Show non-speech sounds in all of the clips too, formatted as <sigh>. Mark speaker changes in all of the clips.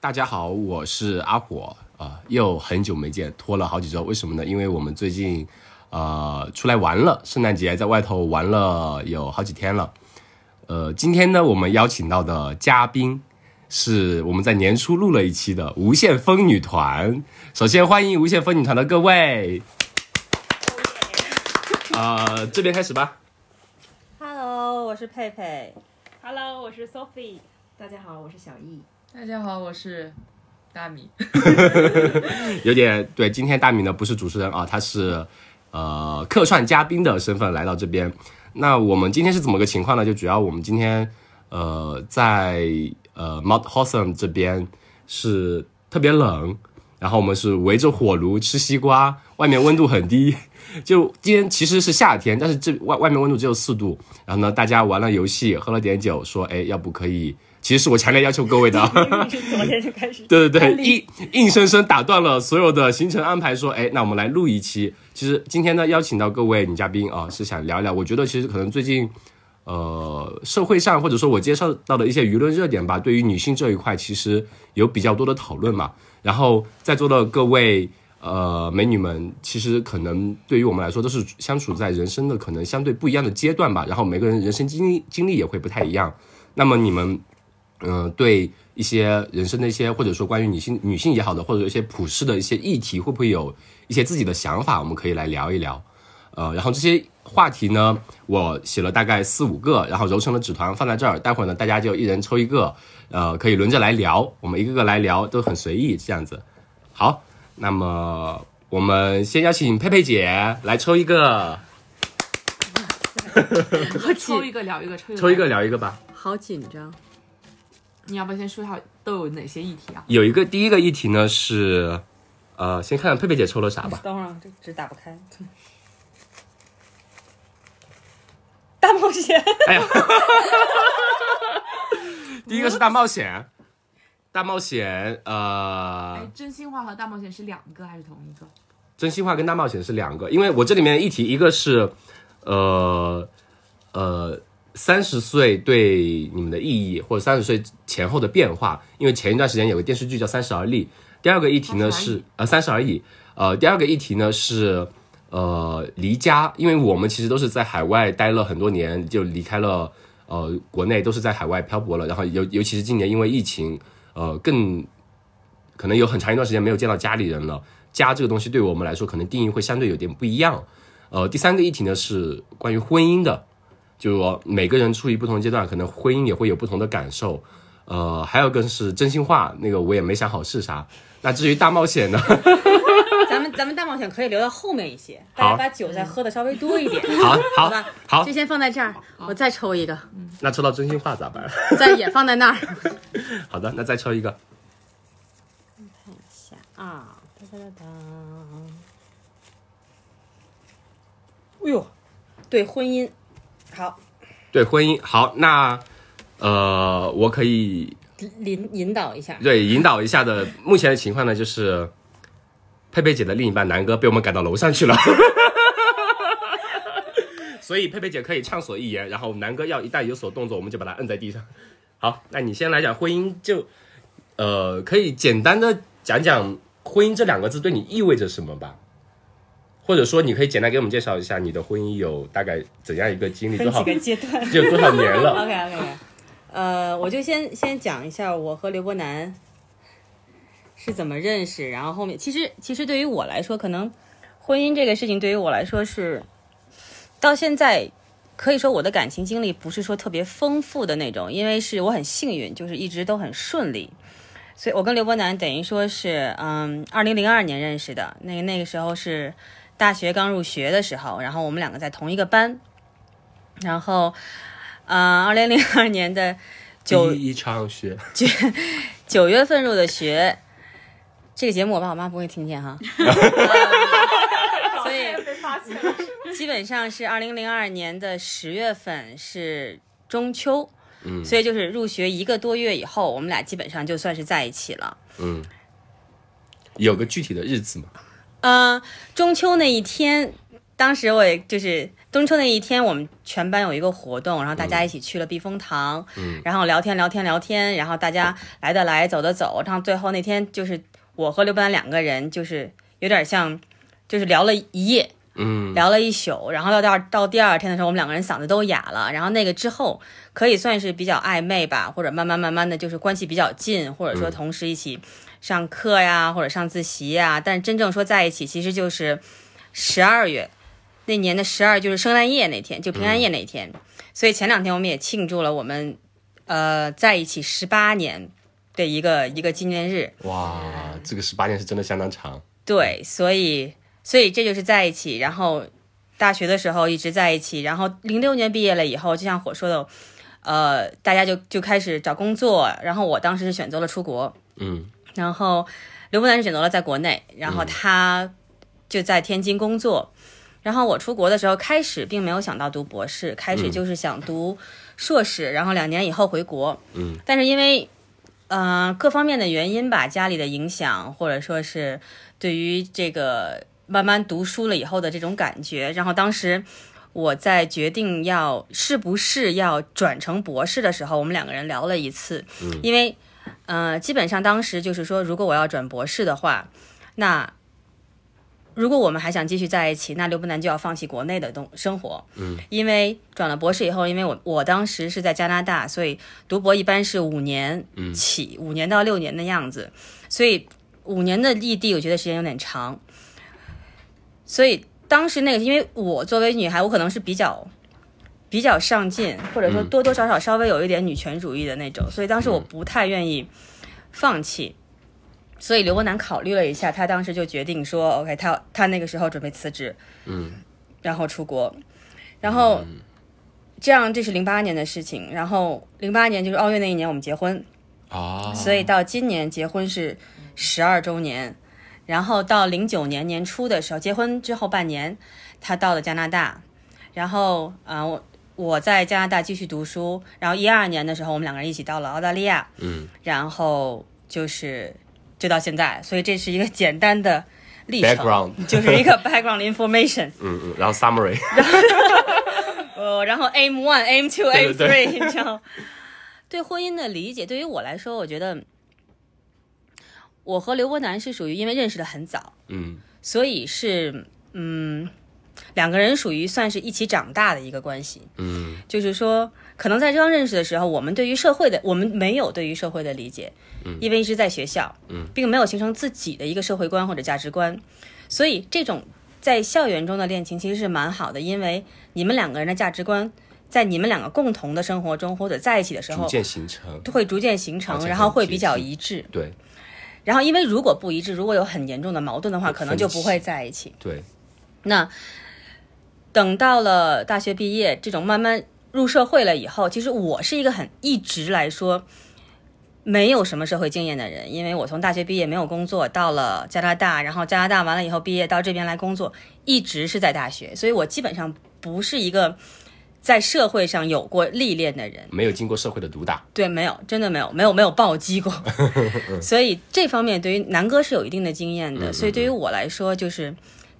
Speaker 1: 大家好，我是阿火啊、呃又很久没见，拖了好几周，为什么呢？因为我们最近呃出来玩了，圣诞节在外头玩了有好几天了。呃，今天呢，我们邀请到的嘉宾是我们在年初录了一期的无限风女团。首先欢迎无限风女团的各位。呃，这边开始吧。
Speaker 2: Hello，我是佩佩。
Speaker 3: Hello，我是 Sophie。
Speaker 2: 大家好，我是小 E 易。
Speaker 4: 大家好，我是大 <laughs> 米。
Speaker 1: 有点对。今天大米呢不是主持人啊，他是呃客串嘉宾的身份来到这边。那我们今天是怎么个情况呢？就主要我们今天呃在呃 Mount Hossam 这边是特别冷，然后我们是围着火炉吃西瓜，外面温度很低。就今天其实是夏天，但是这外外面温度只有四度。然后呢，大家玩了游戏，喝了点酒，说哎，要不可以？其实是我强烈要求各位的啊，。
Speaker 3: 嗯
Speaker 2: 是昨天就开始 <laughs>
Speaker 1: 对对对，硬硬生生打断了所有的行程安排，说，哎，那我们来录一期。其实今天呢，邀请到各位女嘉宾啊，是想聊一聊，我觉得其实可能最近，呃，社会上或者说我接受到的一些舆论热点吧，对于女性这一块其实有比较多的讨论嘛。然后在座的各位。呃，美女们，其实可能对于我们来说，都是相处在人生的可能相对不一样的阶段吧。然后每个人人生经历经历也会不太一样。那么你们嗯，对一些人生的一些，或者说关于女性女性也好的，或者一些普世的一些议题，会不会有一些自己的想法？我们可以来聊一聊。呃，然后这些话题呢，我写了大概四五个，然后揉成了纸团放在这儿。待会儿呢，大家就一人抽一个，呃，可以轮着来聊，我们一个个来聊，都很随意这样子。好，那么我们先邀请佩佩姐来抽一个，
Speaker 4: 抽一个聊一个，抽一个
Speaker 1: 抽一个。聊一个吧。
Speaker 2: 好紧张，
Speaker 4: 你要不要先说一下都有哪些议题啊？
Speaker 1: 有一个第一个议题呢是，呃，先看看佩佩姐抽了啥吧。
Speaker 2: 等会儿啊这纸打不开。 <laughs> 大冒险，
Speaker 1: 哎呀，第一个是大冒险，大冒险，
Speaker 4: 哎
Speaker 1: 呃，，
Speaker 4: 真心话和大冒险是两个还是同一个？
Speaker 1: 真心话跟大冒险是两个，因为我这里面的议题一个是，呃，呃。三十岁对你们的意义，或者三十岁前后的变化，因为前一段时间有个电视剧叫《三十而立》。第二个议题呢
Speaker 4: 30而已
Speaker 1: 是呃三十而已，呃第二个议题呢是呃离家，因为我们其实都是在海外待了很多年，就离开了呃国内，都是在海外漂泊了。然后尤尤其是今年因为疫情，呃更可能有很长一段时间没有见到家里人了。家这个东西对我们来说，可能定义会相对有点不一样。呃，第三个议题呢是关于婚姻的，就是说每个人处于不同阶段，可能婚姻也会有不同的感受。呃，还有一个是真心话，那个我也没想好是啥。那至于大冒险呢？
Speaker 2: <laughs>
Speaker 1: <laughs>
Speaker 2: 咱们咱们大冒险可以留到后面一些，大
Speaker 1: 好
Speaker 2: 家把酒再喝的稍微多一点，
Speaker 1: 好
Speaker 2: 好
Speaker 1: 好
Speaker 2: 吧？
Speaker 1: 好
Speaker 2: 就，先放在这儿，我再抽一个，
Speaker 1: 那抽到真心话咋办？ <laughs>
Speaker 2: 再也放在那 <laughs> 儿。
Speaker 1: 好的，那再抽一个。
Speaker 2: 下啊，哒哒哒哒。哎呦，对婚姻，好
Speaker 1: 对婚姻，好，那呃，我可以
Speaker 2: 引引导一下，
Speaker 1: 对引导一下的。目前的情况呢，就是佩佩姐的另一半南哥被我们赶到楼上去了， <laughs> 所以佩佩姐可以畅所欲言，然后南哥要一旦有所动作，我们就把他摁在地上。好，那你先来讲婚姻就，呃，可以简单的讲讲婚姻这两个字对你意味着什么吧。或者说，你可以简单给我们介绍一下你的婚姻有大概怎样一个经历，多
Speaker 2: 分
Speaker 1: 少
Speaker 2: 几个阶段。
Speaker 1: 有多少年了？
Speaker 2: <laughs> OK OK OK，呃，我就先先讲一下我和刘伯南是怎么认识，然后后面其实其实对于我来说，可能婚姻这个事情对于我来说是到现在可以说我的感情经历不是说特别丰富的那种，因为是我很幸运，就是一直都很顺利。所以我跟刘伯南等于说是，嗯，二零零二年认识的，那那个时候是大学刚入学的时候，然后我们两个在同一个班，然后，呃，二零零二年的九
Speaker 1: 第一场雪，
Speaker 2: 九月份入的学，这个节目我爸我妈不会听见哈，所以
Speaker 3: 被发现了。
Speaker 2: 基本上是二零零二年的十月份是中秋，嗯，所以就是入学一个多月以后，我们俩基本上就算是在一起了。
Speaker 1: 嗯，有个具体的日子吗？
Speaker 2: 嗯呃，中秋那一天，当时我也就是中秋那一天，我们全班有一个活动，然后大家一起去了避风塘，然后聊天聊天聊天，然后大家来的来，走的走，然后最后那天就是我和刘班两个人，就是有点像，就是聊了一夜，
Speaker 1: 嗯，
Speaker 2: 聊了一宿，然后到第二到第二天的时候，我们两个人嗓子都哑了。然后那个之后可以算是比较暧昧吧，或者慢慢慢慢的就是关系比较近，或者说同时一起上课呀，或者上自习呀。但真正说在一起，其实就是十二月那年的十二，就是圣诞夜那天，就平安夜那天。所以前两天我们也庆祝了我们呃在一起十八年的一个一个纪念日。
Speaker 1: 哇，这个十八年是真的相当长。
Speaker 2: 对，所以所以这就是在一起，然后大学的时候一直在一起，然后零六年毕业了以后，就像火说的，呃，大家就就开始找工作，然后我当时是选择了出国，
Speaker 1: 嗯
Speaker 2: 然后刘伯南是选择了在国内，然后他就在天津工作。然后我出国的时候，开始并没有想到读博士，开始就是想读硕士，然后两年以后回国。
Speaker 1: 嗯，
Speaker 2: 但是因为呃各方面的原因吧，家里的影响，或者说是对于这个慢慢读书了以后的这种感觉，然后当时我在决定要是不是要转成博士的时候，我们两个人聊了一次，因为呃，基本上当时就是说，如果我要转博士的话，那如果我们还想继续在一起，那刘伯南就要放弃国内的东生活，嗯，因为转了博士以后，因为我我当时是在加拿大，所以读博一般是五年起，五年到六年的样子，所以五年的异地，我觉得时间有点长，所以当时那个，因为我作为女孩，我可能是比较比较上进，或者说
Speaker 1: 嗯
Speaker 2: 多多少少稍微有一点女权主义的那种，所以当时我不太愿意放弃。所以刘伯南考虑了一下，他当时就决定说，OK，他他那个时候准备辞职，
Speaker 1: 嗯，
Speaker 2: 然后出国，然后、这样这是零八年的事情，然后零八年就是奥运那一年我们结婚，
Speaker 1: 啊，
Speaker 2: 所以到今年结婚是十二周年，然后到零九年年初的时候，结婚之后半年，他到了加拿大，然后啊、呃我我在加拿大继续读书，然后一二年的时候我们两个人一起到了澳大利亚，
Speaker 1: 嗯
Speaker 2: 然后就是就到现在，所以这是一个简单的历程
Speaker 1: ，background，
Speaker 2: 就是一个 background information。
Speaker 1: 嗯嗯，然后 summary，
Speaker 2: 呃，然后 aim one, aim two,
Speaker 1: 对
Speaker 2: aim
Speaker 1: 对
Speaker 2: three，你知道？ <laughs> 对婚姻的理解，对于我来说，我觉得我和刘伯南是属于因为认识的很早，
Speaker 1: <laughs> 嗯
Speaker 2: 所以是嗯，两个人属于算是一起长大的一个关系。
Speaker 1: 嗯
Speaker 2: 就是说，可能在刚认识的时候，我们对于社会的我们没有对于社会的理解，因为一直在学校，
Speaker 1: 嗯
Speaker 2: 并没有形成自己的一个社会观或者价值观，所以这种在校园中的恋情其实是蛮好的，因为你们两个人的价值观在你们两个共同的生活中或者在一起的时
Speaker 1: 逐
Speaker 2: 候，
Speaker 1: 渐形成，
Speaker 2: 会逐渐形
Speaker 1: 而且
Speaker 2: 成，
Speaker 1: 很
Speaker 2: 然后会比
Speaker 1: 接
Speaker 2: 较
Speaker 1: 近
Speaker 2: 一致。
Speaker 1: 对
Speaker 2: 然后因为如果不一致，如果有很严重的矛盾的话，可能就不会在一起。
Speaker 1: 对，
Speaker 2: 那等到了大学毕业，这种慢慢入社会了以后，其实我是一个很一直来说没有什么社会经验的人，因为我从大学毕业没有工作，到了加拿大，然后加拿大完了以后毕业到这边来工作，一直是在大学，所以我基本上不是一个在社会上有过历练的人。
Speaker 1: 没有经过社会的毒打，
Speaker 2: 对，没有，真的没有，没有没有暴击过，所以这方面对于南哥是有一定的经验的，所以对于我来说，就是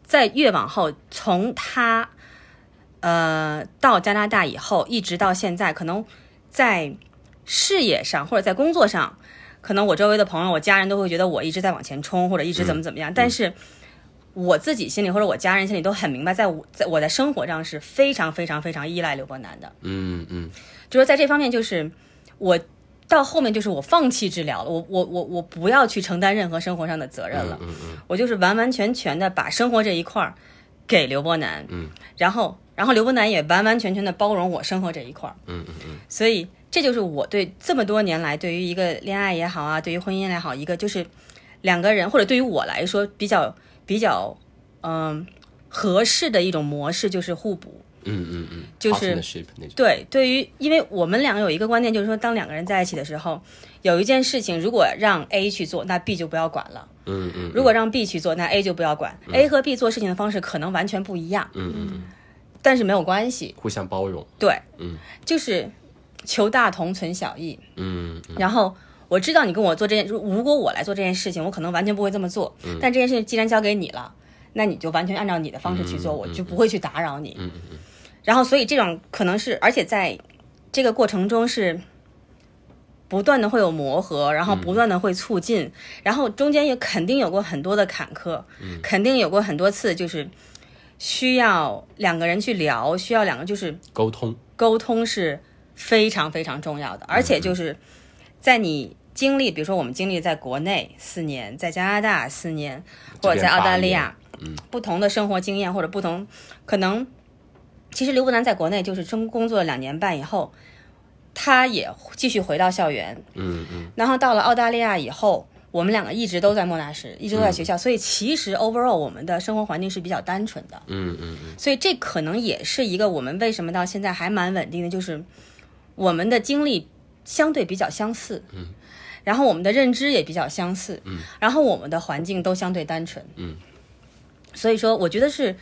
Speaker 2: 在越往后，从他呃到加拿大以后，一直到现在，可能在事业上或者在工作上，可能我周围的朋友、我家人都会觉得我一直在往前冲，或者一直怎么怎么样，但是。我自己心里或者我家人心里都很明白，在我在我在生活上是非常非常非常依赖刘伯南的，
Speaker 1: 嗯嗯
Speaker 2: 就是在这方面，就是我到后面就是我放弃治疗了，我我我我不要去承担任何生活上的责任了，
Speaker 1: 嗯嗯
Speaker 2: 我就是完完全全的把生活这一块儿给刘伯南，
Speaker 1: 嗯，
Speaker 2: 然后然后刘伯南也完完全全的包容我生活这一块儿，
Speaker 1: 嗯嗯嗯，
Speaker 2: 所以这就是我对这么多年来对于一个恋爱也好啊，对于婚姻也好，一个就是两个人或者对于我来说比较比较嗯合适的一种模式就是互补，
Speaker 1: 嗯嗯嗯，
Speaker 2: 就是
Speaker 1: partnership 那种，
Speaker 2: 对，对于因为我们两个有一个观念，就是说，当两个人在一起的时候，有一件事情如果让 A 去做，那 B 就不要管了；
Speaker 1: 嗯嗯，
Speaker 2: 如果让 B 去做，那 A 就不要管。A 和 B 做事情的方式可能完全不一样，
Speaker 1: 嗯嗯嗯，
Speaker 2: 但是没有关系。
Speaker 1: 互相包容，
Speaker 2: 对，
Speaker 1: 嗯，
Speaker 2: 就是求大同存小异。
Speaker 1: 嗯嗯
Speaker 2: 然后我知道你跟我做这件，如如果我来做这件事情，我可能完全不会这么做。但这件事情既然交给你了，那你就完全按照你的方式去做，我就不会去打扰你。然后，所以这种可能是，而且在这个过程中是不断的会有磨合，然后不断的会促进，然后中间也肯定有过很多的坎坷，肯定有过很多次就是需要两个人去聊，需要两个就是
Speaker 1: 沟通，
Speaker 2: 沟通是非常非常重要的，而
Speaker 1: 嗯
Speaker 2: 且就是在你经历，比如说我们经历在国内四年，在加拿大四年，
Speaker 1: 这边
Speaker 2: 或者在澳大利亚，
Speaker 1: 八年嗯
Speaker 2: 不同的生活经验或者不同可能，其实刘伯南在国内就是真工作了两年半以后，他也继续回到校园，
Speaker 1: 嗯嗯，
Speaker 2: 然后到了澳大利亚以后。我们两个一直都在莫纳什，一直都
Speaker 1: 嗯
Speaker 2: 在学校，所以其实 overall 我们的生活环境是比较单纯的。
Speaker 1: 嗯嗯嗯，
Speaker 2: 所以这可能也是一个我们为什么到现在还蛮稳定的，就是我们的经历相对比较相似，嗯，然后我们的认知也比较相似，嗯，然后我们的环境都相对单纯，
Speaker 1: 嗯，
Speaker 2: 所以说我觉得是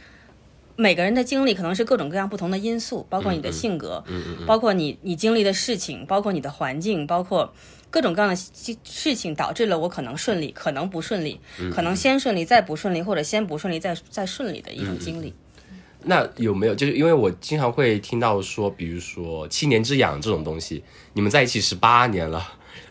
Speaker 2: 每个人的经历可能是各种各样不同的因素，包括你的
Speaker 1: 嗯
Speaker 2: 性格，包括你你经历的事情，包括你的环境，包括。各种各样的事事情导致了我可能顺利，可能不顺利，
Speaker 1: 嗯
Speaker 2: 可能先顺利再不顺利，或者先不顺利再再顺利的一种经历。
Speaker 1: 那有没有就是因为我经常会听到说，比如说七年之痒这种东西，你们在一起十八年了，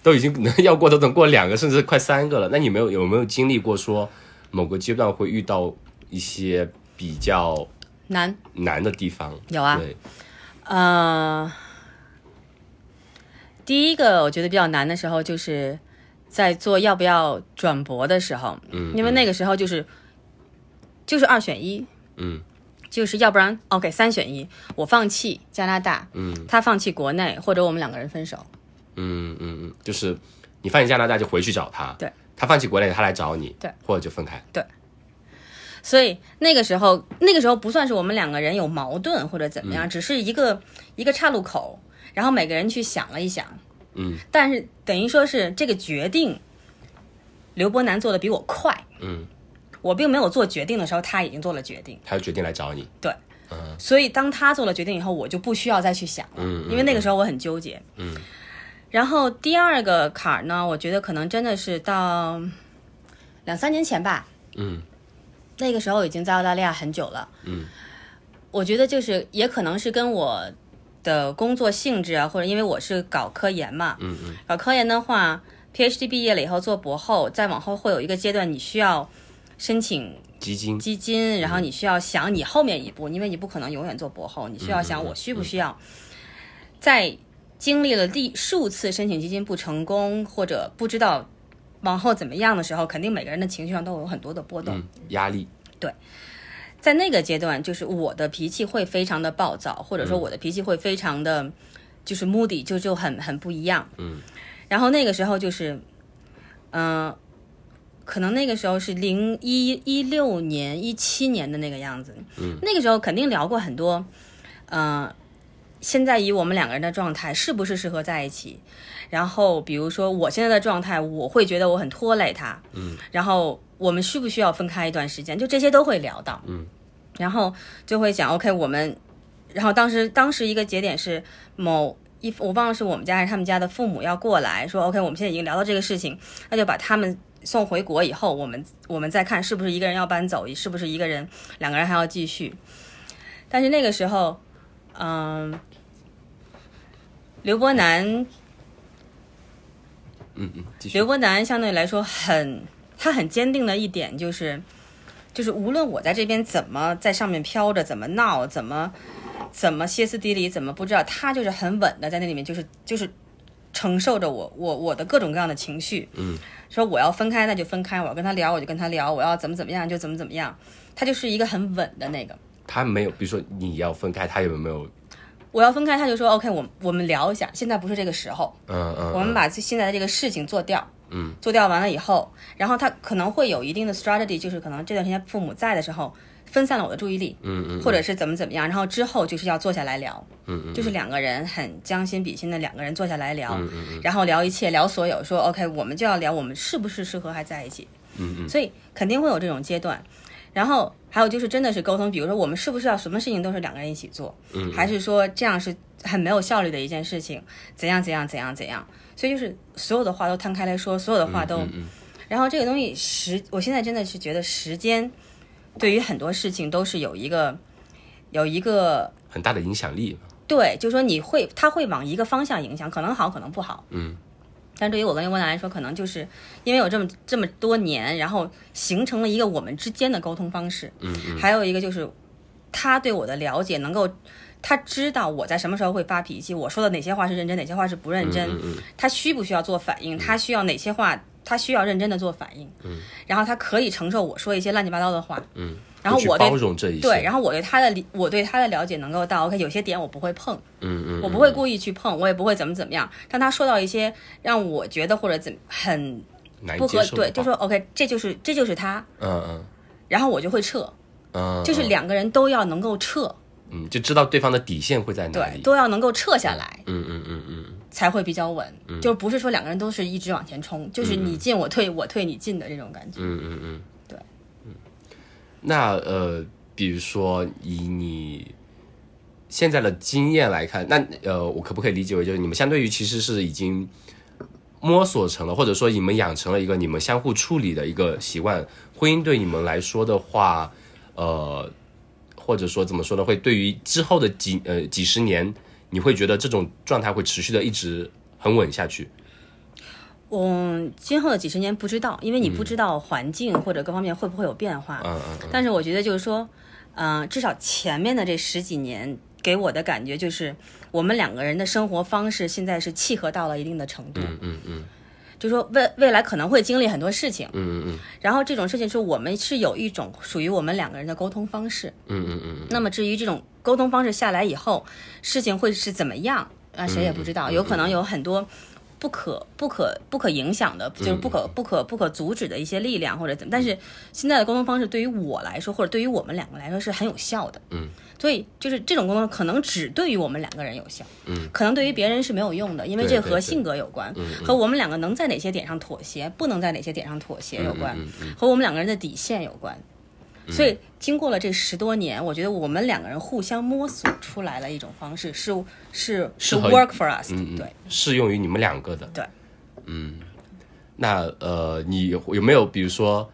Speaker 1: 都已经要过都能过两个甚至快三个了，那你们有有没有经历过说某个阶段会遇到一些比较
Speaker 2: 难，
Speaker 1: 难的地方？
Speaker 2: 有啊
Speaker 1: 对，
Speaker 2: 呃，第一个我觉得比较难的时候就是在做要不要转博的时候，
Speaker 1: 嗯，
Speaker 2: 因为那个时候就是就是二选一，
Speaker 1: 嗯
Speaker 2: 就是要不然 OK 三选一，我放弃加拿大，
Speaker 1: 嗯
Speaker 2: 他放弃国内，或者我们两个人分手，
Speaker 1: 嗯嗯嗯，就是你放弃加拿大就回去找他，
Speaker 2: 对，
Speaker 1: 他放弃国内他来找你，
Speaker 2: 对，
Speaker 1: 或者就分开，
Speaker 2: 所以那个时候，那个时候不算是我们两个人有矛盾或者怎么样，
Speaker 1: 嗯
Speaker 2: 只是一个一个岔路口，然后每个人去想了一想，
Speaker 1: 嗯，
Speaker 2: 但是等于说是这个决定，刘伯南做的比我快，
Speaker 1: 嗯，
Speaker 2: 我并没有做决定的时候，他已经做了决定，
Speaker 1: 他就决定来找你，
Speaker 2: 对，
Speaker 1: 嗯
Speaker 2: 所以当他做了决定以后，我就不需要再去想了，
Speaker 1: 嗯嗯
Speaker 2: 因为那个时候我很纠结，
Speaker 1: 嗯。
Speaker 2: 然后第二个坎儿呢，我觉得可能真的是到两三年前吧，
Speaker 1: 嗯
Speaker 2: 那个时候已经在澳大利亚很久了，
Speaker 1: 嗯，
Speaker 2: 我觉得就是也可能是跟我的工作性质啊，或者因为我是搞科研嘛，
Speaker 1: 嗯嗯
Speaker 2: 搞科研的话，PhD 毕业了以后做博后，再往后会有一个阶段，你需要申请
Speaker 1: 基金，
Speaker 2: 基
Speaker 1: 嗯
Speaker 2: 金，然后你需要想你后面一步，因为你不可能永远做博后，你需要想我需不需
Speaker 1: 嗯
Speaker 2: 要在经历了第数次申请基金不成功或者不知道往后怎么样的时候，肯定每个人的情绪上都有很多的波动。
Speaker 1: 嗯，压力，
Speaker 2: 在那个阶段，就是我的脾气会非常的暴躁，或者说我的脾气会非常的，就是目的就就很很不一样。
Speaker 1: 嗯，
Speaker 2: 然后那个时候就是，嗯、可能那个时候是零一一六年、一七年的那个样子。嗯，那个时候肯定聊过很多，嗯、现在以我们两个人的状态，是不是适合在一起？然后比如说我现在的状态，我会觉得我很拖累他。嗯，然后我们需不需要分开一段时间？就这些都会聊到。
Speaker 1: 嗯，
Speaker 2: 然后就会想，OK，我们，然后当时当时一个节点是某。一我忘了是我们家还是他们家的父母要过来说，OK，我们现在已经聊到这个事情，那就把他们送回国以后，我们我们再看是不是一个人要搬走，是不是一个人两个人还要继续。但是那个时候，嗯，刘伯南
Speaker 1: 嗯嗯，继续
Speaker 2: 刘，伯南相对来说很，他很坚定的一点就是，就是无论我在这边怎么在上面飘着，怎么闹，怎么怎么歇斯底里，怎么不知道，他就是很稳的在那里面，就是就是承受着我我我的各种各样的情绪。
Speaker 1: 嗯，
Speaker 2: 说我要分开那就分开，我要跟他聊我就跟他聊，我要怎么怎么样就怎么怎么样，他就是一个很稳的那个。
Speaker 1: 他没有，比如说你要分开，他有没有？
Speaker 2: 我要分开，他就说 OK，我我们聊一下，现在不是这个时候。
Speaker 1: 嗯嗯，
Speaker 2: 我们
Speaker 1: 嗯
Speaker 2: 把最现在的这个事情做掉，
Speaker 1: 嗯，
Speaker 2: 做掉完了以后，然后他可能会有一定的 strategy，就是可能这段时间父母在的时候分散了我的注意力，
Speaker 1: 嗯嗯，
Speaker 2: 或者是怎么怎么样，然后之后就是要坐下来聊，
Speaker 1: 嗯嗯，
Speaker 2: 就是两个人很将心比心的两个人坐下来聊，
Speaker 1: 嗯嗯嗯
Speaker 2: 然后聊一切，聊所有，说 OK，我们就要聊我们是不是适合还在一起，
Speaker 1: 嗯嗯
Speaker 2: 所以肯定会有这种阶段。然后还有就是真的是沟通，比如说我们是不是要什么事情都是两个人一起做，
Speaker 1: 嗯
Speaker 2: 还是说这样是很没有效率的一件事情，怎样怎样怎样怎样。所以就是所有的话都摊开来说，所有的话都，
Speaker 1: 嗯嗯
Speaker 2: 然后这个东西时，我现在真的是觉得时间对于很多事情都是有一个有一个
Speaker 1: 很大的影响力。
Speaker 2: 对，就是说你会，它会往一个方向影响，可能好，可能不好。
Speaker 1: 嗯。
Speaker 2: 但对于我跟刘波南来说，可能就是因为有这么这么多年，然后形成了一个我们之间的沟通方式。
Speaker 1: 嗯嗯
Speaker 2: 还有一个就是，他对我的了解能够，他知道我在什么时候会发脾气，我说的哪些话是认真，哪些话是不认真，
Speaker 1: 嗯嗯
Speaker 2: 他需不需要做反应，他需要哪些话，他需要认真的做反应，然后他可以承受我说一些乱七八糟的话，
Speaker 1: 嗯，
Speaker 2: 然后
Speaker 1: 去
Speaker 2: 我对
Speaker 1: 包容这一些，
Speaker 2: 对，然
Speaker 1: 后
Speaker 2: 后我对他的理，我对他的了解能够到 OK，有些点我不会碰，
Speaker 1: 嗯嗯，
Speaker 2: 我不会故意去碰，我也不会怎么怎么样，当他说到一些让我觉得或者怎很
Speaker 1: 难
Speaker 2: 不
Speaker 1: 以
Speaker 2: 合
Speaker 1: 接受的
Speaker 2: 对，就
Speaker 1: 话
Speaker 2: 说 OK，这就是这就是他，
Speaker 1: 嗯嗯
Speaker 2: 然后我就会撤，
Speaker 1: 嗯，
Speaker 2: 就是
Speaker 1: 嗯
Speaker 2: 两个人都要能够撤。
Speaker 1: 嗯，就知道对方的底线会在哪
Speaker 2: 对，
Speaker 1: 里。
Speaker 2: 都要能够撤下来
Speaker 1: 嗯嗯嗯嗯
Speaker 2: 才会比较稳，就不是说两个人都是一直往前冲，就是你进我退，我退你进的这种感觉。
Speaker 1: 嗯嗯嗯，
Speaker 2: 对
Speaker 1: 嗯。那呃，比如说以你现在的经验来看，那呃，我可不可以理解为就是你们相对于其实是已经摸索成了，或者说你们养成了一个你们相互处理的一个习惯。婚姻对你们来说的话，呃，或者说怎么说呢，会对于之后的几呃几十年，你会觉得这种状态会持续的一直很稳下去。
Speaker 2: 嗯，今后的几十年不知道，因为你不知道环境或者各方面会不会有变化。
Speaker 1: 嗯嗯
Speaker 2: 但是我觉得就是说，嗯、至少前面的这十几年给我的感觉就是，我们两个人的生活方式现在是契合到了一定的程度，
Speaker 1: 嗯嗯嗯
Speaker 2: 就说未未来可能会经历很多事情，
Speaker 1: 嗯嗯
Speaker 2: 然后这种事情是我们是有一种属于我们两个人的沟通方式。
Speaker 1: 嗯嗯嗯
Speaker 2: 那么至于这种沟通方式下来以后，事情会是怎么样啊？谁
Speaker 1: 嗯
Speaker 2: 也不知道，有可能有很多不可不可不可影响的，就是不可
Speaker 1: 嗯
Speaker 2: 不可不可阻止的一些力量或者怎么。但是现在的沟通方式对于我来说，或者对于我们两个来说是很有效的。
Speaker 1: 嗯，
Speaker 2: 所以就是这种沟通可能只对于我们两个人有效，
Speaker 1: 嗯，
Speaker 2: 可能对于别人是没有用的，因为
Speaker 1: 对
Speaker 2: 这
Speaker 1: 对
Speaker 2: 和
Speaker 1: 对
Speaker 2: 性格有关，
Speaker 1: 嗯嗯
Speaker 2: 和我们两个能在哪些点上妥协，不能在哪些点上妥协
Speaker 1: 嗯，
Speaker 2: 有关。
Speaker 1: 嗯嗯
Speaker 2: 和我们两个人的底线有关。所以经过了这十多年，我觉得我们两个人互相摸索出来了一种方式，是是是
Speaker 1: 适合
Speaker 2: work for us 的。
Speaker 1: 嗯，嗯
Speaker 2: 对，，
Speaker 1: 适用于你们两个的。
Speaker 2: 对，
Speaker 1: 嗯，那呃，你有有没有比如说，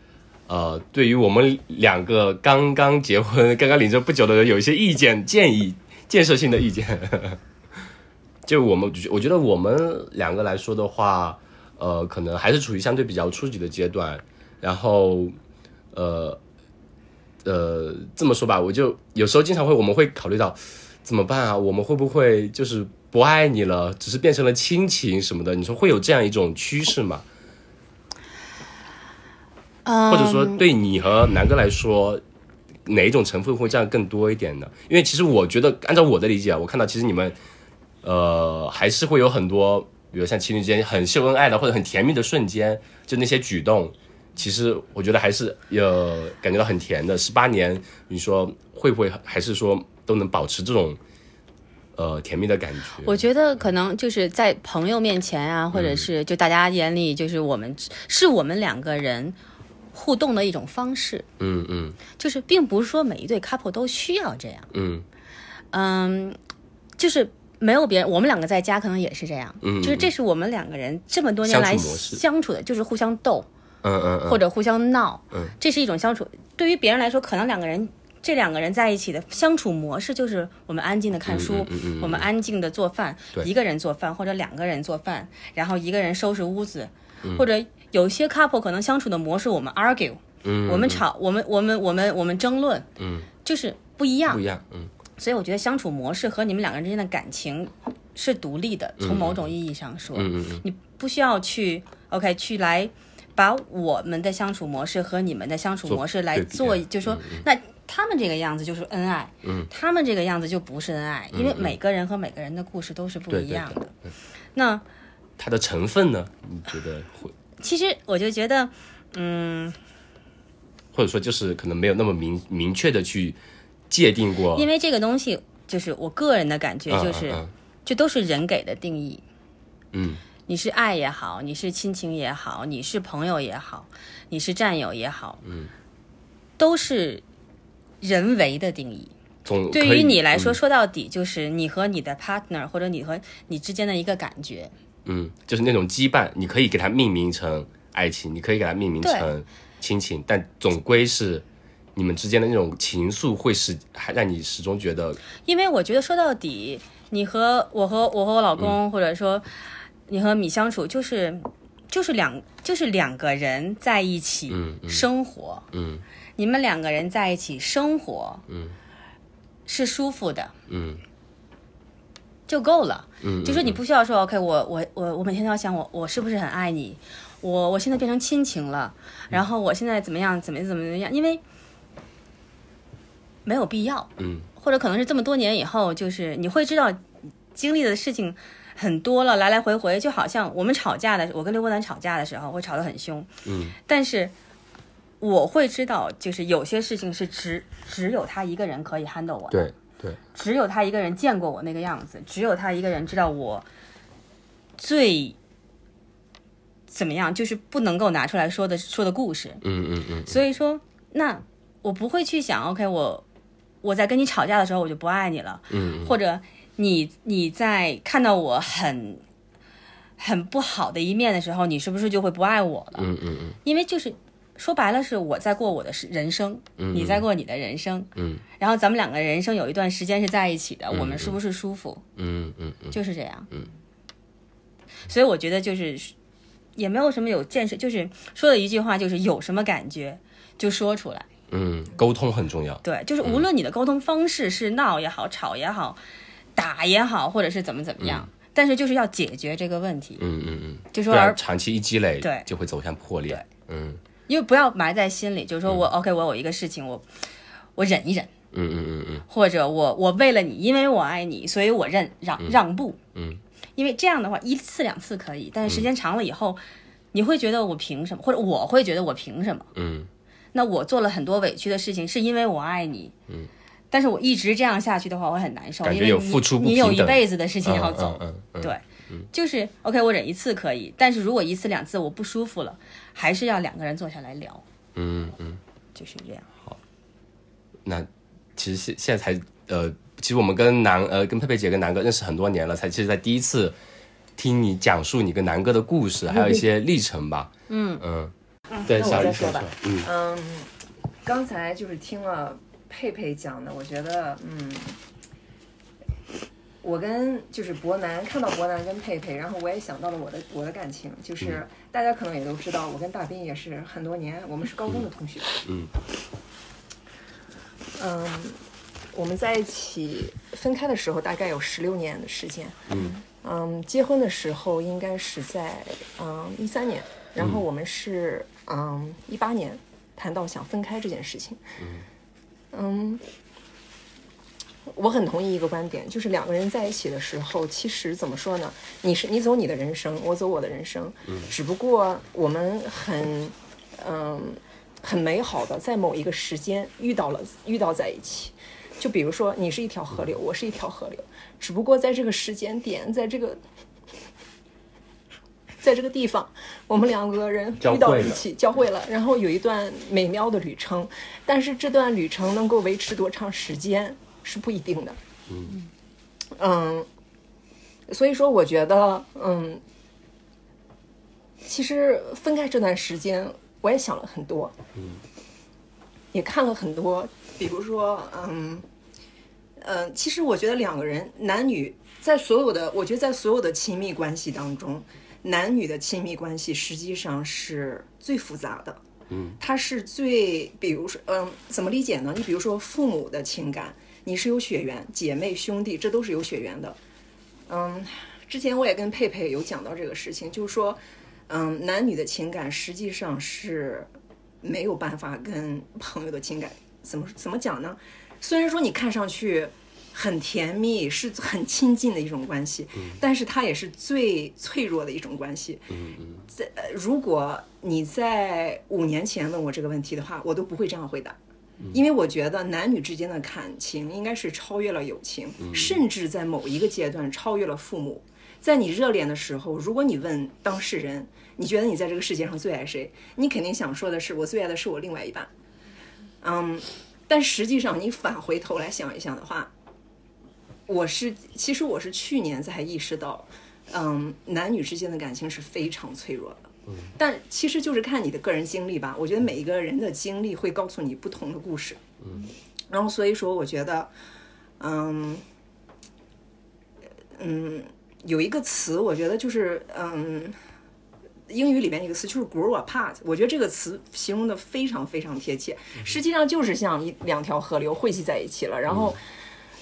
Speaker 1: 呃，对于我们两个刚刚结婚、 <laughs> 刚刚领证不久的人，有一些意见、建议、建设性的意见？ <laughs> 就我们，我觉得我们两个来说的话，呃，可能还是处于相对比较初级的阶段。然后，呃，呃，这么说吧，我就有时候经常会，我们会考虑到怎么办啊？我们会不会就是不爱你了，只是变成了亲情什么的？你说会有这样一种趋势吗？
Speaker 2: 嗯
Speaker 1: 或者说对你和南哥来说，哪一种成分会占更多一点呢？因为其实我觉得，按照我的理解啊，我看到其实你们，呃，还是会有很多，比如像情侣之间很秀恩爱的或者很甜蜜的瞬间，就那些举动，其实我觉得还是呃感觉到很甜的。十八年，你说会不会还是说都能保持这种呃甜蜜的感觉？
Speaker 2: 我觉得可能就是在朋友面前啊，或者
Speaker 1: 嗯
Speaker 2: 是就大家眼里，就是我们是我们两个人互动的一种方式，
Speaker 1: 嗯嗯
Speaker 2: 就是并不是说每一对 couple 都需要这样。
Speaker 1: 嗯
Speaker 2: 嗯，就是没有别人，我们两个在家可能也是这样，
Speaker 1: 嗯
Speaker 2: 就是这是我们两个人这么多年来
Speaker 1: 相处模式
Speaker 2: 相处的，就是互相斗
Speaker 1: 嗯嗯嗯，
Speaker 2: 或者互相闹，
Speaker 1: 嗯
Speaker 2: 这是一种相处。对于别人来说，可能两个人。这两个人在一起的相处模式就是我们安静的看书，
Speaker 1: 嗯嗯嗯嗯
Speaker 2: 我们安静的做饭，
Speaker 1: 对
Speaker 2: 一个人做饭或者两个人做饭，然后一个人收拾屋子，或者有些 couple 可能相处的模式我们 argue，、
Speaker 1: 嗯
Speaker 2: 我们吵，我们我们我们我们争论，
Speaker 1: 嗯
Speaker 2: 就是不一样
Speaker 1: 不一。样，嗯
Speaker 2: 所以我觉得相处模式和你们两个人之间的感情是独立的，
Speaker 1: 嗯
Speaker 2: 从某种意义上说，
Speaker 1: 嗯嗯嗯
Speaker 2: 你不需要去 OK 去来把我们的相处模式和你们的相处模式来
Speaker 1: 做
Speaker 2: 做，
Speaker 1: 对比
Speaker 2: 就说、那他们这个样子就是恩爱，
Speaker 1: 嗯
Speaker 2: 他们这个样子就不是恩爱，因为每个人和每个人的故事都是不
Speaker 1: 对
Speaker 2: 一
Speaker 1: 对
Speaker 2: 样的。
Speaker 1: 对嗯
Speaker 2: 那
Speaker 1: 它的成分呢？你觉得会？
Speaker 2: 其实我就觉得，
Speaker 1: 或者说就是可能没有那么明明确的去界定过，
Speaker 2: 因为这个东西就是我个人的感觉，
Speaker 1: 嗯
Speaker 2: 就是、
Speaker 1: 嗯
Speaker 2: 这都是人给的定义。
Speaker 1: 嗯，
Speaker 2: 你是爱也好，你是亲情也好，你是朋友也好，你是战友也好，嗯，都是人为的定义。
Speaker 1: 总
Speaker 2: 对
Speaker 1: 可以
Speaker 2: 于你来说，
Speaker 1: 嗯
Speaker 2: 说到底就是你和你的 partner 或者你和你之间的一个感觉。
Speaker 1: 嗯，就是那种羁绊，你可以给它命名成爱情，你可以给它命名成亲情，但总归是你们之间的那种情愫会始还让你始终觉得
Speaker 2: 因为我觉得说到底，你和我和我和我老公，
Speaker 1: 嗯
Speaker 2: 或者说你和米相处，就是就是两就是两个人在一起
Speaker 1: 嗯嗯
Speaker 2: 生活，
Speaker 1: 嗯
Speaker 2: 你们两个人在一起生活，
Speaker 1: 嗯，
Speaker 2: 是舒服的
Speaker 1: 嗯
Speaker 2: 就够了。
Speaker 1: 嗯，嗯
Speaker 2: 就是你不需要说 OK，我我我我每天都要想我我是不是很爱你，我我现在变成亲情了，
Speaker 1: 嗯
Speaker 2: 然后我现在怎么样怎么怎么怎么样，因为没有必要。
Speaker 1: 嗯
Speaker 2: 或者可能是这么多年以后，就是你会知道经历的事情很多了，来来回回，就好像我们吵架的，我跟刘伯南吵架的时候会吵得很凶，
Speaker 1: 嗯，
Speaker 2: 但是我会知道，就是有些事情是只只有他一个人可以 handle 我的，
Speaker 1: 对对，
Speaker 2: 只有他一个人见过我那个样子，只有他一个人知道我最怎么样，就是不能够拿出来说的说的故事，
Speaker 1: 嗯嗯嗯
Speaker 2: 所以说，那我不会去想，OK，我我在跟你吵架的时候，我就不爱你了，
Speaker 1: 嗯，
Speaker 2: 或者你你在看到我很很不好的一面的时候，你是不是就会不爱我了？
Speaker 1: 嗯嗯嗯
Speaker 2: 因为就是说白了，是我在过我的是人生，
Speaker 1: 嗯，
Speaker 2: 你在过你的人生，
Speaker 1: 嗯
Speaker 2: 然后咱们两个人生有一段时间是在一起的，我
Speaker 1: 嗯
Speaker 2: 们是不是舒服？
Speaker 1: 嗯嗯嗯
Speaker 2: 就是这样。
Speaker 1: 嗯，
Speaker 2: 所以我觉得就是也没有什么有建设，就是说的一句话就是有什么感觉就说出来。
Speaker 1: 嗯，沟通很重要。
Speaker 2: 对，就是无论你的沟通方式是闹也好、吵也好、打也好，或者是怎么怎么样，但是就是要解决这个问题，
Speaker 1: 嗯嗯嗯，
Speaker 2: 就
Speaker 1: 不
Speaker 2: 说
Speaker 1: 然
Speaker 2: 而
Speaker 1: 长期一积累，
Speaker 2: 对
Speaker 1: 就会走向破裂。嗯
Speaker 2: 因为不要埋在心里，就是说我、OK，我有一个事情，我我忍一忍，
Speaker 1: 嗯嗯嗯
Speaker 2: 或者我我为了你，因为我爱你，所以我认让让步，
Speaker 1: 嗯，
Speaker 2: 因为这样的话一次两次可以，但是时间长了以后，你会觉得我凭什么，或者我会觉得我凭什么？
Speaker 1: 嗯
Speaker 2: 那我做了很多委屈的事情，是因为我爱你。嗯。但是我一直这样下去的话，我很难受，
Speaker 1: 感觉
Speaker 2: 因为
Speaker 1: 有
Speaker 2: 你
Speaker 1: 付出不
Speaker 2: 你有
Speaker 1: 平
Speaker 2: 一
Speaker 1: 等
Speaker 2: 辈子的事
Speaker 1: 嗯，
Speaker 2: 情要走。
Speaker 1: 嗯嗯，
Speaker 2: 对，就是 OK，我忍一次可以，但是如果一次两次我不舒服了，还是要两个人坐下来聊，
Speaker 1: 嗯嗯，
Speaker 2: 就是这样。
Speaker 1: 那其实现现在才呃，其实我们跟南呃跟佩佩姐跟南哥认识很多年了，才其实在第一次听你讲述你跟南哥的故事，还有一些历程吧。嗯嗯，对，
Speaker 5: 嗯那我
Speaker 1: 小
Speaker 5: 再
Speaker 1: 玉
Speaker 5: 说吧
Speaker 1: 嗯
Speaker 5: 嗯，刚才就是听了佩佩讲的，我觉得，嗯，我跟就是伯南看到伯南跟佩佩，然后我也想到了我的我的感情，就是大家可能也都知道，我跟大斌也是很多年，我们是高中的同学。
Speaker 1: 嗯。
Speaker 5: 嗯，我们在一起分开的时候大概有十六年的时间。
Speaker 1: 嗯
Speaker 5: 嗯，结婚的时候应该是在嗯一三年，然后我们是嗯一八年谈到想分开这件事情。嗯，我很同意一个观点，就是两个人在一起的时候，其实怎么说呢？你是你走你的人生，我走我的人生，只不过我们很嗯很美好的在某一个时间遇到了遇到在一起。就比如说，你是一条河流，我是一条河流，只不过在这个时间点，在这个，在这个地方，我们两个人
Speaker 1: 交
Speaker 5: 遇到
Speaker 1: 汇
Speaker 5: 一
Speaker 1: 了
Speaker 5: 起交汇了，然后有一段美妙的旅程，但是这段旅程能够维持多长时间是不一定的。嗯，所以说我觉得，嗯，其实分开这段时间，我也想了很多，嗯，也看了很多，比如说，嗯，呃，其实我觉得两个人男女在所有的，我觉得在所有的亲密关系当中，男女的亲密关系实际上是最复杂的。嗯，它是最，比如说，嗯，怎么理解呢？你比如说父母的情感，你是有血缘，姐妹兄弟，这都是有血缘的。嗯，之前我也跟佩佩有讲到这个事情，就是说，嗯，男女的情感实际上是没有办法跟朋友的情感怎么怎么讲呢？虽然说你看上去很甜蜜，是很亲近的一种关系，但是它也是最脆弱的一种关系。在呃如果你在五年前问我这个问题的话，我都不会这样回答。因为我觉得男女之间的感情应该是超越了友情，甚至在某一个阶段超越了父母。在你热恋的时候，如果你问当事人，你觉得你在这个世界上最爱谁？你肯定想说的是，我最爱的是我另外一半。嗯，但实际上你返回头来想一想的话，我是其实我是去年才意识到，嗯，男女之间的感情是非常脆弱的。但其实就是看你的个人经历吧。我觉得每一个人的经历会告诉你不同的故事。嗯，然后所以说，我觉得，嗯，嗯，有一个词，我觉得就是，嗯，英语里面一个词就是 “grow apart”。我觉得这个词形容的非常非常贴切，实际上就是像一两条河流汇集在一起了，然后，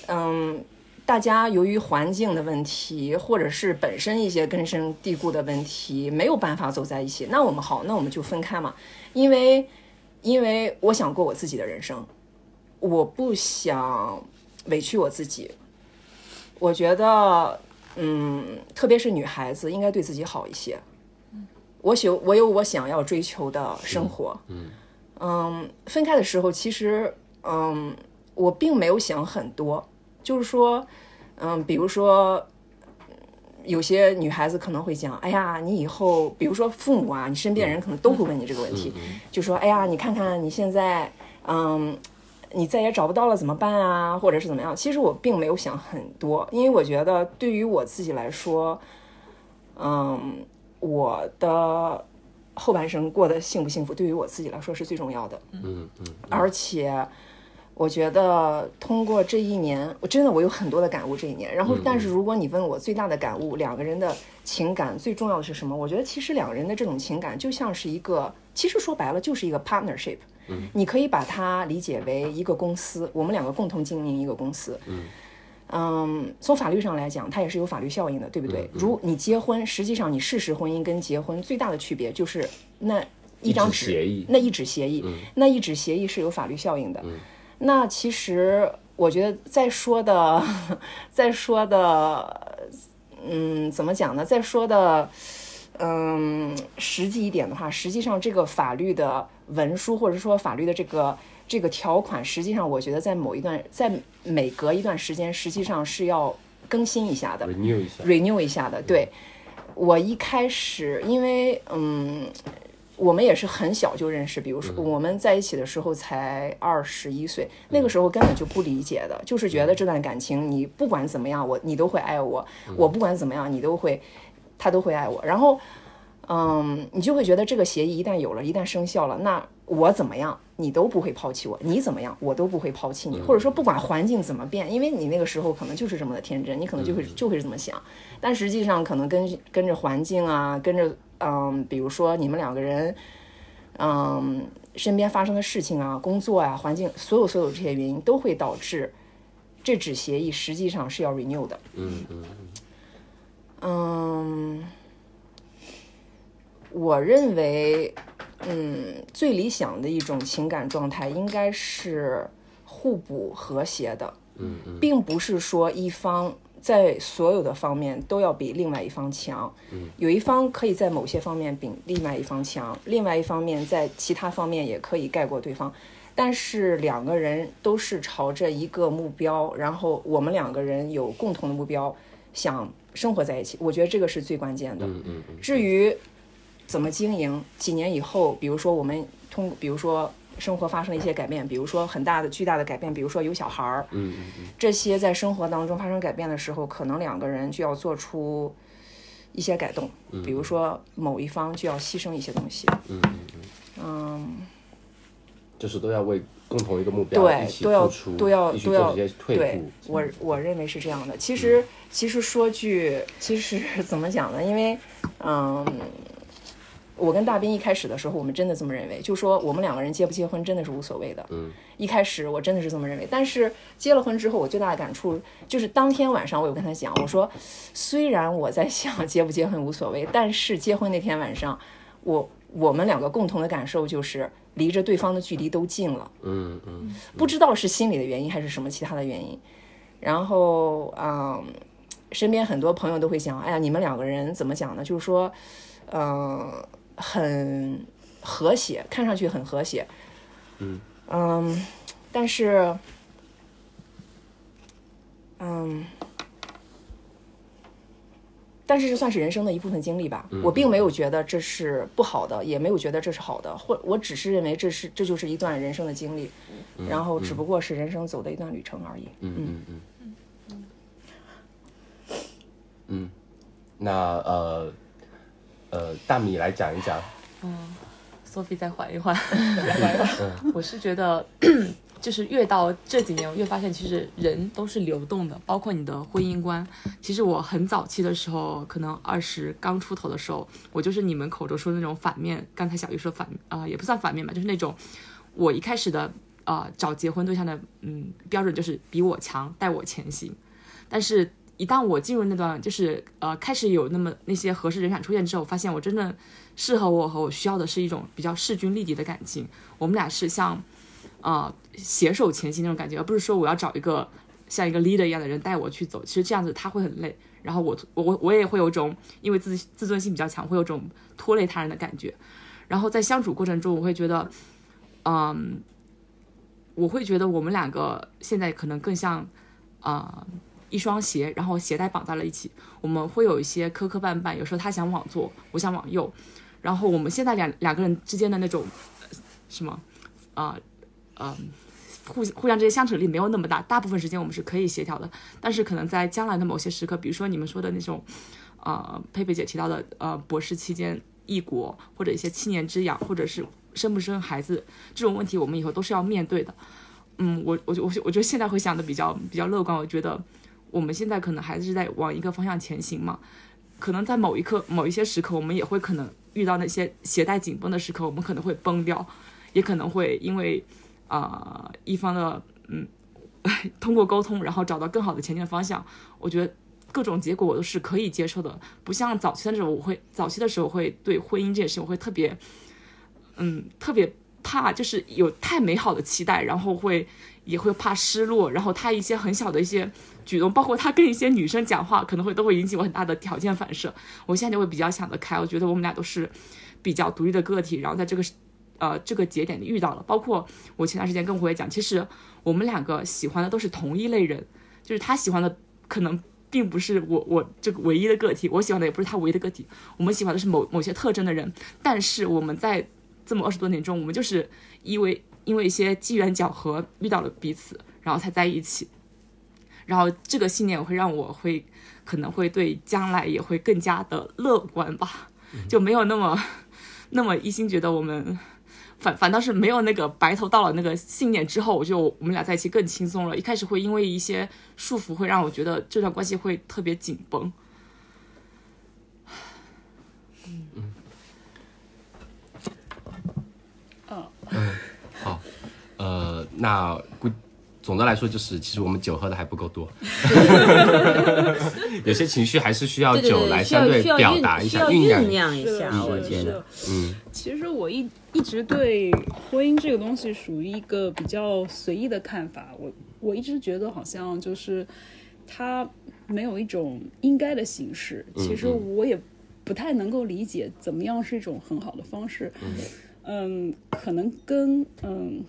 Speaker 5: 嗯。大家由于环境的问题，或者是本身一些根深蒂固的问题，没有办法走在一起。那我们好，那我们就分开嘛，因为，因为我想过我自己的人生，我不想委屈我自己。我觉得，嗯，特别是女孩子应该对自己好一些。我喜我有我想要追求的生活。嗯分开的时候，其实，嗯，我并没有想很多。就是说，嗯，比如说，有些女孩子可能会讲，哎呀，你以后，比如说父母啊，你身边人可能都会问你这个问题，就说，哎呀，你看看你现在，嗯，你再也找不到了怎么办啊，或者是怎么样？其实我并没有想很多，因为我觉得对于我自己来说，嗯，我的后半生过得幸不幸福，对于我自己来说是最重要的。
Speaker 1: 嗯嗯
Speaker 5: 而且我觉得通过这一年，我真的我有很多的感悟这一年。然
Speaker 1: 嗯
Speaker 5: 后，但是如果你问我最大的感悟，两个人的情感最重要的是什么？我觉得其实两个人的这种情感就像是一个，其实说白了就是一个 partnership。你
Speaker 1: 嗯
Speaker 5: 可以把它理解为一个公司，我们两个共同经营一个公司。嗯，从法律上来讲，它也是有法律效应的，对不
Speaker 1: 嗯
Speaker 5: 对？如你结婚，实际上你事实婚姻跟结婚最大的区别就是那一张
Speaker 1: 纸协议嗯
Speaker 5: 那一纸协议，那一纸协议是有法律效应的。那其实我觉得再说的，再说的，嗯，怎么讲呢？再说的，嗯，实际一点的话，实际上这个法律的文书或者说法律的这个这个条款，实际上我觉得在某一段，在每隔一段时间，实际上是要更新一下的。
Speaker 1: ，renew 一下，
Speaker 5: renew 一下的。对，我一开始因为嗯，我们也是很小就认识，比如说我们在一起的时候才二十一岁，那个时候根本就不理解的，就是觉得这段感情你不管怎么样，我你都会爱我，我不管怎么样你都会，他都会爱我。然后嗯，你就会觉得这个协议一旦有了，一旦生效了，那我怎么样，你都不会抛弃我；你怎么样，我都不会抛弃你。或者说，不管环境怎么变，因为你那个时候可能就是这么的天真，你可能就会就会这么想。但实际上，可能跟跟着环境啊，跟着嗯，比如说你们两个人，嗯，身边发生的事情啊，工作啊，环境，所有所有这些原因都会导致这纸协议实际上是要 renew 的。
Speaker 1: 嗯嗯
Speaker 5: 嗯，我认为，嗯，最理想的一种情感状态应该是互补和谐的，
Speaker 1: 嗯嗯
Speaker 5: 并不是说一方在所有的方面都要比另外一方强，
Speaker 1: 嗯
Speaker 5: 有一方可以在某些方面比另外一方强，另外一方面在其他方面也可以盖过对方。但是两个人都是朝着一个目标，然后我们两个人有共同的目标，想生活在一起，我觉得这个是最关键的。
Speaker 1: 嗯嗯嗯，
Speaker 5: 至于怎么经营，几年以后，比如说我们通，比如说生活发生了一些改变，比如说很大的、巨大的改变，比如说有小孩儿，
Speaker 1: 嗯嗯嗯
Speaker 5: 这些在生活当中发生改变的时候，可能两个人就要做出一些改动，比如说某一方就要牺牲一些东西，
Speaker 1: 嗯嗯嗯，就是都要为共同一个目标一
Speaker 5: 对，
Speaker 1: 起
Speaker 5: 都要
Speaker 1: 付出，
Speaker 5: 都要
Speaker 1: 一起
Speaker 5: 都
Speaker 1: 做
Speaker 5: 要
Speaker 1: 这些退
Speaker 5: 对
Speaker 1: 步，，嗯
Speaker 5: 我我认为是这样的。其实其实说句，其实怎么讲呢？因为嗯。我跟大斌一开始的时候，我们真的这么认为，就说我们两个人结不结婚真的是无所谓的。
Speaker 1: 嗯，
Speaker 5: 一开始我真的是这么认为，但是结了婚之后，我最大的感触就是当天晚上我有跟他讲，我说虽然我在想结不结婚无所谓，但是结婚那天晚上，我我们两个共同的感受就是离着对方的距离都近了。
Speaker 1: 嗯嗯
Speaker 5: 不知道是心理的原因还是什么其他的原因。然后，嗯，身边很多朋友都会想，哎呀，你们两个人怎么讲呢？就是说，嗯，很和谐，看上去很和谐。
Speaker 1: 嗯
Speaker 5: 嗯但是，嗯。但是这算是人生的一部分经历吧。我并没有觉得这是不好的，也没有觉得这是好的，或我只是认为这是这就是一段人生的经历，然后只不过是人生走的一段旅程而已。
Speaker 1: 嗯嗯嗯嗯嗯，那呃，呃大米来讲一讲。
Speaker 4: Sophie 再缓一嗯缓， <laughs> 我是觉得，就是越到这几年，我越发现其实人都是流动的，包括你的婚姻观。其实我很早期的时候，可能二十刚出头的时候，我就是你们口中说的那种反面。刚才小鱼说反啊、也不算反面吧，就是那种我一开始的啊找结婚对象的嗯标准就是比我强，带我前行。但是，一旦我进入那段就是呃开始有那么那些合适人选出现之后，我发现我真正适合我和我需要的是一种比较势均力敌的感情。我们俩是像，呃，携手前行那种感觉，而不是说我要找一个像一个 leader 一样的人带我去走。其实这样子他会很累，然后我我我我也会有种因为自自尊心比较强，会有种拖累他人的感觉。然后在相处过程中，我会觉得，嗯，我会觉得我们两个现在可能更像，呃，一双鞋，然后鞋带绑在了一起。我们会有一些磕磕绊绊，有时候他想往左，我想往右，然后我们现在两两个人之间的那种呃什么啊呃互互相之间相处力没有那么大，大部分时间我们是可以协调的，但是可能在将来的某些时刻，比如说你们说的那种，呃，佩佩姐提到的呃博士期间异国或者一些七年之痒，或者是生不生孩子这种问题，我们以后都是要面对的。嗯，我我我我觉得现在会想的比较比较乐观，我觉得我们现在可能还是在往一个方向前行嘛，可能在某一刻、某一些时刻，我们也会可能遇到那些携带紧绷的时刻，我们可能会崩掉，也可能会因为啊、呃一方的嗯， <laughs> 通过沟通，然后找到更好的前进的方向。我觉得各种结果我都是可以接受的，不像早期的时候，我会早期的时候会对婚姻这件事，我会特别嗯特别怕，就是有太美好的期待，然后会也会怕失落，然后他一些很小的一些。举动，包括他跟一些女生讲话，可能会都会引起我很大的条件反射。我现在就会比较想得开，我觉得我们俩都是比较独立的个体，然后在这个呃这个节点遇到了。包括我前段时间跟胡也讲，其实我们两个喜欢的都是同一类人，就是他喜欢的可能并不是我我这个唯一的个体，我喜欢的也不是他唯一的个体，我们喜欢的是某某些特征的人，但是我们在这么二十多年中，我们就是因为因为一些机缘巧合遇到了彼此，然后才在一起。然后这个信念会让我会可能会对将来也会更加的乐观吧，
Speaker 1: 嗯
Speaker 4: 就没有那么那么一心觉得我们反反倒是没有那个白头到老那个信念之后，我就我们俩在一起更轻松了。一开始会因为一些束缚，会让我觉得这段关系会特别紧绷。
Speaker 1: 呃，那估总的来说就是，其实我们酒喝的还不够 <laughs> 多，有些情绪还是需要
Speaker 2: 对对
Speaker 1: 酒来
Speaker 2: 对，需
Speaker 1: 相
Speaker 2: 要
Speaker 1: 对
Speaker 2: 需要
Speaker 1: 表达一
Speaker 2: 酝需
Speaker 1: 下、
Speaker 2: 要
Speaker 1: 酝酿
Speaker 2: 酝
Speaker 1: 一下。
Speaker 2: 酿一下，我觉得。
Speaker 1: 嗯，
Speaker 3: 其实我一一直对婚姻这个东西属于一个比较随意的看法，我我一直觉得好像就是它没有一种应该的形式。其实我也不太能够理解怎么样是一种很好的方式。嗯，可能跟嗯。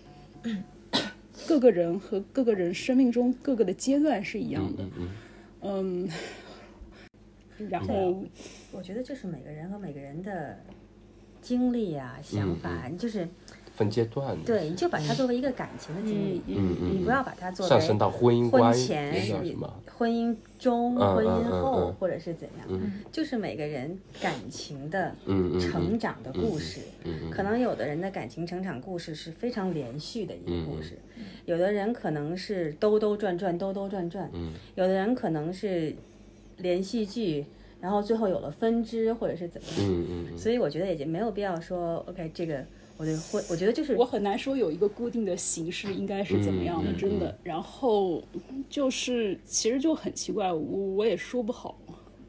Speaker 3: 各个人和各个人生命中各个的阶段是一样的，
Speaker 1: 嗯
Speaker 3: 嗯， <laughs> 然后
Speaker 2: 我觉得这是每个人和每个人的经历啊、
Speaker 1: 嗯
Speaker 2: 想法，你就是
Speaker 1: 分阶段，
Speaker 2: 对，你就把它作为一个感情的经历，
Speaker 1: 嗯嗯
Speaker 2: 你不要把它作
Speaker 1: 上升
Speaker 2: 为
Speaker 1: 到婚姻
Speaker 2: 婚
Speaker 1: 观，
Speaker 2: 前
Speaker 1: 那叫什么？、
Speaker 2: 婚姻中、
Speaker 1: 嗯
Speaker 2: 婚姻
Speaker 1: 嗯嗯
Speaker 2: 后
Speaker 1: 嗯
Speaker 2: 或者是怎样，就是每个人感情的
Speaker 1: 嗯嗯嗯
Speaker 2: 成长的故事。
Speaker 1: 嗯嗯
Speaker 2: 可能有的人的感情成长故事是非常连续的一个故事，
Speaker 1: 嗯
Speaker 2: 有的人可能是兜兜转转、兜兜转转，
Speaker 1: 嗯
Speaker 2: 有的人可能是连续剧，然后最后有了分支或者是怎么样。
Speaker 1: 嗯嗯嗯，
Speaker 2: 所以我觉得也就没有必要说，OK，这个我对婚，我觉得就是
Speaker 3: 我很难说有一个固定的形式应该是怎么样的，
Speaker 1: 嗯嗯
Speaker 3: 真的。然后就是其实就很奇怪，我我也说不好，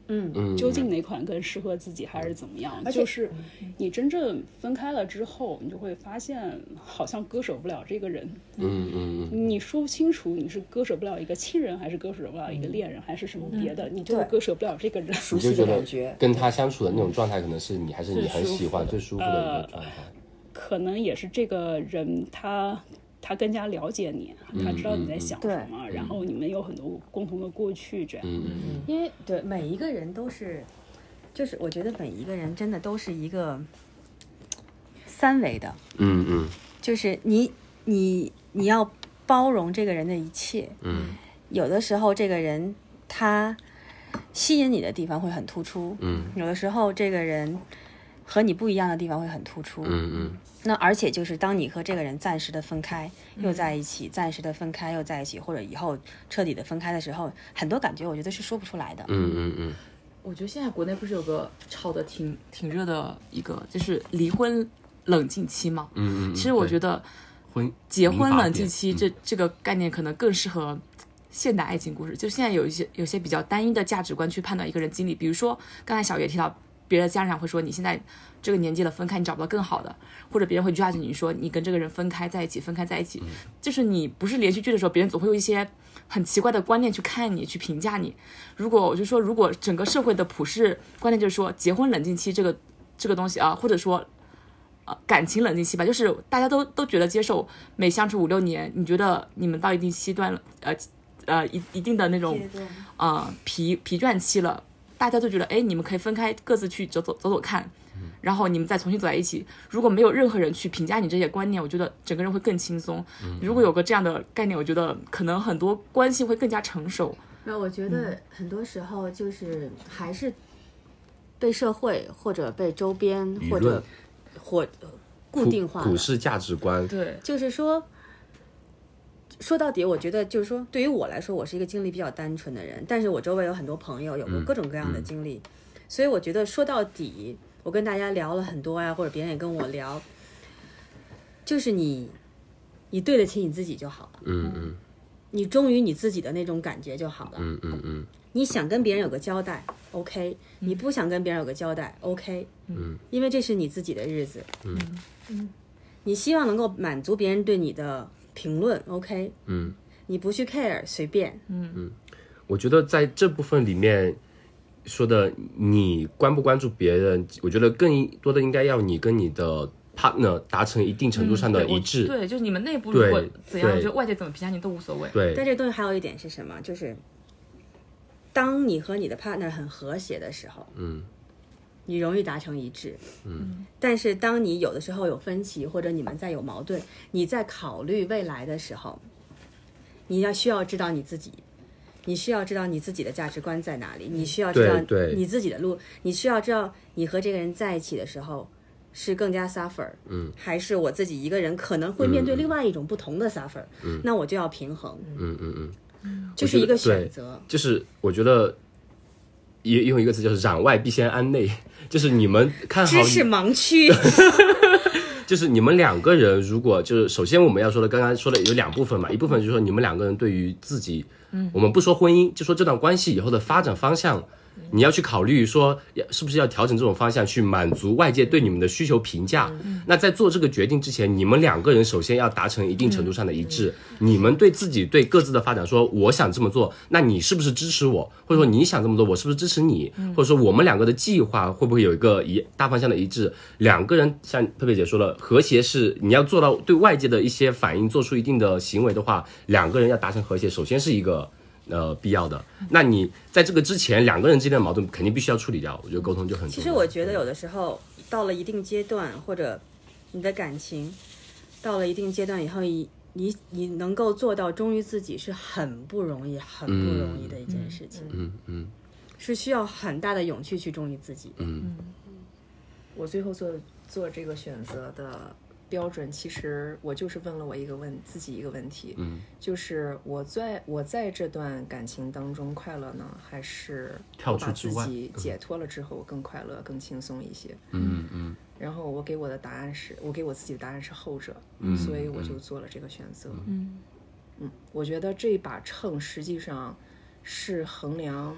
Speaker 1: 嗯
Speaker 3: 究竟哪款更适合自己还是怎么样。
Speaker 2: 而且
Speaker 3: 就是你真正分开了之后，你就会发现好像割舍不了这个人，
Speaker 1: 嗯嗯嗯
Speaker 3: 你说不清楚你是割舍不了一个亲人，还是割舍不了一个恋人，还是什么别的，你就是
Speaker 2: 嗯对
Speaker 3: 割舍不了这个人。
Speaker 2: 熟
Speaker 1: 你就
Speaker 2: 悉
Speaker 1: 觉
Speaker 2: 的
Speaker 1: 得
Speaker 2: 感觉。
Speaker 1: 跟他相处的那种状态，可能是你还是你很喜欢、最舒服的一个状态。
Speaker 3: 可能也是这个人他他更加了解你，啊他知道你在想
Speaker 2: 嗯嗯
Speaker 3: 什么，然后你们有很多共同的过去，这样。
Speaker 1: 嗯嗯嗯
Speaker 2: 因为对每一个人都是，就是我觉得每一个人真的都是一个三维的，
Speaker 1: 嗯嗯
Speaker 2: 就是你你你要包容这个人的一切。
Speaker 1: 嗯
Speaker 2: 有的时候这个人他
Speaker 6: 吸引你的地方会很突出。
Speaker 1: 嗯，
Speaker 6: 有的时候这个人和你不一样的地方会很突出。
Speaker 1: 嗯嗯
Speaker 6: 那而且就是当你和这个人暂时的分开，又在一起，暂时的分开又在一起，或者以后彻底的分开的时候，很多感觉我觉得是说不出来的。
Speaker 1: 嗯嗯嗯，
Speaker 4: 我觉得现在国内不是有个炒的挺挺热的一个，就是离婚冷静期嘛。
Speaker 1: 嗯嗯嗯
Speaker 4: 其实我觉
Speaker 1: 对
Speaker 4: 得
Speaker 1: 婚
Speaker 4: 结婚冷
Speaker 1: 近
Speaker 4: 静期这、这个概念可能更适合现代爱情故事。就现在有一些有些比较单一的价值观去判断一个人经历，比如说刚才小月提到，别的家长会说你现在这个年纪了分开，你找不到更好的，或者别人会 judge 你说你跟这个人分开在一起，分开在一起，就是你不是连续剧的时候，别人总会用一些很奇怪的观念去看你，去评价你。如果我就说，如果整个社会的普世观念就是说结婚冷静期这个这个东西啊，或者说呃感情冷静期吧，就是大家都都觉得接受每哎相处五六年，你觉得你们到一定期段了，呃呃一一定的那种呃疲疲倦期了，大家都觉得哎，你们可以分开各自去走走走走看，然后你们再重新走在一起。如果没有任何人去评价你这些观念，我觉得整个人会更轻松。
Speaker 1: 嗯
Speaker 4: 如果有个这样的概念，我觉得可能很多关系会更加成熟。
Speaker 2: 没有，我觉
Speaker 6: 嗯
Speaker 2: 得很多时候就是还是被社会或者被周边
Speaker 1: 舆
Speaker 2: 或
Speaker 1: 论
Speaker 2: 者或固
Speaker 1: 普
Speaker 2: 定化
Speaker 1: 普
Speaker 2: 了
Speaker 1: 世价值观，
Speaker 4: 对，
Speaker 2: 就是说，说到底，我觉得就是说，对于我来说，我是一个经历比较单纯的人，但是我周围有很多朋友有过
Speaker 1: 嗯
Speaker 2: 各种各样的
Speaker 1: 嗯
Speaker 2: 经历，所以我觉得说到底，我跟大家聊了很多呀、啊或者别人也跟我聊，就是你，你对得起你自己就好了，
Speaker 1: 嗯嗯
Speaker 2: 你忠于你自己的那种感觉就好了。
Speaker 1: 嗯嗯嗯
Speaker 2: 你想跟别人有个交代，OK；你不想跟别人有个交代，OK。
Speaker 1: 嗯，
Speaker 2: 因为这是你自己的日子。
Speaker 1: 嗯
Speaker 2: 嗯，你希望能够满足别人对你的评论，OK？
Speaker 1: 嗯，
Speaker 2: 你不去 care，随便。
Speaker 1: 我觉得在这部分里面说的，你关不关注别人，我觉得更多的应该要你跟你的 partner 达成一定程度上的
Speaker 4: 嗯对我
Speaker 1: 一致。
Speaker 4: 对，就是你们内部
Speaker 1: 对
Speaker 4: 如果怎样，
Speaker 1: 对
Speaker 4: 就外界怎么评价你都无所谓。
Speaker 1: 对
Speaker 2: 但这个东西还有一点是什么？就是当你和你的 partner 很和谐的时候，
Speaker 1: 嗯，
Speaker 2: 你容易达成一致。嗯，但是当你有的时候有分歧，或者你们在有矛盾，你在考虑未来的时候，你要需要知道你自己。你需要知道你自己的价值观在哪里，你需要知道
Speaker 1: 对对
Speaker 2: 你自己的路，你需要知道你和这个人在一起的时候是更加 suffer，
Speaker 1: 嗯，
Speaker 2: 还是我自己一个人可能会面对另外一种不同的 suffer，嗯，那我就要平衡，
Speaker 1: 嗯嗯嗯，
Speaker 2: 就是一个
Speaker 1: 对
Speaker 2: 选择。
Speaker 1: 就是我觉得也也有一个词叫“攘外必先安内”，就是你们看好
Speaker 2: 知识盲区，
Speaker 1: 就是你们两个人，如果就是首先我们要说的，刚刚说的有两部分嘛，一部分就是说你们两个人对于自己，嗯，我们不说婚姻，就说这段关系以后的发展方向，你要去考虑说要是不是要调整这种方向去满足外界对你们的需求评价。那在做这个决定之前，你们两个人首先要达成一定程度上的一致，你们对自己对各自的发展说，我想这么做，那你是不是支持我？或者说你想这么做，我是不是支持你？或者说我们两个的计划会不会有一个一大方向的一致？两个人像佩佩姐说了，和谐是你要做到对外界的一些反应，做出一定的行为的话，两个人要达成和谐，首先是一个。呃，必要的。那你在这个之前，两个人之间的矛盾肯定必须要处理掉。我觉得沟通就很重要。
Speaker 2: <laughs> 其实我觉得有的时候到了一定阶段，或者你的感情到了一定阶段以后，你你你能够做到忠于自己是很不容易、很不容易的一件事情，
Speaker 1: 嗯嗯
Speaker 2: 是需要很大的勇气去忠于自己的。
Speaker 1: 嗯
Speaker 5: 我最后做做这个选择的标准，其实我就是问了我一个问自己一个问题，
Speaker 1: 嗯，
Speaker 5: 就是我在我在这段感情当中快乐呢，还是
Speaker 1: 跳
Speaker 5: 我把
Speaker 1: 出之
Speaker 5: 自
Speaker 1: 外
Speaker 5: 己解脱了之后我更快乐、更轻松一些？
Speaker 1: 嗯嗯
Speaker 5: 然后我给我的答案是，我给我自己的答案是后者，
Speaker 1: 嗯
Speaker 5: 所以我
Speaker 1: 嗯
Speaker 5: 就做了这个选择。
Speaker 4: 嗯
Speaker 5: 嗯，我觉得这把秤实际上是衡量，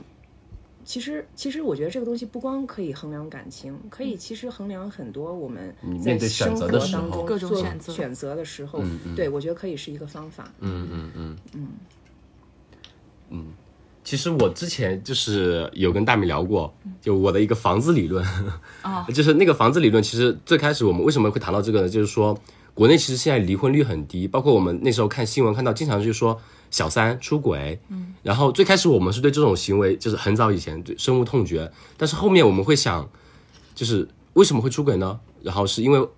Speaker 5: 其实其实我觉得这个东西不光可以衡量感情，可
Speaker 4: 嗯
Speaker 5: 以其实衡量很多我们
Speaker 1: 你面
Speaker 5: 在
Speaker 1: 对选
Speaker 5: 生
Speaker 1: 择
Speaker 5: 活
Speaker 1: 的时
Speaker 5: 当
Speaker 1: 候
Speaker 5: 中
Speaker 4: 各种
Speaker 5: 做
Speaker 4: 选择
Speaker 5: 选择的时候，
Speaker 1: 嗯嗯
Speaker 5: 对我觉得可以是一个方法。
Speaker 1: 嗯嗯嗯
Speaker 5: 嗯，
Speaker 1: 其实我之前就是有跟大米聊过，就我的一个房子理论，
Speaker 4: 啊
Speaker 1: <laughs> 就是那个房子理论，其实最开始我们为什么会谈到这个呢？就是说，国内其实现在离婚率很低，包括我们那时候看新闻看到，经常就说小三出轨，嗯，然后最开始我们是对这种行为就是很早以前对深恶痛绝，但是后面我们会想，就是为什么会出轨呢？然后是因为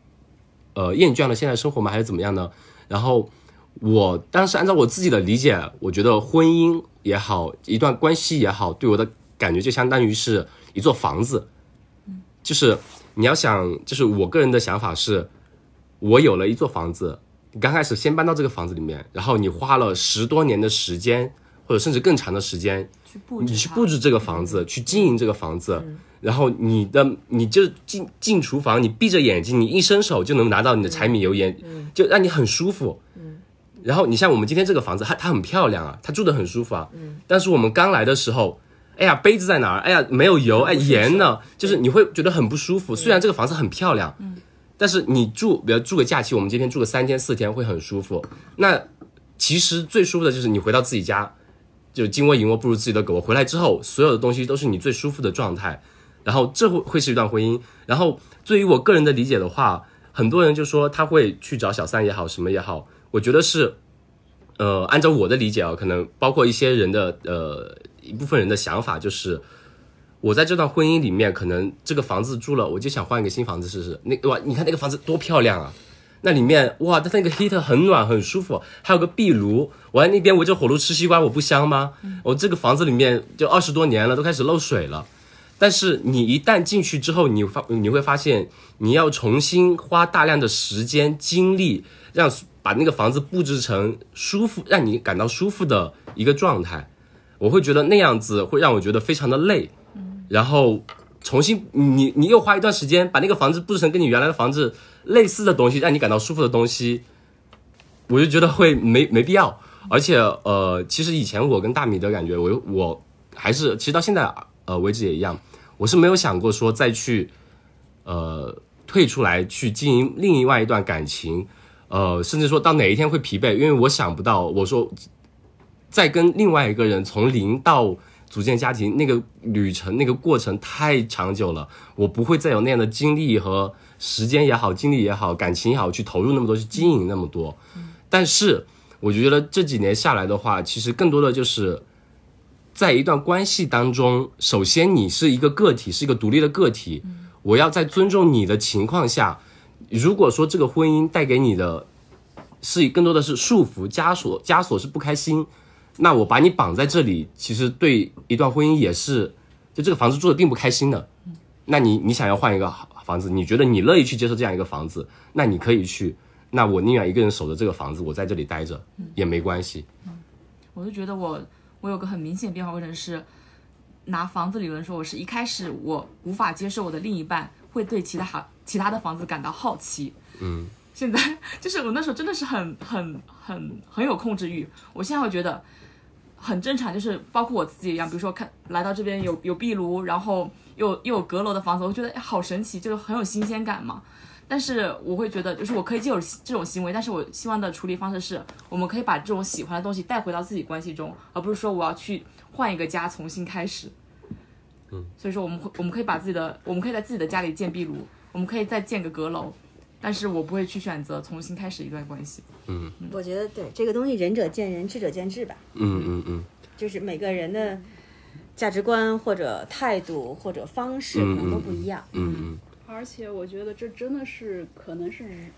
Speaker 1: 呃厌倦了现在生活吗？还是怎么样呢？然后我当时按照我自己的理解，我觉得婚姻也好，一段关系也好，对我的感觉就相当于是一座房子，就是你要想，就是我个人的想法是，我有了一座房子，你刚开始先搬到这个房子里面，然后你花了十多年的时间，或者甚至更长的时间，
Speaker 4: 去布置
Speaker 1: 你去
Speaker 4: 它嗯
Speaker 1: 布置这个房子，去经营这个房子，然后你的你就进进厨房，你闭着眼睛，你一伸手就能拿到你的柴米油盐，
Speaker 4: 嗯
Speaker 1: 就让你很舒服。然后你像我们今天这个房子，它它很漂亮啊，它住的很舒服啊。但是我们刚来的时候，哎呀，杯子在哪儿？哎呀，没有油，哎，盐呢？就是你会觉得很不舒服。虽然这个房子很漂亮，但是你住，比如住个假期，我们今天住个三天四天会很舒服。那其实最舒服的就是你回到自己家，就金窝银窝不如自己的狗窝。回来之后，所有的东西都是你最舒服的状态。然后这会会是一段婚姻。然后对于我个人的理解的话，很多人就说他会去找小三也好，什么也好，我觉得是，呃，按照我的理解啊，可能包括一些人的呃一部分人的想法，就是我在这段婚姻里面，可能这个房子住了，我就想换一个新房子试试。那哇，你看那个房子多漂亮啊！那里面哇，它那个 heater 很暖很舒服，还有个壁炉。我在那边围着火炉吃西瓜，我不香吗？我这个房子里面就二十多年了，都开始漏水了。但是你一旦进去之后，你发你会发现，你要重新花大量的时间精力，让把那个房子布置成舒服，让你感到舒服的一个状态。我会觉得那样子会让我觉得非常的累，然后重新你你又花一段时间把那个房子布置成跟你原来的房子类似的东西，让你感到舒服的东西，我就觉得会没没必要。而且呃，其实以前我跟大米的感觉，我我还是其实到现在呃为止也一样，我是没有想过说再去呃退出来去经营另外一段感情，呃，甚至说到哪一天会疲惫，因为我想不到，我说再跟另外一个人从零到组建家庭那个旅程那个过程太长久了，我不会再有那样的精力和时间也好，精力也好，感情也好，去投入那么多，去经营那么多。但是我觉得这几年下来的话，其实更多的就是在一段关系当中，首先你是一个个体，是一个独立的个体，我要在尊重你的情况下，如果说这个婚姻带给你的是更多的是束缚、枷锁，枷锁是不开心，那我把你绑在这里，其实对一段婚姻也是，就这个房子住的并不开心的。那你你想要换一个好房子，你觉得你乐意去接受这样一个房子，那你可以去。那我宁愿一个人守着这个房子，我在这里待着也没关系。
Speaker 4: 我就觉得我我有个很明显的变化过程是，拿房子理论说，我是一开始我无法接受我的另一半会对其他行其他的房子感到好奇，
Speaker 1: 嗯，
Speaker 4: <laughs> 现在就是我那时候真的是很很很很有控制欲，我现在会觉得很正常，就是包括我自己一样，比如说看来到这边有有壁炉，然后又又有阁楼的房子，我觉得哎好神奇，就是很有新鲜感嘛。但是我会觉得，就是我可以接受这种行为，但是我希望的处理方式是，我们可以把这种喜欢的东西带回到自己关系中，而不是说我要去换一个家重新开始。嗯，所以说我们会，我们可以把自己的，我们可以在自己的家里建壁炉，我们可以再建个阁楼，但是我不会去选择重新开始一段关系。
Speaker 2: 我觉得对这个东西，仁者见仁，智者见智吧。
Speaker 1: 嗯嗯嗯，
Speaker 2: 就是每个人的价值观或者态度或者方式
Speaker 1: 嗯
Speaker 2: 可能都不一样。
Speaker 3: 而且我觉得这真的是可能是人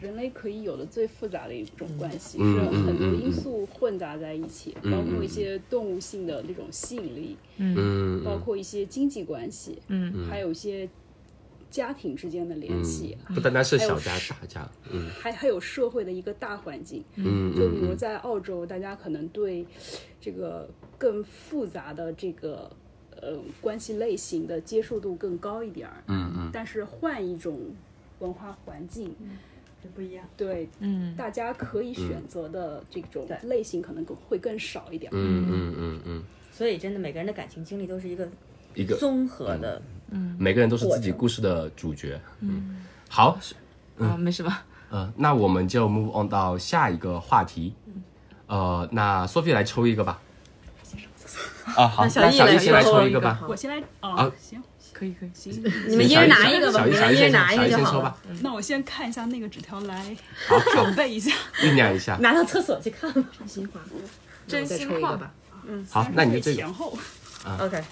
Speaker 3: 人类可以有的最复杂的一种关系，
Speaker 1: 嗯
Speaker 3: 是
Speaker 1: 嗯
Speaker 3: 很多
Speaker 1: 嗯
Speaker 3: 因素混杂在一起，
Speaker 1: 嗯
Speaker 3: 包括一些动物性的那种吸引力，
Speaker 1: 嗯
Speaker 3: 包括一些经济关系，
Speaker 4: 嗯
Speaker 3: 还有一些家庭之间的联
Speaker 7: 啊
Speaker 3: 系，
Speaker 1: 嗯，不单单是小
Speaker 7: 哎
Speaker 1: 家大家，嗯
Speaker 3: 还还有社会的一个大环境。
Speaker 1: 嗯
Speaker 3: 就比如
Speaker 1: 嗯
Speaker 3: 在澳洲，大家可能对这个更复杂的这个呃关系类型的接受度更高一点儿，
Speaker 1: 嗯嗯
Speaker 3: 但是换一种文化环境，
Speaker 7: 不一样。
Speaker 3: 对
Speaker 4: 嗯，
Speaker 3: 大家可以选择的这种
Speaker 7: 对
Speaker 3: 类型可能更会更少一点儿。
Speaker 1: 嗯嗯嗯嗯，
Speaker 2: 所以真的每个人的感情经历都是一个
Speaker 1: 一个嗯
Speaker 2: 综合的。
Speaker 1: 每个人都是自己故事的主角。嗯，好，
Speaker 4: 啊，没什么，
Speaker 1: 呃，那我们就 move on 到下一个话题。呃，那 Sophie 来抽一个吧。啊，好，
Speaker 7: 那
Speaker 1: 那
Speaker 7: 小易
Speaker 1: 小
Speaker 7: 来
Speaker 1: 易先来
Speaker 7: 抽
Speaker 1: 抽
Speaker 7: 一
Speaker 1: 一个
Speaker 7: 个
Speaker 1: 吧。
Speaker 3: 我先来哦，
Speaker 1: 啊
Speaker 3: 行
Speaker 4: 可以可以。
Speaker 3: 行，
Speaker 7: 你们一人拿一个吧，
Speaker 1: 小
Speaker 7: 你
Speaker 1: 易小
Speaker 7: 们
Speaker 1: 易
Speaker 7: 一人
Speaker 1: 先
Speaker 7: 拿一
Speaker 1: 小
Speaker 7: 个
Speaker 1: 易
Speaker 7: 就
Speaker 1: 先
Speaker 7: 好
Speaker 1: 抽
Speaker 7: 了
Speaker 1: 吧。，
Speaker 3: 那我先看一下那个纸条来
Speaker 1: 好，好
Speaker 3: 准备一下。
Speaker 1: 酝酿一下。
Speaker 7: 拿到厕所去看吧。
Speaker 5: 真心话，
Speaker 4: 真
Speaker 5: 再
Speaker 4: 心
Speaker 5: 抽一
Speaker 4: 话
Speaker 5: 个吧。
Speaker 1: 好那你就这个
Speaker 3: 前后
Speaker 7: OK，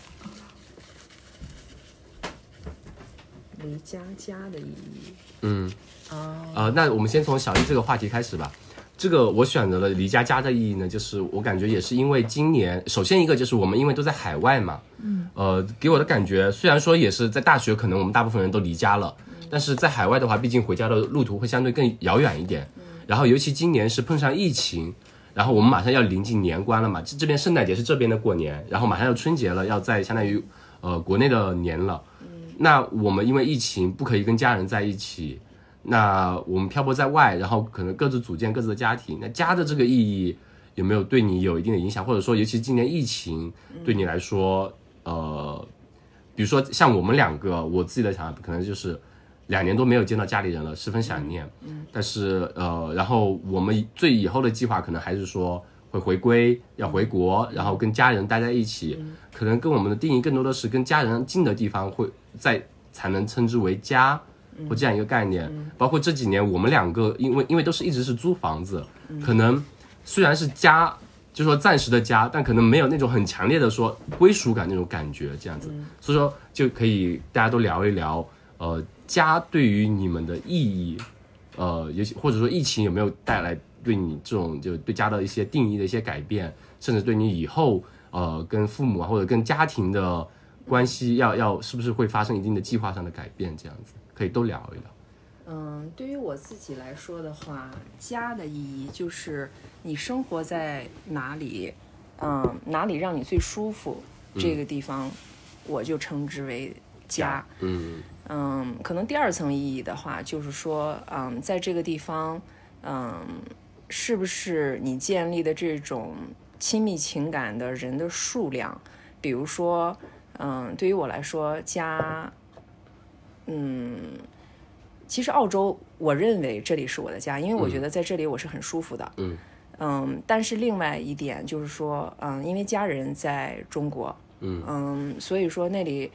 Speaker 5: 离家家的意义。
Speaker 1: 嗯，呃，那我们先从小易这个话题开始吧。这个我选择了离家家的意义呢，就是我感觉也是因为今年，首先一个就是我们因为都在海外嘛，嗯，呃，给我的感觉虽然说也是在大学，可能我们大部分人都离家了，但是在海外的话，毕竟回家的路途会相对更遥远一点。然后尤其今年是碰上疫情，然后我们马上要临近年关了嘛，这这边圣诞节是这边的过年，然后马上要春节了，要在相当于呃国内的年了。那我们因为疫情不可以跟家人在一起，那我们漂泊在外，然后可能各自组建各自的家庭。那家的这个意义有没有对你有一定的影响？或者说，尤其今年疫情对你来说，呃，比如说像我们两个，我自己的想法可能就是两年多没有见到家里人了，十分想念。但是呃，然后我们最以后的计划可能还是说会回归，要回国，然后跟家人待在一起。可能跟我们的定义更多的是跟家人近的地方会在才能称之为家，或这样一个概念。包括这几年我们两个，因为因为都是一直是租房子，可能虽然是家，就说暂时的家，但可能没有那种很强烈的说归属感那种感觉，这样子。所以说就可以大家都聊一聊，呃，家对于你们的意义，呃，尤其或者说疫情有没有带来对你这种就对家的一些定义的一些改变，甚至对你以后呃跟父母啊或者跟家庭的关系要要是不是会发生一定的计划上的改变，这样子可以都聊一聊。
Speaker 8: 嗯，对于我自己来说的话，家的意义就是你生活在哪里，
Speaker 5: 嗯，哪里让你最舒服，这个地方我就称之为家。
Speaker 1: 嗯
Speaker 5: 嗯，可能第二层意义的话，就是说，嗯，在这个地方，嗯，是不是你建立的这种亲密情感的人的数量？比如说，嗯，对于我来说，家，嗯，其实澳洲，我认为这里是我的家，因为我觉得在这里我是很舒服的。
Speaker 1: 嗯
Speaker 5: 嗯，但是另外一点就是说，嗯，因为家人在中国，
Speaker 1: 嗯
Speaker 5: 嗯，所以说那里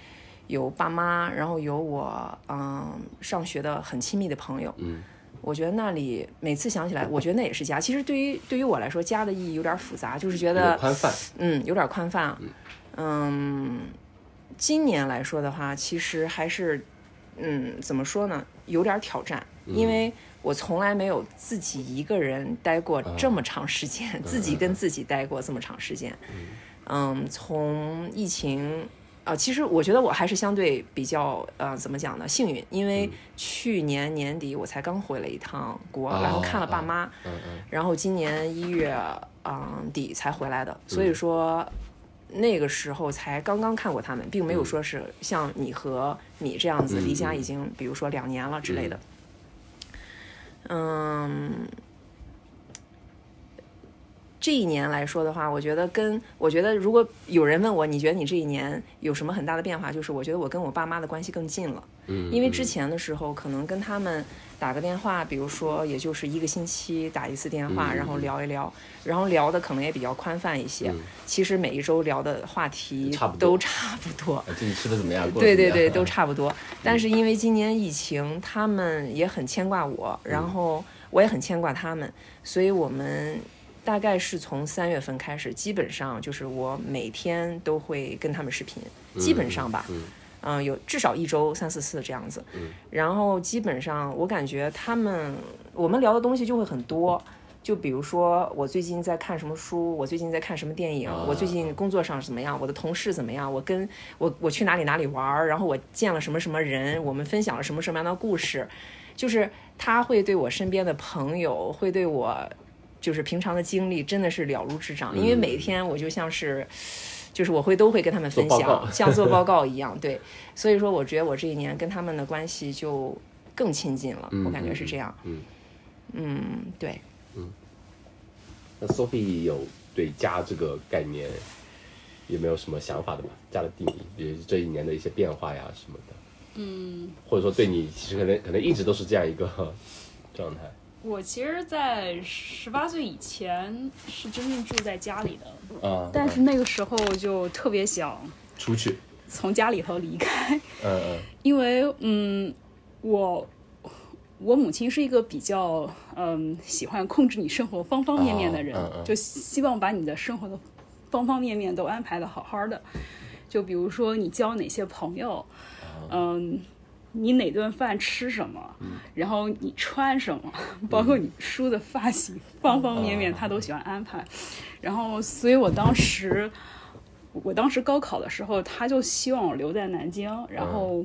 Speaker 5: 有爸妈，然后有我，嗯，上学的很亲密的朋友，
Speaker 1: 嗯，
Speaker 5: 我觉得那里每次想起来，我觉得那也是家。其实对于对于我来说，家的意义有点复杂，就是觉
Speaker 1: 有点
Speaker 5: 得
Speaker 1: 宽
Speaker 5: <laughs>
Speaker 1: 泛。
Speaker 5: 嗯，有点宽泛。嗯，今年来说的话，其实还是，嗯，怎么说呢，有点挑战，因为我从来没有自己一个人待过这么长时间，
Speaker 1: 嗯
Speaker 5: 自己跟自己待过这么长时间。嗯，从疫情啊、其实我觉得我还是相对比较呃，怎么讲呢，幸运，因
Speaker 1: 嗯
Speaker 5: 为去年年底我才刚回了一趟国，然后看了爸
Speaker 1: 哦哦
Speaker 5: 妈。
Speaker 1: 嗯嗯
Speaker 5: 然后今年一月嗯底才回来的，所以说那个时候才刚刚看过他们，并没有说是像你和你这样子离家已经，比如说两年了之类的。嗯，这一年来说的话，我觉得跟我觉得如果有人问我，你觉得你这一年有什么很大的变化？就是我觉得我跟我爸妈的关系更近了。
Speaker 1: 嗯，
Speaker 5: 因为
Speaker 1: 嗯
Speaker 5: 之前的时候，可能跟他们打个电话，比如说也就是一个星期打一次电话，
Speaker 1: 嗯
Speaker 5: 然后聊一聊，然后聊的可能也比较宽泛一些。其实每一周聊的话题
Speaker 1: 嗯差不多
Speaker 5: 都差不多，
Speaker 1: 啊自己吃的怎么样？过得
Speaker 5: 对对
Speaker 1: 怎么
Speaker 5: 对，
Speaker 1: 样啊嗯
Speaker 5: 都。差不多。但是因为今年疫情，他们也很牵挂我，
Speaker 1: 嗯
Speaker 5: 然后我也很牵挂他们，所以我们大概是从三月份开始，基本上就是我每天都会跟他们视频，基本上吧。
Speaker 1: 嗯
Speaker 5: 嗯，有至少一周三四次这样子，然后基本上我感觉他们我们聊的东西就会很多，就比如说我最近在看什么书，我最近在看什么电影，
Speaker 1: 啊
Speaker 5: 我最近工作上怎么样，我的同事怎么样，我跟我我去哪里哪里玩儿，然后我见了什么什么人，我们分享了什么什么样的故事，就是他会对我身边的朋友，会对我就是平常的经历真的是了如指掌，
Speaker 1: 嗯
Speaker 5: 因为每天我就像是。就是我会都会跟他们分
Speaker 1: 做报告
Speaker 5: 享，像做
Speaker 1: <laughs>
Speaker 5: 报告一样，对，所以说我觉得我这一年跟他们的关系就更亲近了，我感觉是这样，
Speaker 1: 嗯
Speaker 5: 嗯，对，
Speaker 1: 那 Sophie 有对家这个概念有没有什么想法的吗？家的定义，比如这一年的一些变化呀什么的。嗯，或者说对你其实可能可能一直都是这样一个 <laughs> 呵状态。
Speaker 3: 我其实，在十八岁以前是真正住在家里的，
Speaker 1: 啊，
Speaker 3: 但是那个时候就特别想
Speaker 1: 出去，
Speaker 3: 从家里头离开，
Speaker 1: 嗯嗯
Speaker 3: 因为嗯，我我母亲是一个比较嗯喜欢控制你生活方方面面的人，
Speaker 1: 哦嗯嗯
Speaker 3: 就希望把你的生活的方方面面都
Speaker 1: 哦
Speaker 3: 安排的好好的。就比如说你交哪些朋友，嗯，你哪顿饭吃什么，
Speaker 1: 嗯
Speaker 3: 然后你穿什么，包括你梳的发型，方方面
Speaker 1: 哦
Speaker 3: 面他都喜欢安排。然后，所以我当时，我当时高考的时候，他就希望我留在南京，
Speaker 1: 嗯
Speaker 3: 然后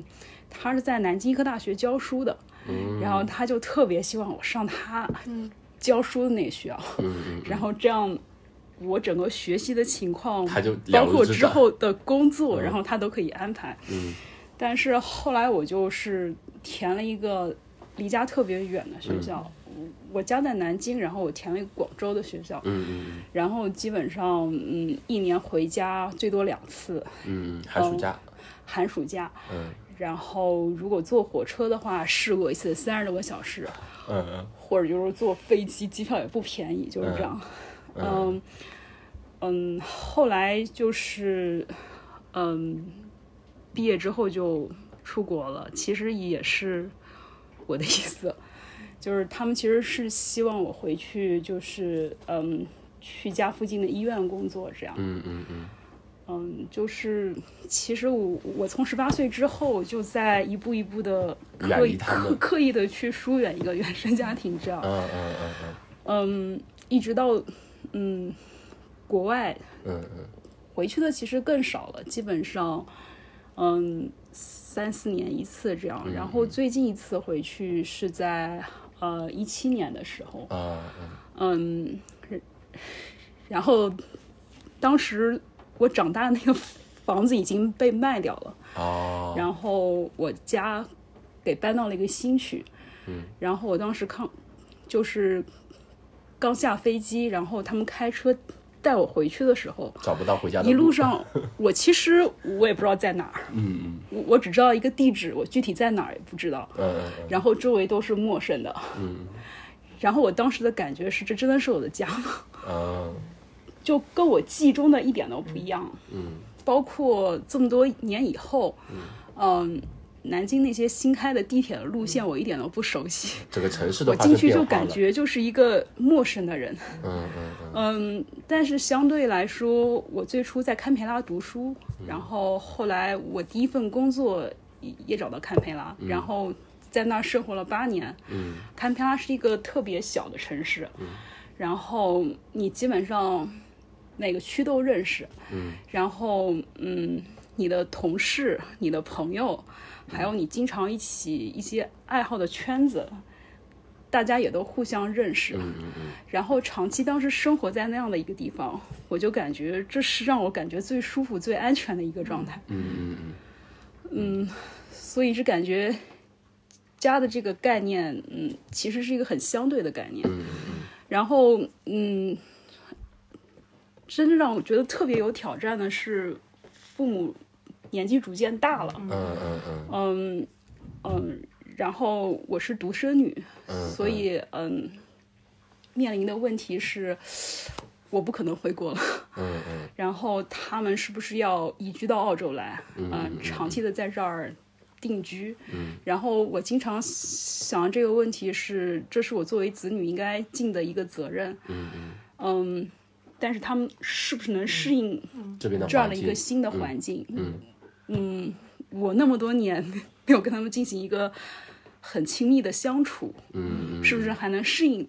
Speaker 3: 他是在南京医科大学教书的，
Speaker 1: 嗯
Speaker 3: 然后他就特别希望我上他教书的那个学校，
Speaker 1: 嗯
Speaker 3: 然后这样。我整个学习的情况，
Speaker 1: 他就了嗯
Speaker 3: 包
Speaker 1: 如
Speaker 3: 括
Speaker 1: 指
Speaker 3: 之
Speaker 1: 掌嗯
Speaker 3: 后的工作，然后他都可以安排。但是后来我就是填了一个离家特别远的
Speaker 1: 嗯
Speaker 3: 学校，我我家在南京，然后我填了一个广州的学校，
Speaker 1: 嗯嗯
Speaker 3: 然后基本上嗯一年回家最多两次，
Speaker 1: 嗯嗯，寒暑假，
Speaker 3: 寒暑假。
Speaker 5: 哦
Speaker 1: 嗯
Speaker 3: 然后如果坐火车的话，试过一次三十多个小时，
Speaker 1: 嗯嗯
Speaker 3: 或者就是坐飞机，机票也不便宜，就是这样。
Speaker 5: 哦
Speaker 3: 嗯嗯，后来就是嗯，毕业之后就出国了，其实也是我的意思，就是他们其实是希望我回去，就是嗯，去家附近的医院工作这样。
Speaker 1: 嗯嗯嗯
Speaker 3: 嗯，就是其实我我从十八岁之后就在一步一步的
Speaker 1: 远
Speaker 3: 刻
Speaker 1: 离
Speaker 3: 意
Speaker 1: 他们
Speaker 3: 刻刻意的去疏远一个原生家庭，这样，
Speaker 1: 嗯嗯嗯嗯
Speaker 3: 嗯，一直到嗯国外
Speaker 1: 嗯嗯
Speaker 3: 回去的其实更少了，基本上嗯三四年一次
Speaker 1: 嗯
Speaker 3: 这样，然后最近一次回去是在呃一七年的时候，
Speaker 1: 啊嗯
Speaker 3: 嗯，然后当时我长大的那个房子已经被卖掉了，
Speaker 1: 哦，
Speaker 3: 然后我家给搬到了一个新区，
Speaker 1: 嗯，
Speaker 3: 然后我当时刚就是刚下飞机，然后他们开车带我回去的时候，
Speaker 1: 找不到回家的
Speaker 3: 一路，上我其实我也不知道在哪儿，
Speaker 1: 嗯嗯
Speaker 3: 我我只知道一个地址，我具体在哪儿也不知道，
Speaker 1: 嗯嗯
Speaker 3: 然后周围都是陌生的，
Speaker 1: 嗯
Speaker 3: 然后我当时的感觉是这真的是我的家吗？
Speaker 1: 嗯
Speaker 3: 就跟我记忆中的一点都不一样。
Speaker 1: 嗯，
Speaker 3: 包括这么多年以后，嗯、南京那些新开的地铁的路线，我一点都不熟悉。
Speaker 1: 整个城市都
Speaker 3: 我
Speaker 1: 发
Speaker 3: 进
Speaker 1: 生
Speaker 3: 去
Speaker 1: 变
Speaker 3: 就
Speaker 1: 化
Speaker 3: 感
Speaker 1: 了，
Speaker 3: 觉就是一个陌生的人。
Speaker 1: 嗯嗯嗯
Speaker 3: <laughs> 嗯，但是相对来说，我最初在堪培拉读书，
Speaker 1: 嗯
Speaker 3: 然后后来我第一份工作也也找到堪培拉，然后在那儿生活了八年。
Speaker 1: 嗯，
Speaker 3: 堪培拉是一个特别小的城市，然后你基本上每个区都认识，
Speaker 1: 嗯，
Speaker 3: 然后嗯，你的同事、你的朋友，还有你经常一起一些爱好的圈子。大家也都互相认识，啊
Speaker 1: 嗯嗯
Speaker 3: 然后长期当时生活在那样的一个地方，我就感觉这是让我感觉最舒服、最安全的一个状态。嗯
Speaker 1: 嗯嗯嗯
Speaker 3: 所以是感觉家的这个概念，嗯，其实是一个很相对的概念。
Speaker 1: 嗯嗯
Speaker 3: 然后，嗯，真正让我觉得特别有挑战的是，父母年纪逐渐大了，
Speaker 1: 嗯嗯嗯
Speaker 3: 嗯嗯，然后我是独生女，
Speaker 1: 嗯，
Speaker 3: 所以嗯，面临的问题是，我不可能回国了。
Speaker 1: 嗯嗯
Speaker 3: 然后他们是不是要移居到澳洲来？嗯、长期的在这儿定居。嗯、然后我经常想这个问题是，这是我作为子女应该尽的一个责任。嗯但是他们是不是能适应
Speaker 1: 这边的
Speaker 3: 这样
Speaker 1: 环
Speaker 3: 的一
Speaker 1: 境
Speaker 3: 个，新的环境？
Speaker 1: 嗯
Speaker 3: 嗯我那么多年 <laughs> 没有跟他们进行一个很亲密的相处，
Speaker 1: 嗯嗯
Speaker 3: 是不是还能适应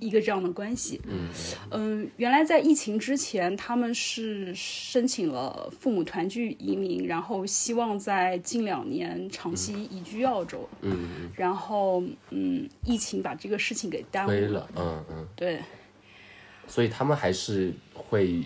Speaker 3: 一个这样的关系？
Speaker 1: 嗯
Speaker 3: 嗯，原来在疫情之前，他们是申请了父母团聚移民，然后希望在近两年长期移居澳洲。
Speaker 1: 嗯
Speaker 3: 然后，嗯，疫情把这个事情给耽
Speaker 1: 亏
Speaker 3: 误。
Speaker 1: 了，嗯嗯，
Speaker 3: 对，
Speaker 1: 所以他们还是会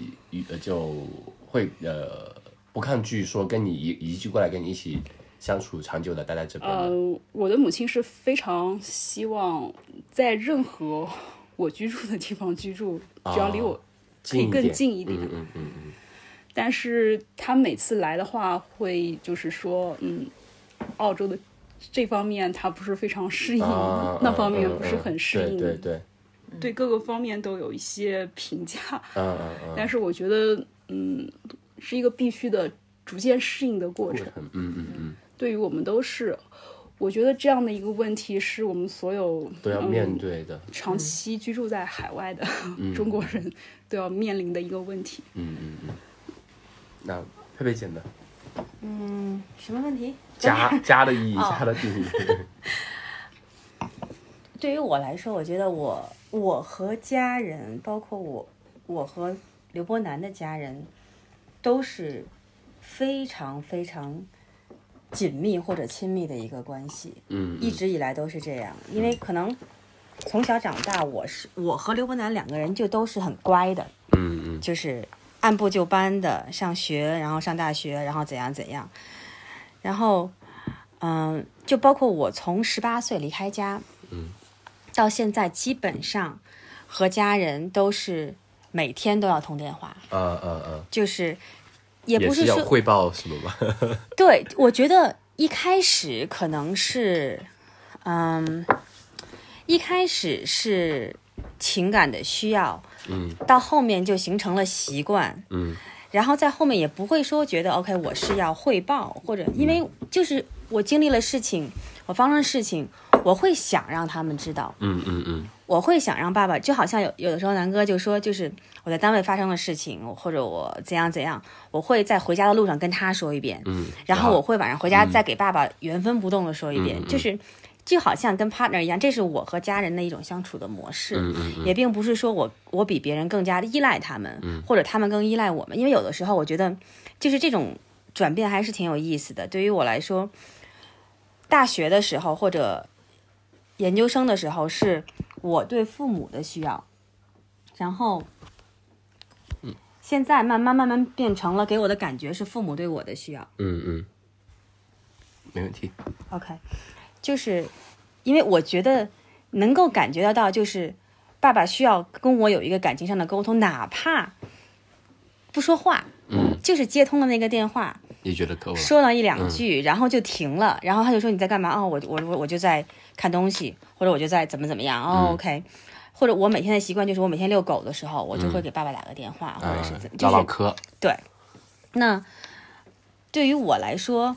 Speaker 1: 呃就会呃不抗拒说跟你移移居过来跟你一起相处长久的待在这边的，
Speaker 3: 呃，我的母亲是非常希望在任何我居住的地方居住，只要离我可
Speaker 1: 啊
Speaker 3: 以
Speaker 1: 一
Speaker 3: 更
Speaker 1: 点，
Speaker 3: 近一点。
Speaker 1: 嗯嗯嗯嗯
Speaker 3: 但是他每次来的话，会就是说，嗯，澳洲的这方面他不是非常适应，
Speaker 1: 啊，
Speaker 3: 那方面不是很适应，
Speaker 1: 对对对，
Speaker 3: 对各个方面都有一些评价。
Speaker 1: 嗯嗯嗯，
Speaker 3: 但是我觉得，嗯，是一个必须的逐渐适应的过程，
Speaker 1: 嗯嗯嗯
Speaker 3: 对于我们都是。我觉得这样的一个问题是我们所有
Speaker 1: 都要
Speaker 3: 嗯
Speaker 1: 面对嗯的，
Speaker 3: 长期居住在海外的、中国人都要面临的一个问题。
Speaker 1: 嗯嗯嗯，那佩佩姐呢？
Speaker 2: 什么问题？
Speaker 1: 家家的意义，家的定义。
Speaker 2: 对于我来说，我觉得我我和家人，包括我我和刘波南的家人，都是非常非常紧密或者亲密的一个关系。
Speaker 1: 嗯，
Speaker 2: 一直以来都是这样，因为可能从小长大，我是我和刘伯南两个人就都是很乖的，
Speaker 1: 嗯嗯
Speaker 2: 就是按部就班的上学，然后上大学，然后怎样怎样，然后嗯、就包括我从十八岁离开家，
Speaker 1: 嗯，
Speaker 2: 到现在基本上和家人都是每天都要通电话，
Speaker 1: 啊啊啊！
Speaker 2: 就是也
Speaker 1: 也
Speaker 2: 不
Speaker 1: 是要
Speaker 2: 说
Speaker 1: 汇报什么吧？
Speaker 2: 对，我觉得一开始可能是，嗯，一开始是情感的需要，
Speaker 1: 嗯，
Speaker 2: 到后面就形成了习惯，
Speaker 1: 嗯，
Speaker 2: 然后在后面也不会说觉得 OK，我是要汇报或者
Speaker 1: 嗯
Speaker 2: 因为就是我经历了事情，我发生事情，我会想让他们知道，
Speaker 1: 嗯嗯嗯
Speaker 2: 我会想让爸爸，就好像有有的时候南哥就说，就是我在单位发生的事情，或者我怎样怎样，我会在回家的路上跟他说一遍，
Speaker 1: 嗯。
Speaker 2: 然后我会晚上回家再给爸爸原封不动的说一遍，
Speaker 1: 嗯嗯
Speaker 2: 就是就好像跟 partner 一样，这是我和家人的一种相处的模式，
Speaker 1: 嗯嗯嗯
Speaker 2: 也并不是说我我比别人更加依赖他们，或者他们更依赖我们，因为有的时候我觉得就是这种转变还是挺有意思的。对于我来说，大学的时候或者研究生的时候是我对父母的需要，然后。
Speaker 1: 嗯
Speaker 2: 现在慢慢慢慢变成了给我的感觉是父母对我的需要，
Speaker 1: 嗯嗯，没问题。
Speaker 2: OK，就是因为我觉得能够感觉得到，就是爸爸需要跟我有一个感情上的沟通，哪怕不说话，
Speaker 1: 嗯，
Speaker 2: 就是接通了那个电话，
Speaker 1: 也觉得够了。
Speaker 2: 说了一两句，然后就停了，然后他就说你在干嘛？哦，我我我我就在看东西，或者我就在怎么怎么样。哦、
Speaker 1: 嗯
Speaker 2: o k 或者我每天的习惯就是我每天遛狗的时候，我就会给爸爸打个电话，或者是
Speaker 1: 嗯
Speaker 2: 怎，
Speaker 1: 唠
Speaker 2: 就是
Speaker 1: 唠嗑。
Speaker 2: 那对于我来说，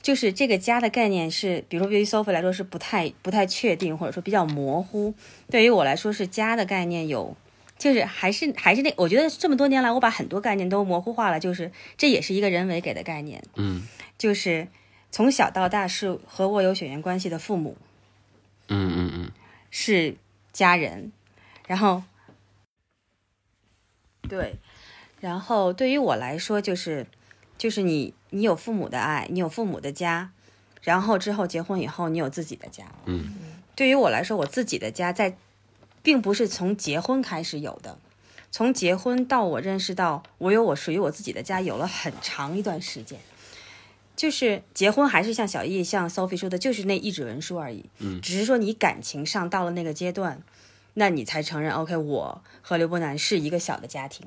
Speaker 2: 就是这个家的概念是，比如说对于 Sophie 来说是不太不太确定，或者说比较模糊。对于我来说是家的概念有，就是还是还是那，我觉得这么多年来我把很多概念都模糊化了，就是这也是一个人为给的概念，
Speaker 1: 嗯
Speaker 2: 就是从小到大是和我有血缘关系的父母
Speaker 1: 嗯嗯嗯
Speaker 2: 是家人，然后对，然后对于我来说就是就是你你有父母的爱，你有父母的家，然后之后结婚以后你有自己的家。
Speaker 1: 嗯，
Speaker 2: 对于我来说，我自己的家在并不是从结婚开始有的。从结婚到我认识到我有我属于我自己的家，有了很长一段时间。就是结婚还是像小易、像 Sophie 说的，就是那一纸文书而已。嗯，只是说你感情上到了那个阶段，那你才承认，OK，我和刘伯南是一个小的家庭，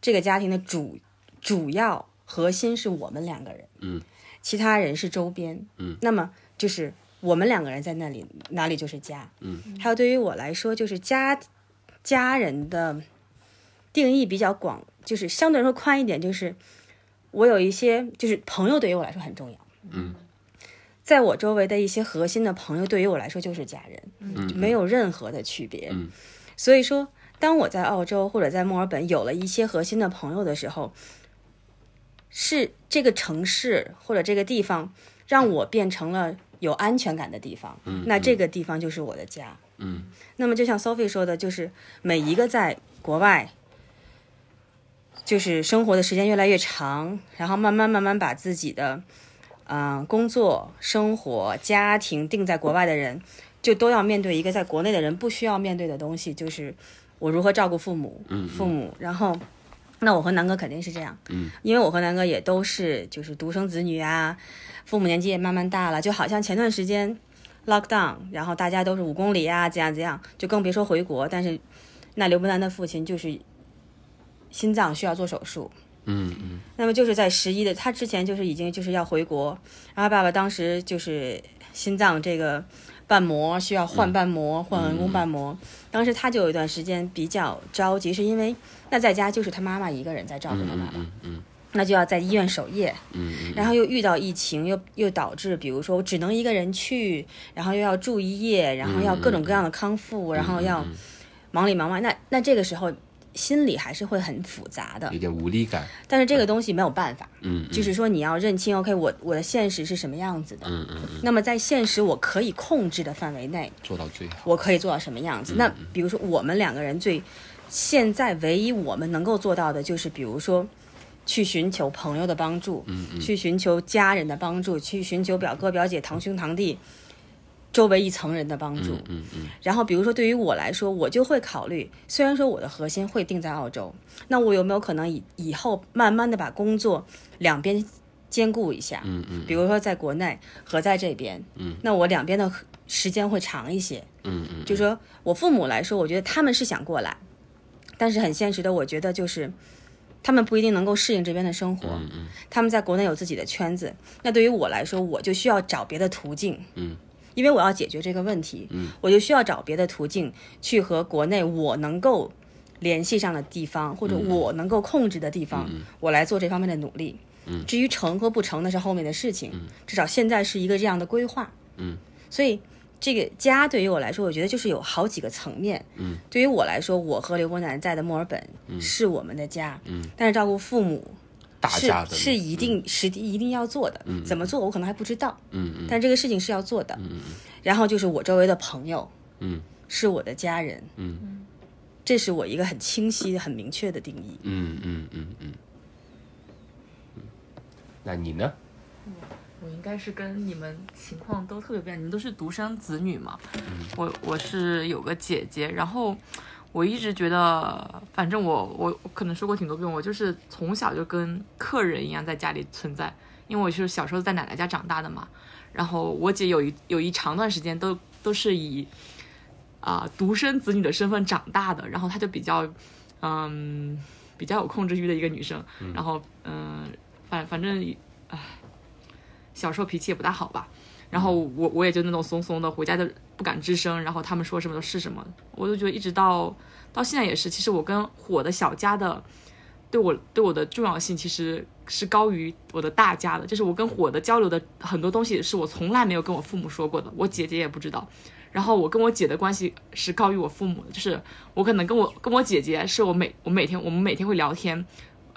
Speaker 2: 这个家庭的主主要核心是我们两个人，
Speaker 1: 嗯，
Speaker 2: 其他人是周边，
Speaker 1: 嗯，
Speaker 2: 那么就是我们两个人在那里，哪里就是家，
Speaker 1: 嗯，
Speaker 2: 还有对于我来说，就是家家人的定义比较广，就是相对来说宽一点，就是我有一些就是朋友对于我来说很重要，
Speaker 1: 嗯。
Speaker 2: 在我周围的一些核心的朋友，对于我来说就是家人，
Speaker 1: 嗯，
Speaker 2: 没有任何的区别。
Speaker 1: 嗯
Speaker 2: 所以说，当我在澳洲或者在墨尔本有了一些核心的朋友的时候，是这个城市或者这个地方让我变成了有安全感的地方。
Speaker 1: 嗯
Speaker 2: 那这个地方就是我的家。
Speaker 1: 嗯
Speaker 2: 那么就像 Sophie 说的，就是每一个在国外，就是生活的时间越来越长，然后慢慢慢慢把自己的，嗯、工作、生活、家庭定在国外的人，就都要面对一个在国内的人不需要面对的东西，就是我如何照顾父母，
Speaker 1: 嗯嗯
Speaker 2: 父母，然后。那我和南哥肯定是这样，
Speaker 1: 嗯，
Speaker 2: 因为我和南哥也都是就是独生子女啊，父母年纪也慢慢大了，就好像前段时间 lockdown，然后大家都是五公里啊，怎样怎样，就更别说回国。但是，那刘伯南的父亲就是心脏需要做手术，
Speaker 1: 嗯嗯
Speaker 2: 那么就是在十一的，他之前就是已经就是要回国，然后爸爸当时就是心脏这个瓣膜需要
Speaker 1: 嗯
Speaker 2: 换瓣膜，换人工瓣膜。当时他就有一段时间比较着急，是因为那在家就是他妈妈一个人在照顾他爸
Speaker 1: 嗯
Speaker 2: 爸，
Speaker 1: 嗯嗯
Speaker 2: 那就要在医院守夜，
Speaker 1: 嗯
Speaker 2: 然后又遇到疫情，又又导致，比如说我只能一个人去，然后又要住
Speaker 1: 嗯
Speaker 2: 一夜，然后要各种各样的康复，然后要忙里忙外。那那这个时候，心里还是会很复杂的
Speaker 1: 有。点无力感。
Speaker 2: 但是这个东西没有办法，
Speaker 1: 嗯，
Speaker 2: 就是说你要认清，OK，我我的现实是什么样子的。
Speaker 1: 嗯嗯嗯，
Speaker 2: 那么在现实我可以控制的范围内，
Speaker 1: 做到最好。
Speaker 2: 我可以做到什么样
Speaker 1: 嗯
Speaker 2: 子？那比如说我们两个人最现在唯一我们能够做到的就是，比如说去寻求朋友的帮助，
Speaker 1: 嗯嗯，
Speaker 2: 去寻求家人的帮助，去寻求表哥表姐、堂兄堂弟。周围一层人的帮助，
Speaker 1: 嗯嗯嗯
Speaker 2: 然后比如说对于我来说，我就会考虑，虽然说我的核心会定在澳洲，那我有没有可能以以后慢慢的把工作两边兼顾一下？
Speaker 1: 嗯嗯
Speaker 2: 比如说在国内和在这边，
Speaker 1: 嗯，
Speaker 2: 那我两边的时间会长一些。
Speaker 1: 嗯嗯，
Speaker 2: 就说我父母来说，我觉得他们是想过来，但是很现实的，我觉得就是他们不一定能够适应这边的生活，
Speaker 1: 嗯嗯
Speaker 2: 他们在国内有自己的圈子。那对于我来说，我就需要找别的途径，
Speaker 1: 嗯，
Speaker 2: 因为我要解决这个问题，
Speaker 1: 嗯，
Speaker 2: 我就需要找别的途径去和国内我能够联系上的地方，
Speaker 1: 嗯
Speaker 2: 或者我能够控制的地方，我来做这方面的努力。嗯，至于成和不成，那是后面的事情，至少现在是一个这样的规划。
Speaker 1: 嗯，
Speaker 2: 所以。这个家对于我来说，我觉得就是有好几个层面。
Speaker 1: 嗯，
Speaker 2: 对于我来说，我和刘伯南在的墨尔本是我们的家。
Speaker 1: 嗯，
Speaker 2: 但是照顾父母
Speaker 1: 大
Speaker 2: 是
Speaker 1: 家的
Speaker 2: 是一定实地一定要做的。嗯，怎么做我可能还不知道，
Speaker 1: 嗯嗯
Speaker 2: 但这个事情是要做的。
Speaker 1: 嗯
Speaker 2: 然后就是我周围的朋友，
Speaker 1: 嗯
Speaker 2: 是我的家人，
Speaker 1: 嗯
Speaker 2: 这是我一个很清晰、很明确的定义。
Speaker 1: 嗯嗯嗯嗯，那你呢？
Speaker 4: 我应该是跟你们情况都特别不一样，你们都是独生子女嘛。我我是有个姐姐，然后我一直觉得，反正我我我可能说过挺多遍，我就是从小就跟客人一样在家里存在，因为我是小时候在奶奶家长大的嘛。然后我姐有一有一长段时间都都是以啊、独生子女的身份长大的，然后她就比较嗯比较有控制欲的一个女生，然后嗯、反反正小时候脾气也不大好吧。然后我我也就那种怂怂的，回家就不敢吱声，然后他们说什么就是什么。我就觉得一直到到现在也是，其实我跟我的小家的对我对我的重要性其实是高于我的大家的，就是我跟火的交流的很多东西是我从来没有跟我父母说过的，我姐姐也不知道。然后我跟我姐的关系是高于我父母的，就是我可能跟我跟我姐姐是我每我每天我们每天会聊天，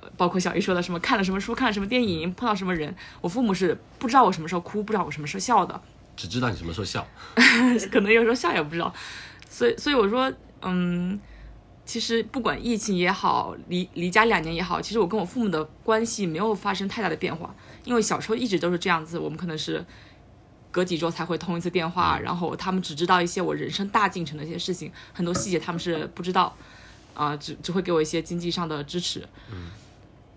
Speaker 4: 呃包括小姨说的什么看了什么书，看了什么电影，碰到什么人，我父母是不知道我什么时候哭，不知道我什么时候笑的，
Speaker 1: 只知道你什么时候笑。
Speaker 4: 可能有时候笑也不知道。所以，所以我说，嗯，其实不管疫情也好，离离家两年也好，其实我跟我父母的关系没有发生太大的变化，因为小时候一直都是这样子，我们可能是隔几周才会通一次电话，然后他们只知道一些我人生大进程的一些事情，很多细节他们是不知道，啊、只只会给我一些经济上的支持。嗯。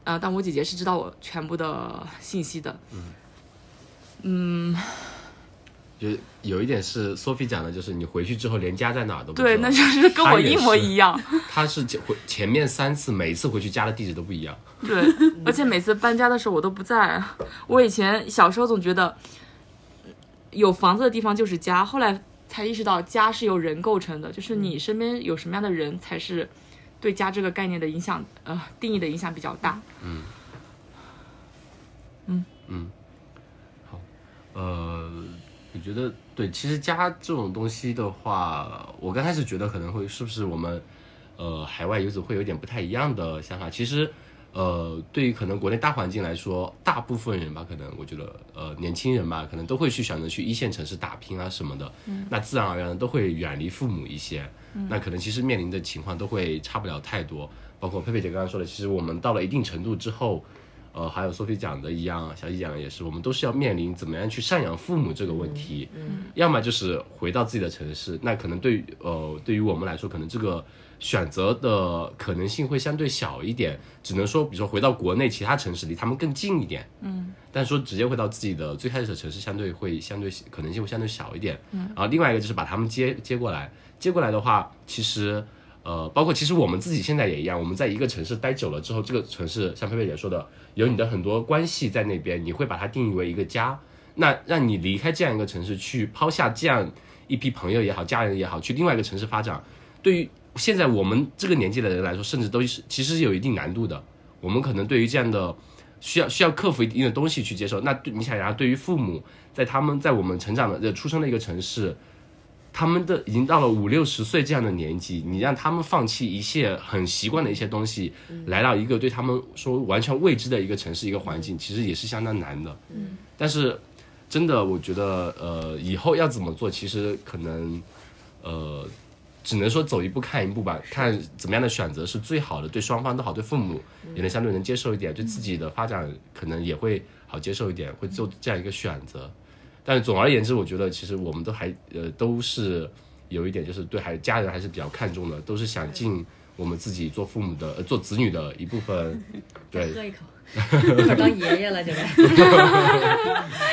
Speaker 4: 啊、但我姐姐是知道我全部的信息的，
Speaker 1: 就有一点是 Sophie 讲的，就是你回去之后连家在哪儿都不知道。
Speaker 4: 对，那就是跟我一模一样。
Speaker 1: 他是前回前面三次，每一次回去家的地址都不一样。
Speaker 4: 对，而且每次搬家的时候我都不在。我以前小时候总觉得有房子的地方就是家，后来才意识到家是由人构成的，就是你身边有什么样的人才是对家这个概念的影响，呃，定义的影响比较大。
Speaker 1: 呃，我觉得对，其实家这种东西的话，我刚开始觉得可能会是不是我们呃海外游子会有点不太一样的想法。其实呃，对于可能国内大环境来说，大部分人吧，可能我觉得呃年轻人吧，可能都会去选择去一线城市打拼啊什么的，那自然而然的都会远离父母一些。那可能其实面临的情况都会差不了太多。包括佩佩姐刚刚说的，其实我们到了一定程度之后，呃，还有 Sophie 讲的一样，小易讲的也是，我们都是要面临怎么样去赡养父母这个问题。嗯，要么就是回到自己的城市，那可能对于呃对于我们来说，可能这个选择的可能性会相对小一点，只能说比如说回到国内其他城市，离他们更近一点。嗯，但说直接回到自己的最开始的城市，相对会相对可能性会相对小一点。嗯，然后另外一个就是把他们接接过来，接过来的话，其实。呃，包括其实我们自己现在也一样，我们在一个城市待久了之后，这个城市像佩佩姐说的，有你的很多关系在那边，你会把它定义为一个家。那让你离开这样一个城市，去抛下这样一批朋友也好，家人也好，去另外一个城市发展，对于现在我们这个年纪的人来说，甚至都是其实是有一定难度的。我们可能对于这样的需要需要克服一定的东西去接受。那对你想想，对于父母在他们在我们成长的呃出生的一个城市，他们的已经到了五六十岁这样的年纪，你让他们放弃一切很习惯的一些东西，来到一个对他们说完全未知的一个城市、一个环境，其实也是相当难的。嗯，但是真的，我觉得呃，以后要怎么做，其实可能呃，只能说走一步看一步吧，看怎么样的选择是最好的，对双方都好，对父母也能相对能接受一点，对自己的发展可能也会好接受一点，会做这样一个选择。但总而言之，我觉得其实我们都还呃都是有一点，就是对还家人还是比较看重的，都是想尽我们自己做父母的、呃、做子女的一部 <laughs> 分，
Speaker 2: 喝
Speaker 1: 对，
Speaker 2: 一口，一会儿当爷爷了就该。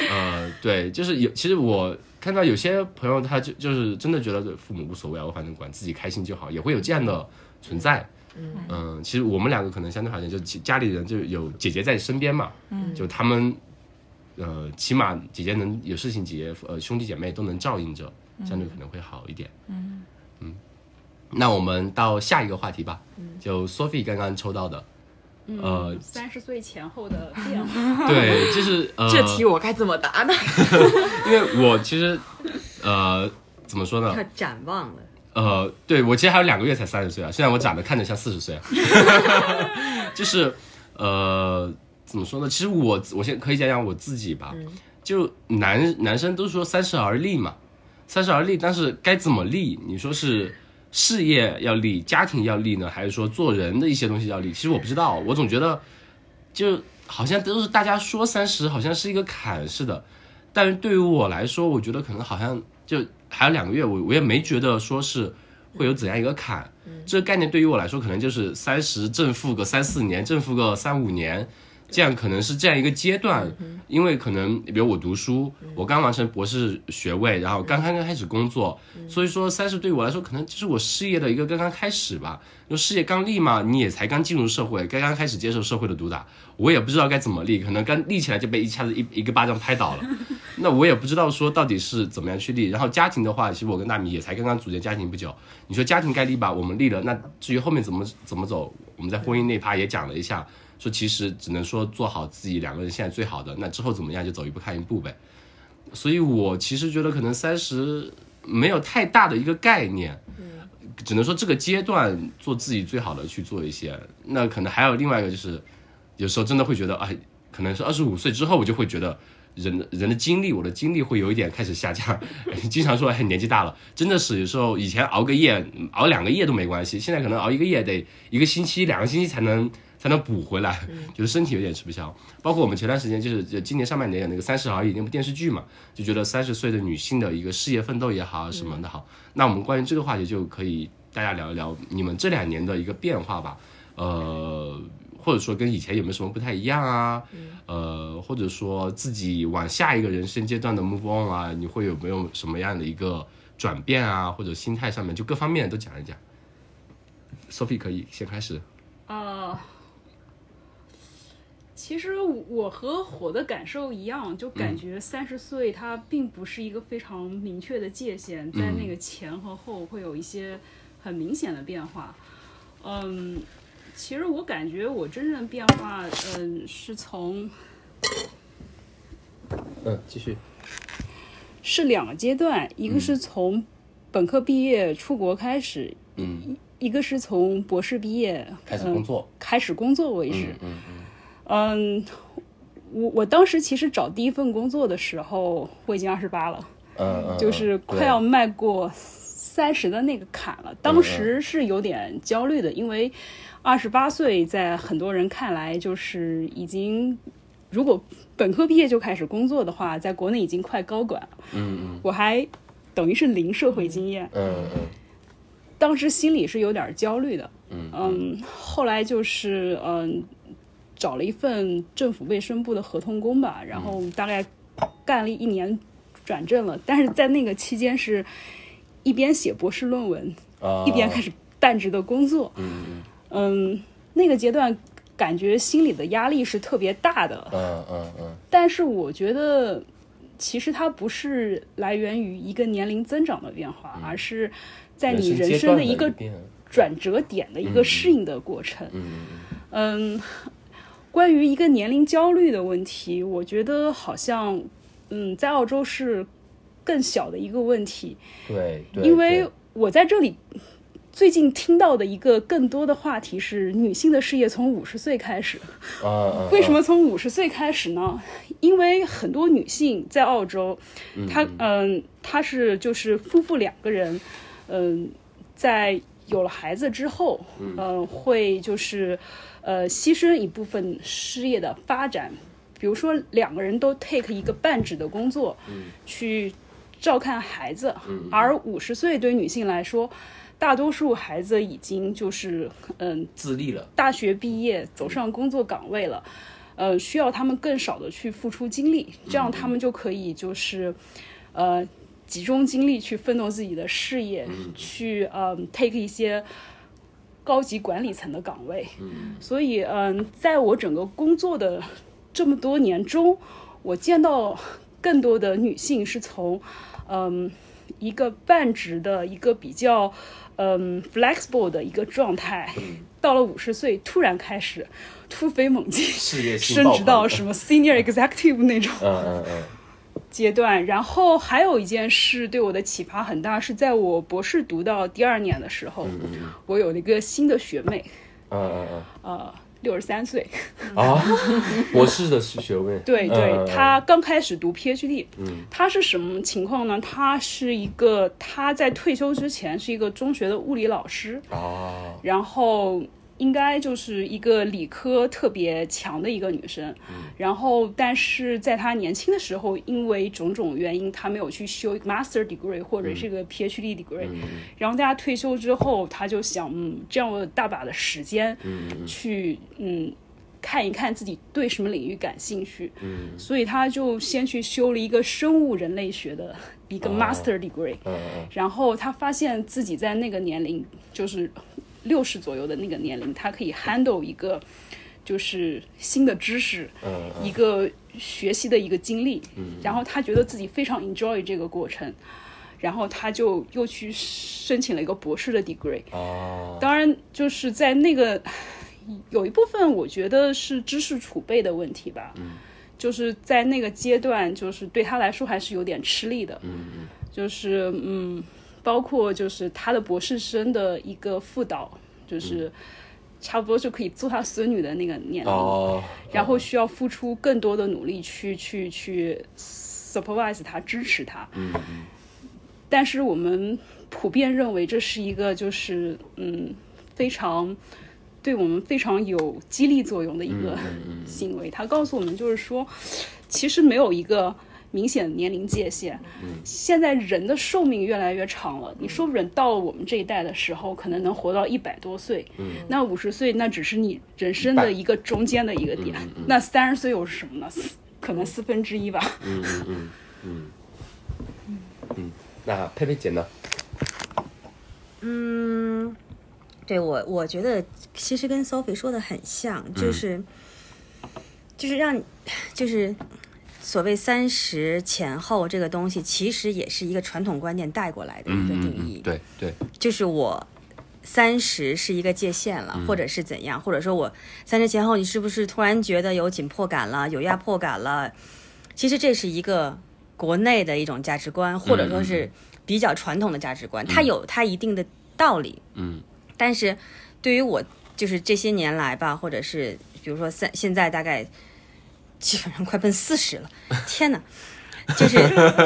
Speaker 1: 呃，对，就是有。其实我看到有些朋友，他就就是真的觉得父母无所谓啊，我反正管自己开心就好，也会有这样的存在。嗯、其实我们两个可能相对好像就其家里人就有姐姐在身边嘛，嗯，就他们呃，起码姐姐能有事情，姐姐呃兄弟姐妹都能照应着，相对可能会好一点。嗯那我们到下一个话题吧，就 Sophie 刚刚抽到的，呃，
Speaker 3: 三十岁前后的变化，
Speaker 1: 对，就是呃，
Speaker 4: 这题我该怎么答呢？
Speaker 1: 因为我其实呃怎么说呢
Speaker 7: 他，展望了，
Speaker 1: 呃，对我其实还有两个月才三十岁啊，虽然我长得看着像四十岁啊，啊 <laughs> 就是呃，怎么说呢？其实我我先可以讲讲我自己
Speaker 7: 嗯
Speaker 1: 吧，就男男生都说三十而立嘛，三十而立，但是该怎么立？你说是事业要立，家庭要立呢，还是说做人的一些东西要立？其实我不知道，我总觉得就好像都是大家说三十好像是一个坎似的，但是对于我来说，我觉得可能好像就还有两个月，我我也没觉得说是会有怎样一个坎。这个概念对于我来说，可能就是三十正负个三四年，正负个三五年，这样可能是这样一个阶段。因为可能比如我读书，我刚完成博士学位，然后刚刚刚开始工作，所以说三十对我来说，可能就是我事业的一个刚刚开始吧。就事业刚立嘛，你也才刚进入社会，刚刚开始接受社会的毒打，我也不知道该怎么立，可能刚立起来就被一下子一一个巴掌拍倒了。那我也不知道说到底是怎么样去立。然后家庭的话，其实我跟大米也才刚刚组建家庭不久。你说家庭该立吧，我们立了。那至于后面怎么怎么走，我们在婚姻那趴也讲了一下，说其实只能说做好自己两个人现在最好的。那之后怎么样就走一步看一步呗。所以我其实觉得可能三十没有太大的一个概念。只能说这个阶段做自己最好的去做一些，那可能还有另外一个就是，有时候真的会觉得，哎，可能是二十五岁之后，我就会觉得人的人的精力，我的精力会有一点开始下降。 <laughs> 经常说，哎，年纪大了，真的是有时候以前熬个夜，熬两个夜都没关系，现在可能熬一个夜得一个星期、两个星期才能才能补回来，就是身体有点吃不消。包括我们前段时间就是就今年上半年有那个《三十而已》那部电视剧嘛，就觉得三十岁的女性的一个事业奋斗也好什么的好，那我们关于这个话题就可以大家聊一聊你们这两年的一个变化吧，呃，或者说跟以前有没有什么不太一样啊，呃，或者说自己往下一个人生阶段的 move on 啊，你会有没有什么样的一个转变啊，或者心态上面，就各方面都讲一讲。Sophie 可以先开始，
Speaker 3: 啊，其实我和火的感受一样，就感觉三十岁它并不是一个非常明确的界限，在那个前和后会有一些很明显的变化。嗯，其实我感觉我真正的变化，嗯，是从
Speaker 1: 嗯，继续，
Speaker 3: 是两个阶段，一个是从本科毕业出国开始，
Speaker 1: 嗯，
Speaker 3: 一个是从博士毕业
Speaker 1: 开始
Speaker 3: 嗯
Speaker 1: 工作，
Speaker 3: 开始工作为止。
Speaker 1: 嗯嗯
Speaker 3: 嗯，我我当时其实找第一份工作的时候，我已经二十八了，
Speaker 1: 嗯嗯，
Speaker 3: 就是快要迈过三十的那个坎了。当时是有点焦虑的，因为二十八岁在很多人看来就是已经，如果本科毕业就开始工作的话，在国内已经快高管了。嗯嗯，我还等于是零社会经验。
Speaker 1: 嗯嗯
Speaker 3: 当时心里是有点焦虑的。嗯后来就是嗯，找了一份政府卫生部的合同工吧，然后大概干了一年，转正了。但是在那个期间是，一边写博士论文，
Speaker 1: 啊
Speaker 3: 一边开始淡职的工作。
Speaker 1: 嗯嗯
Speaker 3: 哦嗯，那个阶段感觉心里的压力是特别大的。
Speaker 1: 嗯嗯嗯
Speaker 3: 但是我觉得，其实它不是来源于一个年龄增长的变化，而是在你嗯人生的一个转折点的一个适应的过程。
Speaker 1: 嗯
Speaker 3: 嗯，关于一个年龄焦虑的问题，我觉得好像，嗯，在澳洲是更小的一个问题，
Speaker 1: 对对，
Speaker 3: 因为
Speaker 1: 对
Speaker 3: 我在这里最近听到的一个更多的话题是女性的事业从五十岁开始。
Speaker 1: 啊啊，
Speaker 3: 为什
Speaker 1: 啊
Speaker 3: 么从五十岁开始呢？因为很多女性在澳洲，她嗯，她是就是夫妇两个人，嗯，在有了孩子之后，嗯，会就是呃牺牲一部分事业的发展，比如说两个人都 take 一个半职的工作，去照看孩子，而五十岁对于女性来说。大多数孩子已经就是，嗯，
Speaker 1: 自立了？
Speaker 3: 大学毕业走上工作岗位了，呃，需要他们更少的去付出精力，这样他们就可以就是，呃，集中精力去奋斗自己的事业，去呃 take 一些高级管理层的岗位。所以，嗯、在我整个工作的这么多年中，我见到更多的女性是从，嗯、一个半职的一个比较，嗯、flexible 的一个状态，到了五十岁突然开始突飞猛进，
Speaker 1: 事业心
Speaker 3: 升
Speaker 1: 爆
Speaker 3: 职到
Speaker 1: 棚
Speaker 3: 什么 senior executive 那种
Speaker 1: 嗯嗯嗯
Speaker 3: 阶段。然后还有一件事对我的启发很大，是在我博士读到第二年的时候，我有了一个新的学妹，
Speaker 1: 嗯嗯
Speaker 3: 呃，六十三岁。
Speaker 1: 嗯啊，博士的学位，
Speaker 3: 对
Speaker 1: 嗯
Speaker 3: 对，他刚开始读 PhD，他是什么情况呢？他是一个他在退休之前是一个中学的物理老师，
Speaker 1: 啊，
Speaker 3: 然后应该就是一个理科特别强的一个女生，
Speaker 1: 嗯
Speaker 3: 然后但是在她年轻的时候，因为种种原因，她没有去修 master degree 或者
Speaker 1: 嗯
Speaker 3: 是一个 PhD degree，、然后在她退休之后，她就想，嗯，这样我有大把的时间
Speaker 1: 嗯
Speaker 3: 去，嗯。看一看自己对什么领域感兴趣，嗯、所以她就先去修了一个生物人类学的一个 master degree，、然后他发现自己在那个年龄，就是六十左右的那个年龄，他可以 handle 一个就是新的知识，一个学习的一个经历，然后他觉得自己非常 enjoy 这个过程，然后他就又去申请了一个博士的 degree。当然，就是在那个 <sighs> 有一部分，我觉得是知识储备的问题吧。就是在那个阶段，就是对他来说还是有点吃力的。就是嗯，包括就是他的博士生的一个辅导，就是差不多就可以做他孙女的那个年龄，
Speaker 1: 哦，
Speaker 3: 然后需要付出更多的努力去去去 supervise 他，支持他。嗯但是我们普遍认为这是一个就是嗯非常。对我们非常有激励作用的一个行为，他告诉我们就是说，其实没有一个明显的年龄界限，现在人的寿命越来越长了，你说不准到我们这一代的时候，可能能活到一百多岁。嗯，那五十岁那只是你人生的一个中间的一个点，那三十岁又是什么呢？四可能四分之一吧。
Speaker 1: 那佩佩姐呢？
Speaker 2: 对我，我觉得其实跟 Sophie 说的很像，
Speaker 1: 嗯
Speaker 2: 就是、就是让就是所谓三十前后这个东西，其实也是一个传统观念带过来的一个
Speaker 1: 嗯
Speaker 2: 定义。
Speaker 1: 对对，
Speaker 2: 就是我三十是一个界限了，或者是怎样，或者说我三十前后，你是不是突然觉得有紧迫感了，有压迫感了？其实这是一个国内的一种价值观，或者说是比较传统的价值观，它有它一定的道理。
Speaker 1: 嗯，
Speaker 2: 但是对于我，就是这些年来吧，或者是比如说三，现在大概基本上快奔四十了，天哪！就是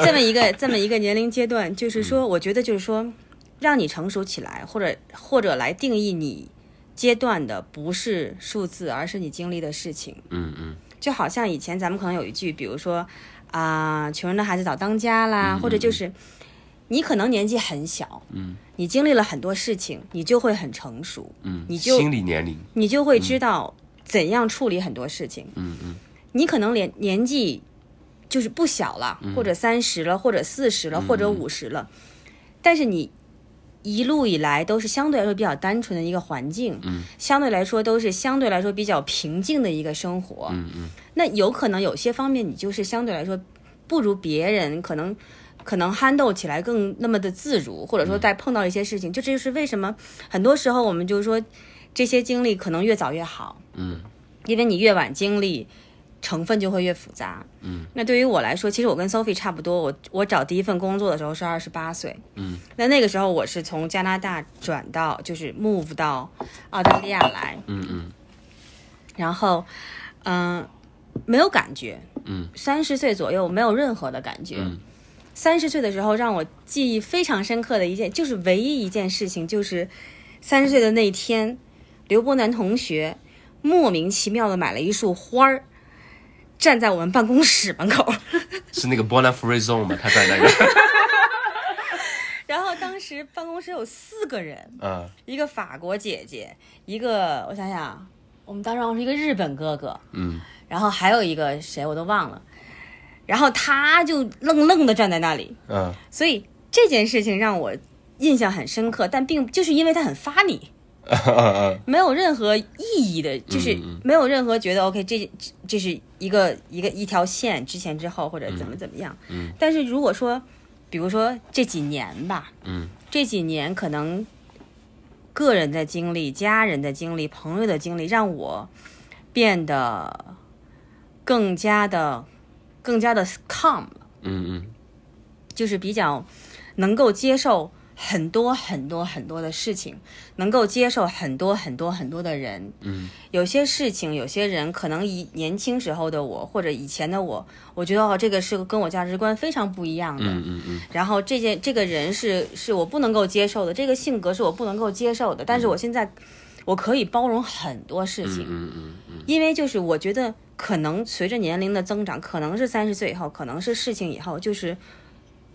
Speaker 2: 这么一个这么一个年龄阶段，就是说，我觉得就是说，让你成熟起来，或者或者来定义你阶段的不是数字，而是你经历的事情。
Speaker 1: 嗯嗯
Speaker 2: 就好像以前咱们可能有一句，比如说啊、穷人的孩子早当家
Speaker 1: 嗯
Speaker 2: 啦，或者就是你可能年纪很小，嗯，你经历了很多事情，你就会很成熟，
Speaker 1: 嗯，
Speaker 2: 你就
Speaker 1: 心理年龄，
Speaker 2: 你就会知道怎样处理很多事情。
Speaker 1: 嗯嗯
Speaker 2: 你可能年年纪就是不小了，
Speaker 1: 嗯
Speaker 2: 或者三十了，或者四十了，或者五十了，但是你一路以来都是相对来说比较单纯的一个环境，
Speaker 1: 嗯
Speaker 2: 相对来说都是相对来说比较平静的一个生活，
Speaker 1: 嗯
Speaker 2: 那有可能有些方面你就是相对来说不如别人，可能可能 handle 起来更那么的自如，或者
Speaker 1: 嗯
Speaker 2: 说在碰到一些事情，就这就是为什么很多时候我们就是说这些经历可能越早越好，
Speaker 1: 嗯，
Speaker 2: 因为你越晚经历，成分就会越复杂。嗯，那对于我来说，其实我跟 Sophie 差不多，我我找第一份工作的时候是二十八岁。嗯，那那个时候我是从加拿大转到就是 move 到澳大利亚来，
Speaker 1: 嗯嗯
Speaker 2: 然后嗯、没有感觉。
Speaker 1: 嗯，
Speaker 2: 三十岁左右没有任何的感觉。
Speaker 1: 嗯
Speaker 2: 三十岁的时候，让我记忆非常深刻的一件，就是唯一一件事情，就是三十岁的那一天，刘伯南同学莫名其妙的买了一束花儿，站在我们办公室门口。 <laughs>
Speaker 1: 是那个 Born and Free Zone 吗？他在那个，
Speaker 2: 然后当时办公室有四个人，
Speaker 1: 嗯
Speaker 2: 一个法国姐姐，一个我想想啊，我们当时好像是一个日本哥哥，
Speaker 1: 嗯，
Speaker 2: 然后还有一个谁我都忘了。然后他就愣愣的站在那里，
Speaker 1: 嗯
Speaker 2: 所以这件事情让我印象很深刻，但并就是因为它很发你，
Speaker 1: 嗯嗯
Speaker 2: 没有任何意义的，就是
Speaker 1: 嗯
Speaker 2: 没有任何觉得 OK，这这这是一个一个一条线，之前之后或者怎么怎么样。
Speaker 1: 嗯
Speaker 2: 但是如果说，比如说这几年吧，
Speaker 1: 嗯
Speaker 2: 这几年可能个人的经历、家人的经历、朋友的经历，让我变得更加的、更加的 calm 了。
Speaker 1: 嗯
Speaker 2: 就是比较能够接受很多很多很多的事情，能够接受很多很多很多的人。
Speaker 1: 嗯，
Speaker 2: 有些事情，有些人，可能以年轻时候的我或者以前的我，我觉得哦，这个是跟我价值观非常不一样的。
Speaker 1: 嗯嗯嗯
Speaker 2: 然后这件这个人是是我不能够接受的，这个性格是我不能够接受的。但是我现在我可以包容很多事情，
Speaker 1: 嗯嗯
Speaker 2: 因为就是我觉得，可能随着年龄的增长，可能是三十岁以后，可能是事情以后，就是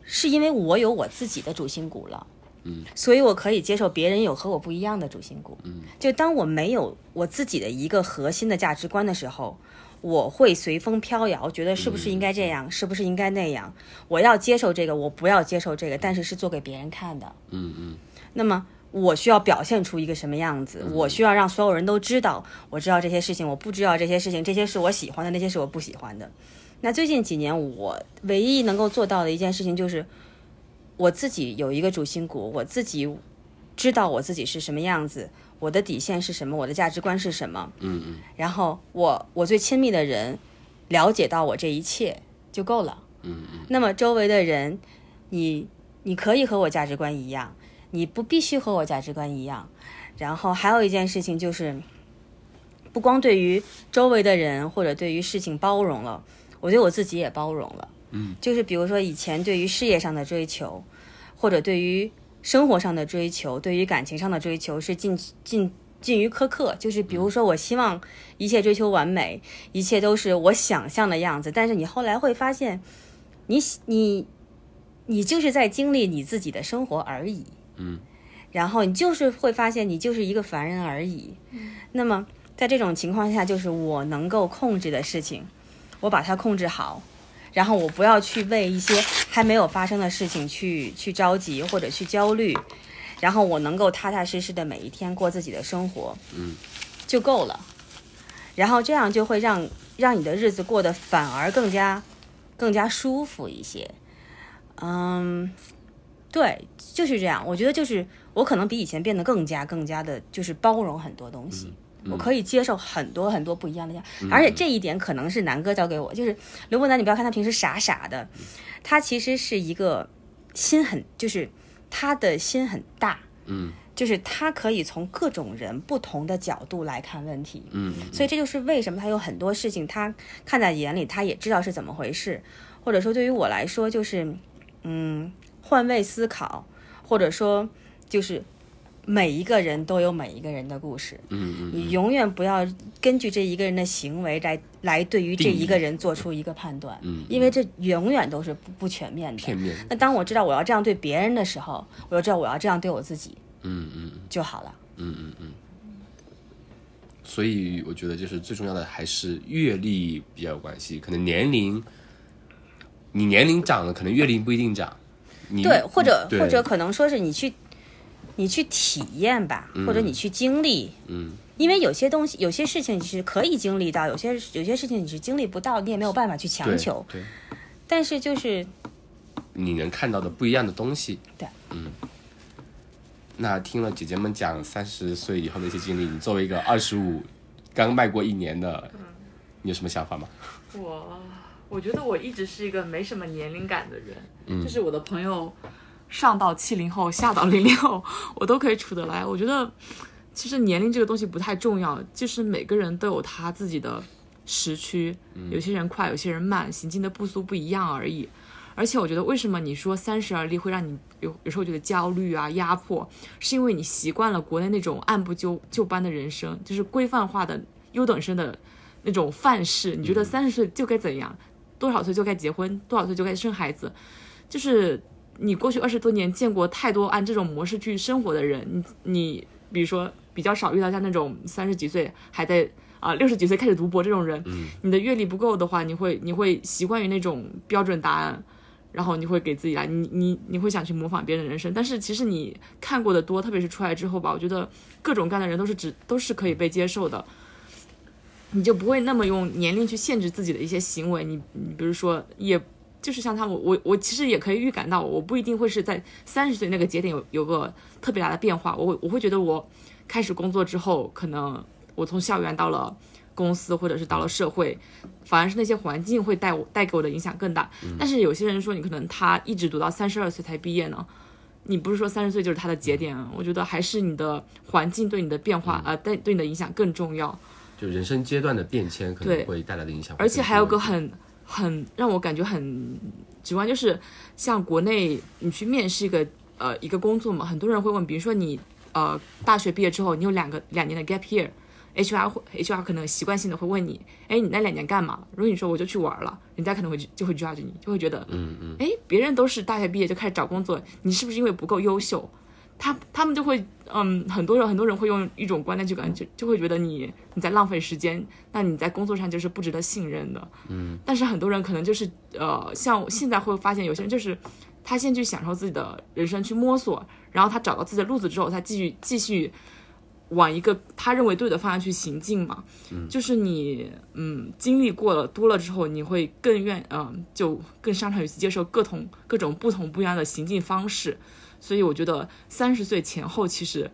Speaker 2: 是因为我有我自己的主心骨了，
Speaker 1: 嗯，
Speaker 2: 所以我可以接受别人有和我不一样的主心骨，嗯，就当我没有我自己的一个核心的价值观的时候。我会随风飘摇，觉得是不是应该这样，是不是应该那样？我要接受这个，我不要接受这个，但是是做给别人看的。
Speaker 1: 嗯嗯
Speaker 2: 那么我需要表现出一个什么样子？
Speaker 1: 嗯
Speaker 2: 我需要让所有人都知道，我知道这些事情，我不知道这些事情，这些是我喜欢的，那些是我不喜欢的。那最近几年，我唯一能够做到的一件事情就是，我自己有一个主心骨，我自己知道我自己是什么样子，我的底线是什么，我的价值观是什么。
Speaker 1: 嗯嗯
Speaker 2: 然后我我最亲密的人了解到我这一切就够了。
Speaker 1: 嗯嗯
Speaker 2: 那么周围的人，你你可以和我价值观一样，你不必须和我价值观一样。然后还有一件事情就是，不光对于周围的人或者对于事情包容了，我对我自己也包容了。嗯，就是比如说以前对于事业上的追求，或者对于生活上的追求，对于感情上的追求是近近近于苛刻。就是比如说，我希望一切追求完美，一切都是我想象的样子。但是你后来会发现，你你你就是在经历你自己的生活而已。
Speaker 1: 嗯，
Speaker 2: 然后你就是会发现，你就是一个凡人而已。那么在这种情况下，就是我能够控制的事情，我把它控制好。然后我不要去为一些还没有发生的事情去去着急或者去焦虑，然后我能够踏踏实实的每一天过自己的生活，
Speaker 1: 嗯，
Speaker 2: 就够了。然后这样就会让让你的日子过得反而更加更加舒服一些。嗯，对，就是这样。我觉得就是我可能比以前变得更加更加的，就是包容很多东西。我可以接受很多很多不一样的样，而且这一点可能是南哥教给我，就是刘伯南，你不要看他平时傻傻的，他其实是一个心很，就是他的心很大，
Speaker 1: 嗯，
Speaker 2: 就是他可以从各种人不同的角度来看问题，
Speaker 1: 嗯
Speaker 2: 所以这就是为什么他有很多事情他看在眼里，他也知道是怎么回事，或者说对于我来说就是，嗯，换位思考，或者说就是每一个人都有每一个人的故事，
Speaker 1: 嗯嗯
Speaker 2: 你永远不要根据这一个人的行为来来对于这一个人做出一个判断，
Speaker 1: 嗯
Speaker 2: 因为这永远都是不不全面的。
Speaker 1: 片面，
Speaker 2: 那当我知道我要这样对别人的时候，我就知道我要这样对我自己
Speaker 1: 嗯嗯
Speaker 2: 就好了。
Speaker 1: 嗯嗯嗯。所以我觉得，就是最重要的还是阅历比较有关系，可能年龄，你年龄长了，可能阅历不一定长。你
Speaker 2: 对，或者
Speaker 1: 嗯对
Speaker 2: 或者可能说是你去你去体验吧，或者你去经历，
Speaker 1: 嗯，
Speaker 2: 因为有些东西、有些事情你是可以经历到，有些有些事情你是经历不到，你也没有办法去强
Speaker 1: 对
Speaker 2: 求。
Speaker 1: 对，
Speaker 2: 但是就是
Speaker 1: 你能看到的不一样的东西。
Speaker 2: 对，
Speaker 1: 嗯。那听了姐姐们讲三十岁以后的一些经历，你作为一个二十五刚迈过一年的，你有什么想法吗？
Speaker 4: 我我觉得我一直是一个没什么年龄感的人，就是我的朋友上到七零后，下到零零后，我都可以处得来。我觉得其实年龄这个东西不太重要，就是每个人都有他自己的时区，有些人快，有些人慢，行进的步速不一样而已。而且我觉得，为什么你说三十而立会让你有有时候觉得焦虑啊、压迫，是因为你习惯了国内那种按部就就班的人生，就是规范化的优等生的那种范式。你觉得三十岁就该怎样，多少岁就该结婚，多少岁就该生孩子，就是你过去二十多年见过太多按这种模式去生活的人。你你比如说比较少遇到像那种三十几岁还在。啊，六十几岁开始读博这种人，你的阅历不够的话，你会你会习惯于那种标准答案，然后你会给自己来，你你你会想去模仿别人的人生，但是其实你看过的多，特别是出来之后吧，我觉得各种各样的人都是只都是可以被接受的，你就不会那么用年龄去限制自己的一些行为，你你比如说也。就是像他们，我我其实也可以预感到，我不一定会是在三十岁那个节点有有个特别大的变化。我会我会觉得我开始工作之后，可能我从校园到了公司，或者是到了社会，反而是那些环境会带我带给我的影响更大。但是有些人说，你可能他一直读到三十二岁才毕业呢，你不是说三十岁就是他的节点啊？我觉得还是你的环境对你的变化，呃，对对你的影响更重要。
Speaker 1: 就人生阶段的变迁可能
Speaker 4: 对
Speaker 1: 会带来的影响会更多一点，
Speaker 4: 而且还有个很很让我感觉很直观，就是像国内你去面试一个呃一个工作嘛，很多人会问，比如说你呃大学毕业之后，你有两个两年的 gap year。HR 会 HR 可能习惯性的会问你，哎，你那两年干嘛？如果你说我就去玩了，人家可能会就会 judge 你，就会觉得，嗯嗯，哎，别人都是大学毕业就开始找工作，你是不是因为不够优秀？他他们就会，嗯，很多人很多人会用一种观念去感觉，就会觉得你你在浪费时间，那你在工作上就是不值得信任的。嗯，但是很多人可能就是，呃，像现在会发现有些人就是，他先去享受自己的人生，去摸索，然后他找到自己的路子之后，他继续继续往一个他认为对的方向去行进嘛。就是你，嗯，经历过了多了之后，你会更愿，嗯、就更擅长于去接受各同各种不同不一样的行进方式。所以我觉得三十岁前后其实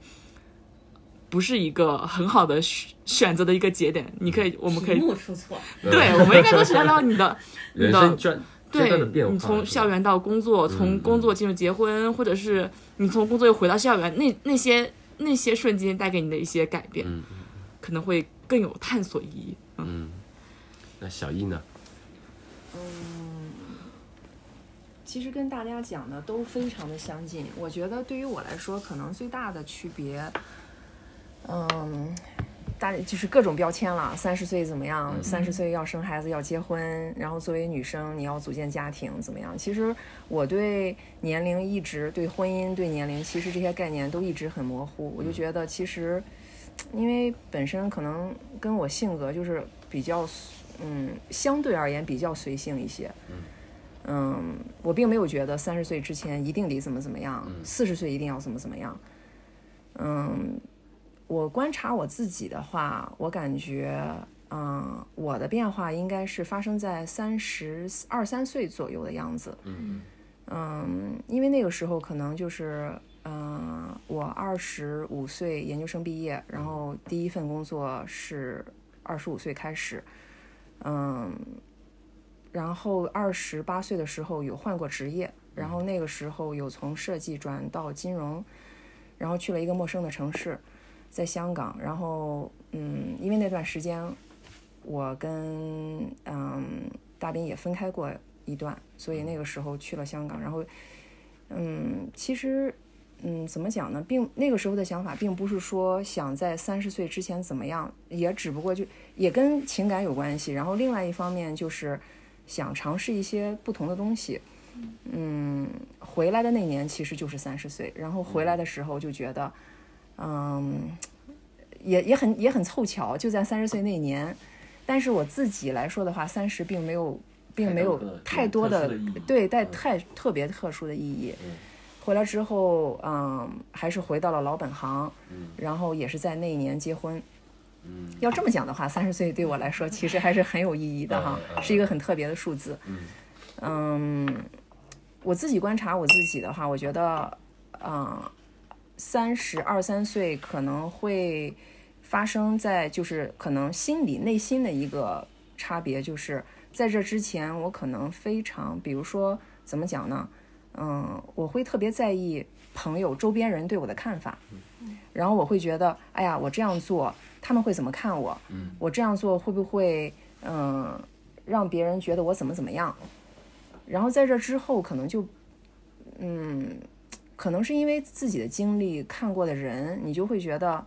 Speaker 4: 不是一个很好的选选择的一个节点。你可以，我们可
Speaker 7: 题
Speaker 4: 以，
Speaker 7: 目出错，
Speaker 4: 对，我们应该都是按照你的你
Speaker 1: 人生
Speaker 4: 的
Speaker 1: 转阶段的
Speaker 4: 对，
Speaker 1: 变化，嗯
Speaker 4: 你从校园到工作，从工作进入结婚，或者是你从工作又回到校园，那那些那些瞬间带给你的一些改
Speaker 1: 嗯
Speaker 4: 变，可能会更有探索意义。嗯，
Speaker 1: 那小易呢？
Speaker 5: 其实跟大家讲的都非常的相近。我觉得对于我来说，可能最大的区别，嗯，大就是各种标签了。三十岁怎么样？三十岁要生孩子，要结婚，然后作为女生，你要组建家庭，怎么样？其实我对年龄一直对婚姻、对年龄，其实这些概念都一直很模糊。我就觉得其实，因为本身可能跟我性格就是比较，嗯，相对而言比较随性一些。嗯，我并没有觉得三十岁之前一定得怎么怎么样，
Speaker 1: 嗯
Speaker 5: 四十岁一定要怎么怎么样。嗯，我观察我自己的话，我感觉，嗯，我的变化应该是发生在三十二三岁左右的样子。
Speaker 1: 嗯
Speaker 5: 嗯，因为那个时候可能就是，嗯、我二十五岁研究生毕业，然
Speaker 1: 嗯
Speaker 5: 后第一份工作是二十五岁开始，嗯，然后二十八岁的时候有换过职业，然后那个时候有从设计转到金融，然后去了一个陌生的城市，在香港，然后嗯，因为那段时间我跟嗯大斌也分开过一段，所以那个时候去了香港，然后嗯，其实嗯怎么讲呢，并那个时候的想法并不是说想在三十岁之前怎么样，也只不过就也跟情感有关系，然后另外一方面就是想尝试一些不同的东西。嗯，回来的那年其实就是三十岁，然后回来的时候就觉得，嗯，也也很也很凑巧，就在三十岁那年。但是我自己来说的话，三十并没有，并没有太多的嗯对带太特别特殊的意义。回来之后，嗯，还是回到了老本行，然后也是在那一年结婚。要这么讲的话，三十岁对我来说其实还是很有意义的哈，是一个很特别的数字。嗯，我自己观察我自己的话，我觉得，嗯，三十二三岁可能会发生在就是可能心理内心的一个差别，就是在这之前，我可能非常，比如说怎么讲呢？嗯，我会特别在意朋友、周边人对我的看法，然后我会觉得，哎呀，我这样做他们会怎么看我？我这样做会不会嗯让别人觉得我怎么怎么样？然后在这之后，可能就嗯，可能是因为自己的经历、看过的人，你就会觉得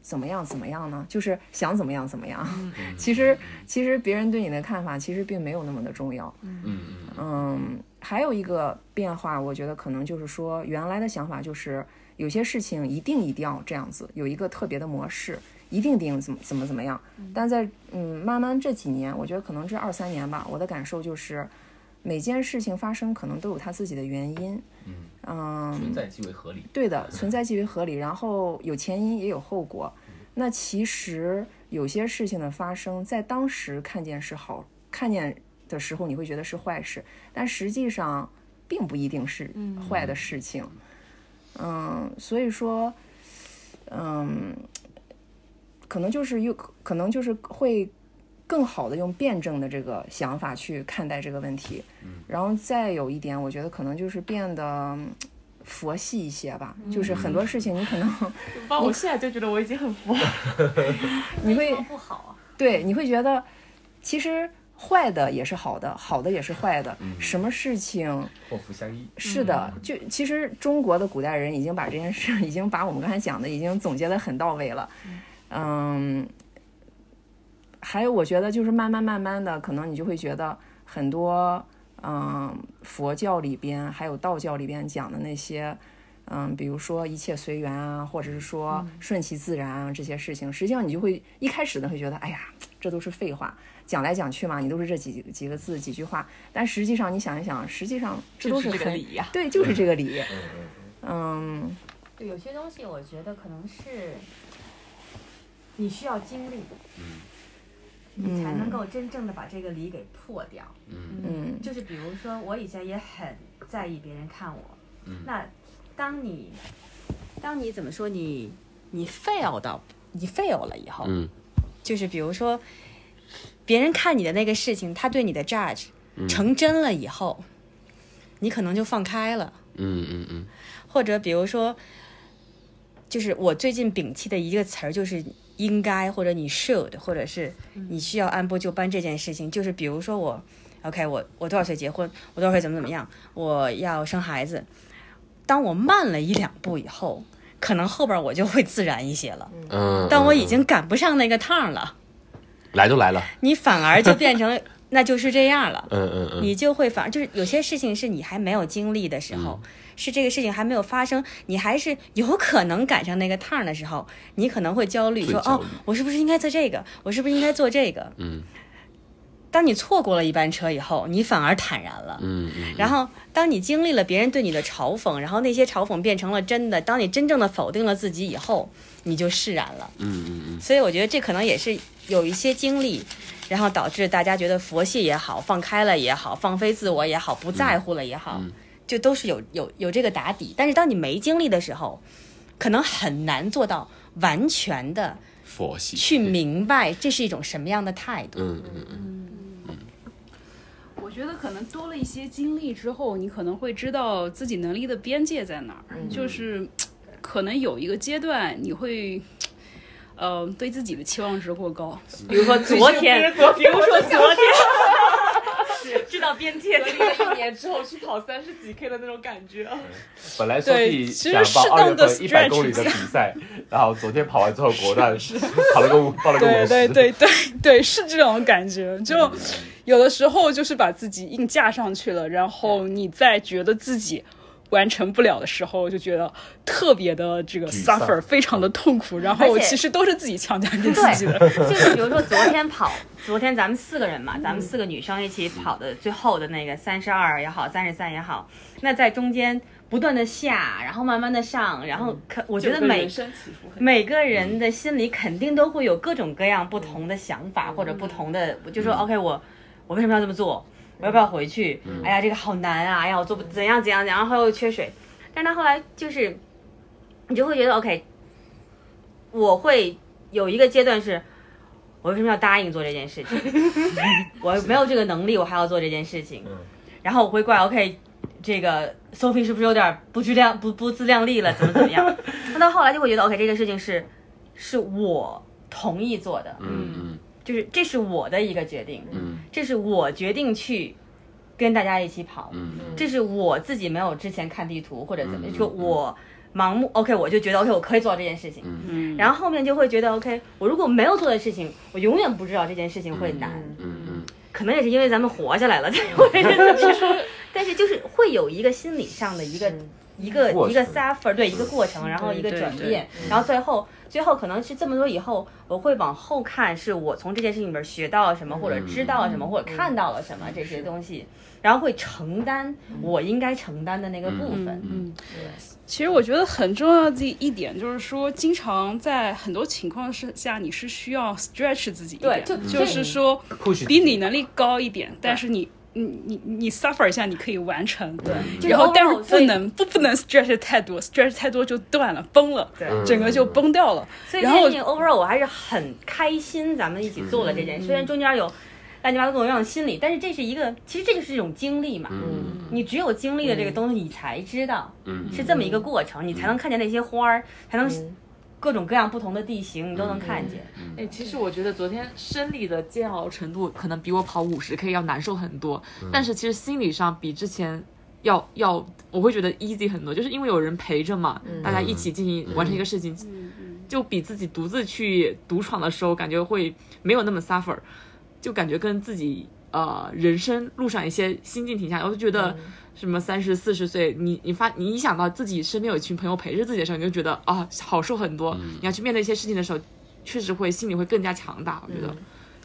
Speaker 5: 怎么样怎么样呢？就是想怎么样怎么样。 <laughs> 其实其实别人对你的看法其实并没有那么的重要。
Speaker 9: 嗯
Speaker 5: 嗯，还有一个变化，我觉得可能就是说，原来的想法就是有些事情一定一定要这样子，有一个特别的模式，一定定怎么怎么怎么样。但在嗯，慢慢这几年，我觉得可能这二三年吧，我的感受就是，每件事情发生可能都有它自己的原因。嗯
Speaker 1: 存在即为合理。
Speaker 5: 对的，存在即为合理，然后有前因也有后果。那其实有些事情的发生，在当时看见是好，看见的时候你会觉得是坏事，但实际上并不一定是坏的事情。嗯，所以说，嗯，可能就是又可能就是会更好的用辩证的这个想法去看待这个问题。然后再有一点，我觉得可能就是变得嗯佛系一些吧，就是很多事情你可能
Speaker 10: 包括我现在嗯 <laughs> 就觉得我已经很佛了，
Speaker 5: <laughs> 你会
Speaker 7: 不好啊。
Speaker 5: 对，你会觉得其实坏的也是好的，好的也是坏的，什么事情
Speaker 1: 祸福相依，
Speaker 5: 是的，
Speaker 10: 嗯
Speaker 5: 就其实中国的古代人已经把这件事，已经把我们刚才讲的已经总结的很到位了，嗯，还有我觉得就是慢慢慢慢的，可能你就会觉得很多，嗯，佛教里边还有道教里边讲的那些。嗯，比如说一切随缘啊，或者是
Speaker 10: 嗯
Speaker 5: 说顺其自然啊，这些事情，实际上你就会一开始呢会觉得，哎呀，这都是废话，讲来讲去嘛，你都是这几几个字几句话，但实际上你想一想，实际上这都
Speaker 10: 就是这个
Speaker 5: 很
Speaker 10: 理呀、
Speaker 5: 对，就是这个理。
Speaker 1: 嗯
Speaker 5: 嗯，
Speaker 2: 对，有些东西我觉得可能是你需要经历，
Speaker 1: 嗯
Speaker 2: 你才能够真正的把这个理给破掉。
Speaker 5: 嗯
Speaker 2: 就是比如说，我以前也很在意别人看我，那当你当你怎么说你你 fail 到你 fail 了以后，
Speaker 9: 嗯
Speaker 2: 就是比如说别人看你的那个事情，他对你的 judge 成真了以后，你可能就放开了。
Speaker 9: 嗯嗯嗯
Speaker 2: 或者比如说，就是我最近摒弃的一个词儿就是应该，或者你 should，或者是你需要按部就班这件事情。就是比如说我，OK，我我多少岁结婚，我多少岁怎么怎么样，我要生孩子。当我慢了一两步以后，可能后边我就会自然一些了。
Speaker 9: 嗯，
Speaker 2: 但我已经赶不上那个趟儿了，
Speaker 9: 来都来了，
Speaker 2: 你反而就变成 <laughs> 那就是这样了。
Speaker 9: 嗯嗯嗯，
Speaker 2: 你就会反而就是有些事情是你还没有经历的时候，
Speaker 9: 嗯
Speaker 2: 是这个事情还没有发生，你还是有可能赶上那个趟儿的时候，你可能会焦虑，
Speaker 9: 最
Speaker 2: 说
Speaker 9: 焦
Speaker 2: 哦
Speaker 9: 虑，
Speaker 2: 我是不是应该做这个？我是不是应该做这个？
Speaker 9: 嗯
Speaker 2: 当你错过了一班车以后，你反而坦然了。
Speaker 9: 嗯嗯，
Speaker 2: 然后，当你经历了别人对你的嘲讽，然后那些嘲讽变成了真的，当你真正的否定了自己以后，你就释然了。
Speaker 9: 嗯嗯嗯，
Speaker 2: 所以我觉得这可能也是有一些经历，然后导致大家觉得佛系也好，放开了也好，放飞自我也好，不在乎了也好，就都是有有有这个打底。但是当你没经历的时候，可能很难做到完全的
Speaker 9: 佛系
Speaker 2: 去明白这是一种什么样的态度。
Speaker 9: 嗯嗯嗯
Speaker 3: <laughs> 我觉得可能多了一些经历之后，你可能会知道自己能力的边界在哪儿，就是可能有一个阶段你会。呃，对自己的期望值过高，
Speaker 7: 比如说昨天，比如说昨天，知道边界
Speaker 10: 一年之后去跑三十几 K 的那种感觉，
Speaker 1: 本来
Speaker 10: 对
Speaker 1: Sophie
Speaker 10: 其实
Speaker 1: 想报
Speaker 10: 适
Speaker 1: 二月
Speaker 10: 当地
Speaker 1: 份一百
Speaker 10: stretch
Speaker 1: 公里的比赛，然后昨天跑完之后果断跑了个五，报了个
Speaker 3: 对
Speaker 1: 五
Speaker 3: 对
Speaker 1: 十。
Speaker 3: 对对 <laughs> 对，是这种感觉。就有的时候就是把自己硬架上去了，然后你再觉得自己完成不了的时候，就觉得特别的这个
Speaker 1: 沮丧
Speaker 3: suffer，非常的痛苦。然后
Speaker 7: 而且
Speaker 3: 其实都是自己强加给自
Speaker 2: <laughs>
Speaker 3: 己的。
Speaker 7: 就是比如说昨天跑，昨天咱们四个人嘛，咱们四个女生一起跑的最后的那个三十二也好，三十三也好，那在中间不断的下，然后慢慢的上，然后可我觉得每
Speaker 10: 人生起伏很。
Speaker 7: 每个人的心里肯定都会有各种各样不同的想法，或者不同的，就说 OK，我我为什么要这么做？我要不要回去？
Speaker 1: 嗯
Speaker 7: 哎呀，这个好难啊！哎呀，我做不怎样怎样，然后又缺水。但是他后来就是，你就会觉得 OK，我会有一个阶段是，
Speaker 2: 我为什么要答应做这件事
Speaker 1: <laughs>
Speaker 2: 情？我没有这个能力，我还要做这件事情。
Speaker 1: 嗯
Speaker 2: 然后我会怪 OK，这个 Sophie 是不是有点不自量不不自量力了？怎么怎
Speaker 1: <laughs>
Speaker 2: 么样？那到后来就会觉得 OK，这个事情是是我同意做的，
Speaker 1: 嗯
Speaker 2: 就是这是我的一个决定，
Speaker 1: 嗯
Speaker 2: 这是我决定去跟大家一起跑，
Speaker 1: 嗯嗯
Speaker 2: 这是我自己没有之前看地图或者怎么，
Speaker 1: 嗯嗯
Speaker 2: 就我盲目 OK，我就觉得 OK，我可以做到这件事情。
Speaker 3: 嗯，
Speaker 2: 然后后面就会觉得 OK，我如果没有做的事情，我永远不知道这件事情会难。
Speaker 1: 嗯
Speaker 2: 可能也是因为咱们活下来了，才 <laughs> 会这
Speaker 3: <laughs>
Speaker 2: 么但是就是会有一个心理上的一个一个
Speaker 1: 过程
Speaker 2: 一个 suffer，对一个过程，然后一个
Speaker 3: 对
Speaker 2: 转
Speaker 3: 对嗯
Speaker 2: 变，然后最后最后可能是这么多以后，我会往后看，是我从这件事情里边学到了什么，或
Speaker 1: 嗯
Speaker 2: 者知道了什么，或者看到了什么这些东西，然后会承担我应该承担的那个部分。
Speaker 3: 嗯，其实我觉得很重要的一点就是说，经常在很多情况是下，你是需要 stretch 自己一
Speaker 2: 对
Speaker 3: 点，
Speaker 2: 就
Speaker 3: 嗯就
Speaker 2: 这
Speaker 3: 是说
Speaker 1: ，push
Speaker 3: 比你能力高一点，但是你。你你你 suffer 一下，你可以完成，
Speaker 2: 就是
Speaker 3: 然后但
Speaker 4: 哦
Speaker 2: overall，
Speaker 3: 是不
Speaker 2: 所以
Speaker 3: 能不不能 stretch 太多，stretch 太多就断了，崩了，
Speaker 4: 嗯
Speaker 3: 整个就崩掉了。
Speaker 2: 所以这
Speaker 3: 然
Speaker 2: 件
Speaker 3: 后
Speaker 2: 事情 overall 我还是很开心，咱们一起做了这件事，虽然中间有乱七八糟各种各样的心理，但是这是一个，其实这就是一种经历嘛。
Speaker 1: 嗯
Speaker 2: 你只有经历了这个东西，你才知道
Speaker 1: 嗯
Speaker 2: 是这么一个过程，你才能看见那些花儿，才能各种各样不同的地形，你都能看见。
Speaker 1: 嗯
Speaker 4: 哎，其实我觉得昨天生理的煎熬程度可能比我跑五十 K 要难受很多，但是其实心理上比之前要要，我会觉得 easy 很多，就是因为有人陪着嘛，大家一起进行完成一个事情，就比自己独自去独闯的时候，感觉会没有那么 suffer，就感觉跟自己呃人生路上一些心境停下来，我就觉得什么三十四十岁，你你发你一想到自己身边有一群朋友陪着自己的时候，你就觉得啊好受很多。你要去面对一些事情的时候，确实会心里会更加强大，我觉得。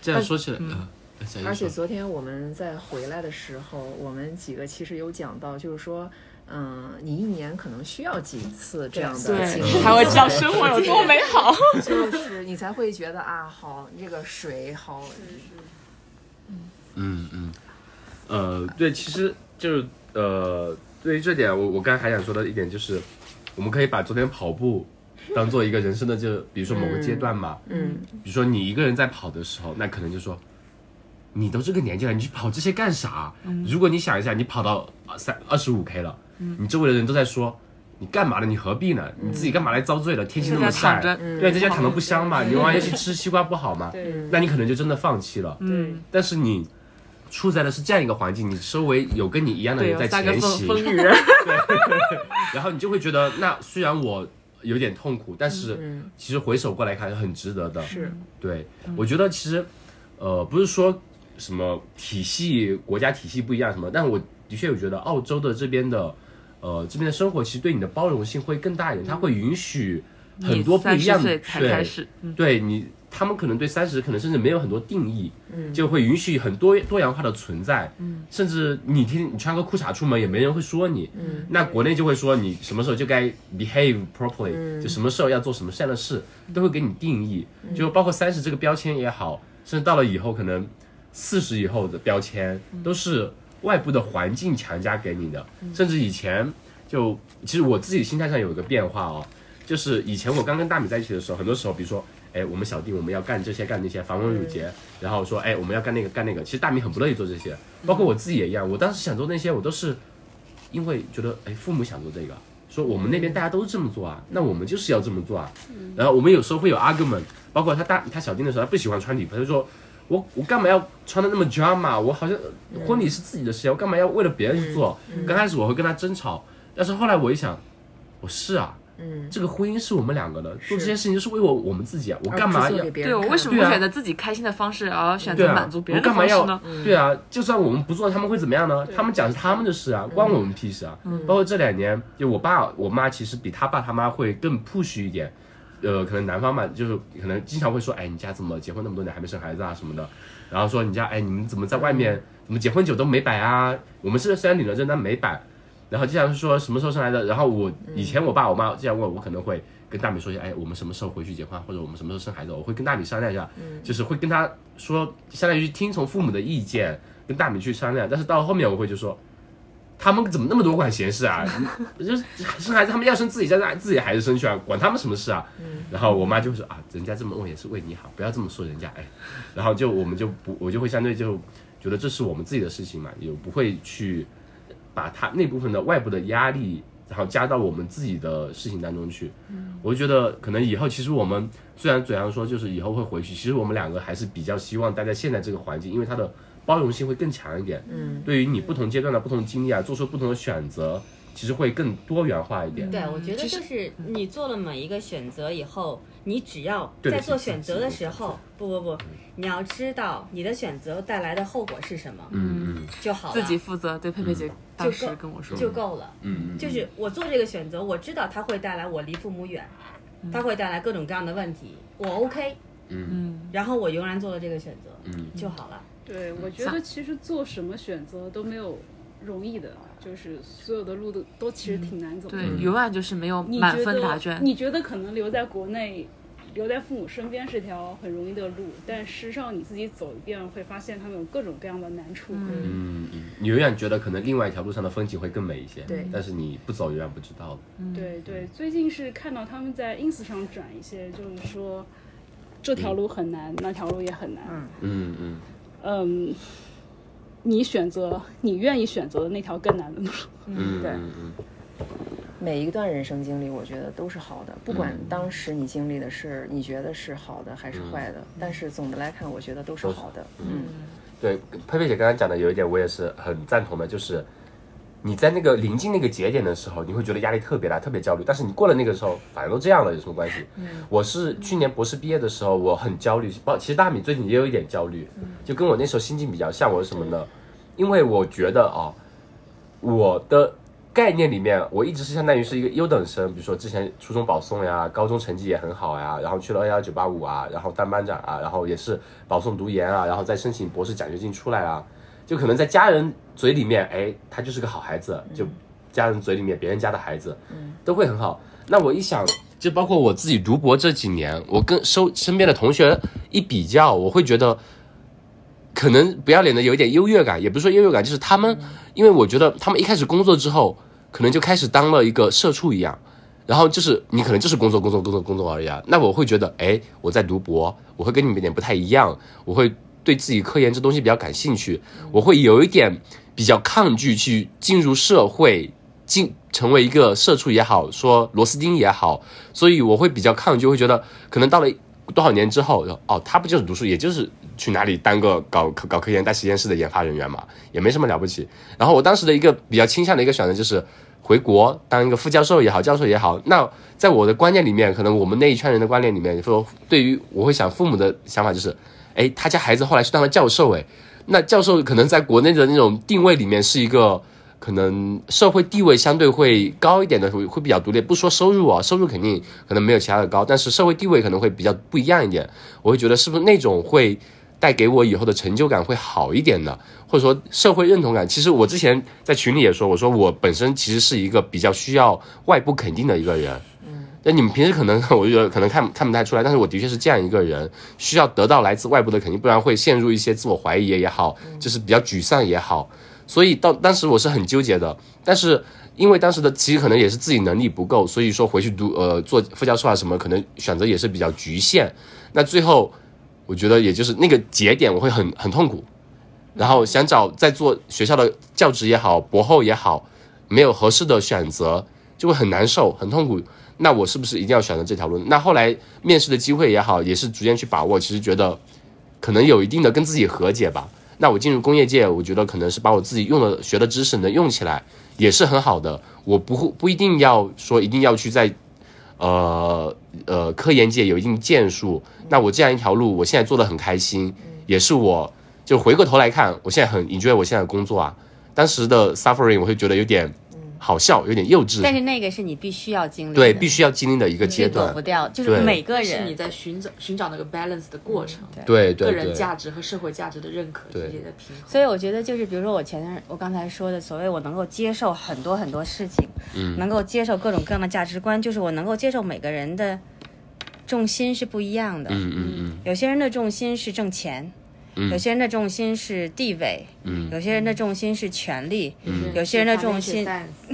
Speaker 1: 这样说起来，啊小姨
Speaker 8: 而且
Speaker 1: 说
Speaker 8: 昨天我们在回来的时候，我们几个其实有讲到，就是说，嗯、你一年可能需要几次这样的经历，
Speaker 4: <laughs> 才会知道生活有多美好。
Speaker 8: 就是你才会觉得啊，好，这个水好，
Speaker 1: 嗯嗯，呃，对，其实就是呃，对于这点，我我刚才还想说的一点就是，我们可以把昨天跑步当做一个人生的就，比如说某个阶段嘛，
Speaker 8: 嗯，
Speaker 1: 比如说你一个人在跑的时候，那可能就说，你都这个年纪了，你去跑这些干啥？
Speaker 4: 嗯
Speaker 1: 如果你想一下，你跑到呃三二十五 K 了，你周围的人都在说。你干嘛呢？你何必呢？你自己干嘛来遭罪了？天气那么
Speaker 4: 嗯在家
Speaker 1: 晒
Speaker 4: 躺着，嗯
Speaker 1: 对，在家躺着不香嘛？你万一去吃西瓜不好吗？那你可能就真的放弃了。
Speaker 4: 嗯，
Speaker 1: 但是你处在的是这样一个环境，你周围有跟你一样的
Speaker 4: 对，
Speaker 1: 人
Speaker 4: 有
Speaker 1: 在
Speaker 4: 三个
Speaker 1: 前
Speaker 4: 风
Speaker 1: 行，
Speaker 4: 风雨人。
Speaker 1: <laughs> 然后你就会觉得，那虽然我有点痛苦，但是
Speaker 4: 嗯
Speaker 1: 其实回首过来看很值得的。
Speaker 8: 是，
Speaker 1: 对，我觉得其实，呃，不是说什么体系、国家体系不一样什么，但我的确有觉得澳洲的这边的，呃，这边的生活其实对你的包容性会更大一点，它会允许很多不
Speaker 4: 三
Speaker 1: 一
Speaker 4: 十
Speaker 1: 样
Speaker 4: 岁
Speaker 1: 的
Speaker 4: 才
Speaker 1: 对
Speaker 4: 开始，嗯，
Speaker 1: 对你，他们可能对三十可能甚至没有很多定义，就会允许很多多元化的存在，甚至你天你穿个裤衩出门也没人会说你，那国内就会说你什么时候就该 behave properly，、就什么时候要做什么善的事，都会给你定义，就包括三十这个标签也好，甚至到了以后可能四十以后的标签都是外部的环境强加给你的，甚至以前就其实我自己心态上有一个变化哦，就是以前我刚跟大米在一起的时候，很多时候比如说，哎，我们小弟我们要干这些干那些，繁文缛节，然后说哎我们要干那个干那个，其实大米很不乐意做这些，包括我自己也一样，我当时想做那些我都是因为觉得哎父母想做这个。说我们那边大家都这么做
Speaker 8: 嗯
Speaker 1: 啊，那我们就是要这么做啊。然后我们有时候会有 argument，包括他大他小弟的时候，他不喜欢穿礼服，他就说我我干嘛要穿的那么 drama？我好像呃婚礼是自己的事情，我干嘛要为了别人去做？
Speaker 8: 嗯
Speaker 1: 刚开始我会跟他争吵，但是后来我一想，我是啊，嗯，这个婚姻是我们两个的，做这些事情是为我我们自己啊，我干
Speaker 8: 呃
Speaker 1: 嘛
Speaker 8: 而不是哦
Speaker 1: 要
Speaker 8: 做给？别
Speaker 4: 对
Speaker 8: 人
Speaker 4: 我
Speaker 8: 看
Speaker 4: 为什么
Speaker 1: 对
Speaker 4: 不
Speaker 1: 啊
Speaker 4: 选择自己开心的方式，而选
Speaker 1: 对
Speaker 4: 择
Speaker 1: 啊，
Speaker 4: 满足别人
Speaker 1: 我
Speaker 4: 的
Speaker 1: 干嘛
Speaker 4: 方式
Speaker 1: 要
Speaker 4: 呢？？
Speaker 1: 对啊，就算我们不做，他们会怎么样呢？他们讲是他们的
Speaker 4: 嗯
Speaker 1: 事啊，关我们屁事啊。包括这两年，就我爸我妈其实比他爸他妈会更 push 一点。呃，可能男方嘛，就是可能经常会说，哎，你家怎么结婚那么多年还没生孩子啊什么的，然后说你家，哎，你们怎么在外面，
Speaker 4: 嗯
Speaker 1: 怎么结婚酒都没摆啊？我们是虽然领了证，但没摆。然后经常说什么时候生孩子，然后我以前我爸我妈这样问我，我可能会跟大米说一下，哎，我们什么时候回去结婚，啊或者我们什么时候生孩子，我会跟大米商量一下，就是会跟他说，相当于听从父母的意见，跟大米去商量。但是到后面我会就说，他们怎么那么多管闲事啊？ <laughs> 就是生孩子，他们要生自己家的自己孩子生去啊，管他们什么事啊？然后我妈就会说啊，人家这么问也是为你好，不要这么说人家哎。然后就我们就不，我就会相对就觉得这是我们自己的事情嘛，也不会去把他那部分的外部的压力，然后加到我们自己的事情当中去。我就觉得可能以后其实我们虽然嘴上说就是以后会回去，其实我们两个还是比较希望待在现在这个环境，因为它的包容性会更强一点。嗯，对于你不同阶段的不同经历啊，做出不同的选择，其实会更多元化一点。
Speaker 2: 对，我觉得就是你做了每一个选择以后，你只要
Speaker 1: 对
Speaker 2: 在
Speaker 1: 是
Speaker 2: 做
Speaker 1: 是
Speaker 2: 选
Speaker 1: 是
Speaker 2: 择的
Speaker 1: 是
Speaker 2: 时候，不不不，你要知道你的选择带来的后果是什么
Speaker 1: 嗯嗯
Speaker 2: 就好了，
Speaker 4: 自己负责。对，佩佩姐当时跟我说，
Speaker 2: 就够了。
Speaker 1: 嗯嗯，
Speaker 2: 就是我做这个选择，我知道它会带来我离父母远，它会带来各种各样的问题，我 OK，
Speaker 1: 嗯
Speaker 2: 然后我仍然做了这个选择
Speaker 1: 嗯
Speaker 2: 就好了。
Speaker 3: 对，我觉得其实做什么选择都没有容易的，就是所有的路都都其实挺难走的。
Speaker 4: 对，永远就是没有
Speaker 3: 你
Speaker 4: 满
Speaker 3: 觉
Speaker 4: 分答
Speaker 3: 得
Speaker 4: 卷。
Speaker 3: 你觉得可能留在国内，留在父母身边是条很容易的路，但事实上你自己走一遍会发现他们有各种各样的难处。
Speaker 4: 嗯
Speaker 1: 嗯嗯，你永远觉得可能另外一条路上的风景会更美一些，
Speaker 8: 对
Speaker 1: 但是你不走永远不知道的。
Speaker 3: 对对，最近是看到他们在 ins 上转一些，就是说这条路很难，那条路也很难。
Speaker 1: 嗯嗯
Speaker 3: 嗯，你选择你愿意选择的那条更难的路。
Speaker 1: 嗯，
Speaker 8: 对
Speaker 1: 嗯嗯
Speaker 8: 每一段人生经历，我觉得都是好的，不
Speaker 1: 嗯
Speaker 8: 管当时你经历的是你觉得是好的还是坏的，但是总的来看，我觉得都是
Speaker 1: 都是
Speaker 8: 好的。
Speaker 1: 对，佩佩姐刚刚讲的有一点，我也是很赞同的，就是你在那个临近那个节点的时候，你会觉得压力特别大，特别焦虑。但是你过了那个时候，反正都这样了，有什么关系？我是去年博士毕业的时候，我很焦虑，包其实大米最近也有一点焦虑，就跟我那时候心境比较像。我是什么呢？因为我觉得啊、我的概念里面，我一直是相当于是一个优等生，比如说之前初中保送呀，高中成绩也很好呀，然后去了二幺九八五啊，然后当班长啊，然后也是保送读研啊，然后再申请博士奖学金出来啊，就可能在家人嘴里面，哎，他就是个好孩子，就家人嘴里面别人家的孩子，都会很好。那我一想，就包括我自己读博这几年，我跟收身边的同学一比较，我会觉得。可能不要脸的有一点优越感，也不是说优越感，就是他们，因为我觉得他们一开始工作之后，可能就开始当了一个社畜一样，然后就是你可能就是工作工作工作工作而已啊。那我会觉得，哎，我在读博，我会跟你们有点不太一样，我会对自己科研这东西比较感兴趣，我会有一点比较抗拒去进入社会。进成为一个社畜也好，说螺丝钉也好，所以我会比较抗拒，会觉得可能到了多少年之后，哦，他不就是读书，也就是去哪里当个搞搞搞科研、大实验室的研发人员嘛，也没什么了不起。然后我当时的一个比较倾向的一个选择就是回国当一个副教授也好，教授也好。那在我的观念里面，可能我们那一圈人的观念里面，说对于我会想父母的想法就是，哎，他家孩子后来去当了教授，哎，那教授可能在国内的那种定位里面是一个。可能社会地位相对会高一点的，会会比较独立。不说收入啊，收入肯定可能没有其他的高，但是社会地位可能会比较不一样一点。我会觉得是不是那种会带给我以后的成就感会好一点呢？或者说社会认同感？其实我之前在群里也说，我说我本身其实是一个比较需要外部肯定的一个人。那你们平时可能我就觉得可能看看不太出来，但是我的确是这样一个人，需要得到来自外部的肯定，不然会陷入一些自我怀疑也好，就是比较沮丧也好。所以到当时我是很纠结的，但是因为当时的其实可能也是自己能力不够，所以说回去读呃做副教授啊什么，可能选择也是比较局限。那最后我觉得也就是那个节点，我会很很痛苦，然后想找在做学校的教职也好，博后也好，没有合适的选择，就会很难受，很痛苦。那我是不是一定要选择这条路？那后来面试的机会也好，也是逐渐去把握。其实觉得可能有一定的跟自己和解吧。那我进入工业界，我觉得可能是把我自己用的学的知识能用起来，也是很好的。我不会不一定要说一定要去在，呃呃科研界有一定建树。那我这样一条路，我现在做的很开心，也是我就回过头来看，我现在很 enjoy 我现在的工作啊。当时的 suffering 我会觉得有点好笑，有点幼稚，
Speaker 2: 但是那个是你必须要经历的，
Speaker 1: 对，必须要经历的一个阶
Speaker 2: 是躲
Speaker 1: 段
Speaker 2: 不。掉，就是
Speaker 1: 对
Speaker 2: 每个
Speaker 4: 是你
Speaker 2: 人
Speaker 4: 在寻找寻找那个 balance 的过程，
Speaker 1: 对对
Speaker 4: 个
Speaker 1: 对
Speaker 4: 人，价值和社会价值的认可，
Speaker 1: 对
Speaker 4: 这些的平衡。
Speaker 2: 所以我觉得就是，比如说我前段我刚才说的，所谓我能够接受很多很多事情，嗯，能够接受各种各样的价值观，就是我能够接受每个人的重心是不一样的。
Speaker 1: 嗯嗯嗯，
Speaker 2: 有些人的重心是挣钱，有些人的重心是地位，
Speaker 1: 嗯
Speaker 2: 有些人的重心是权力，有些人的重心， <laughs>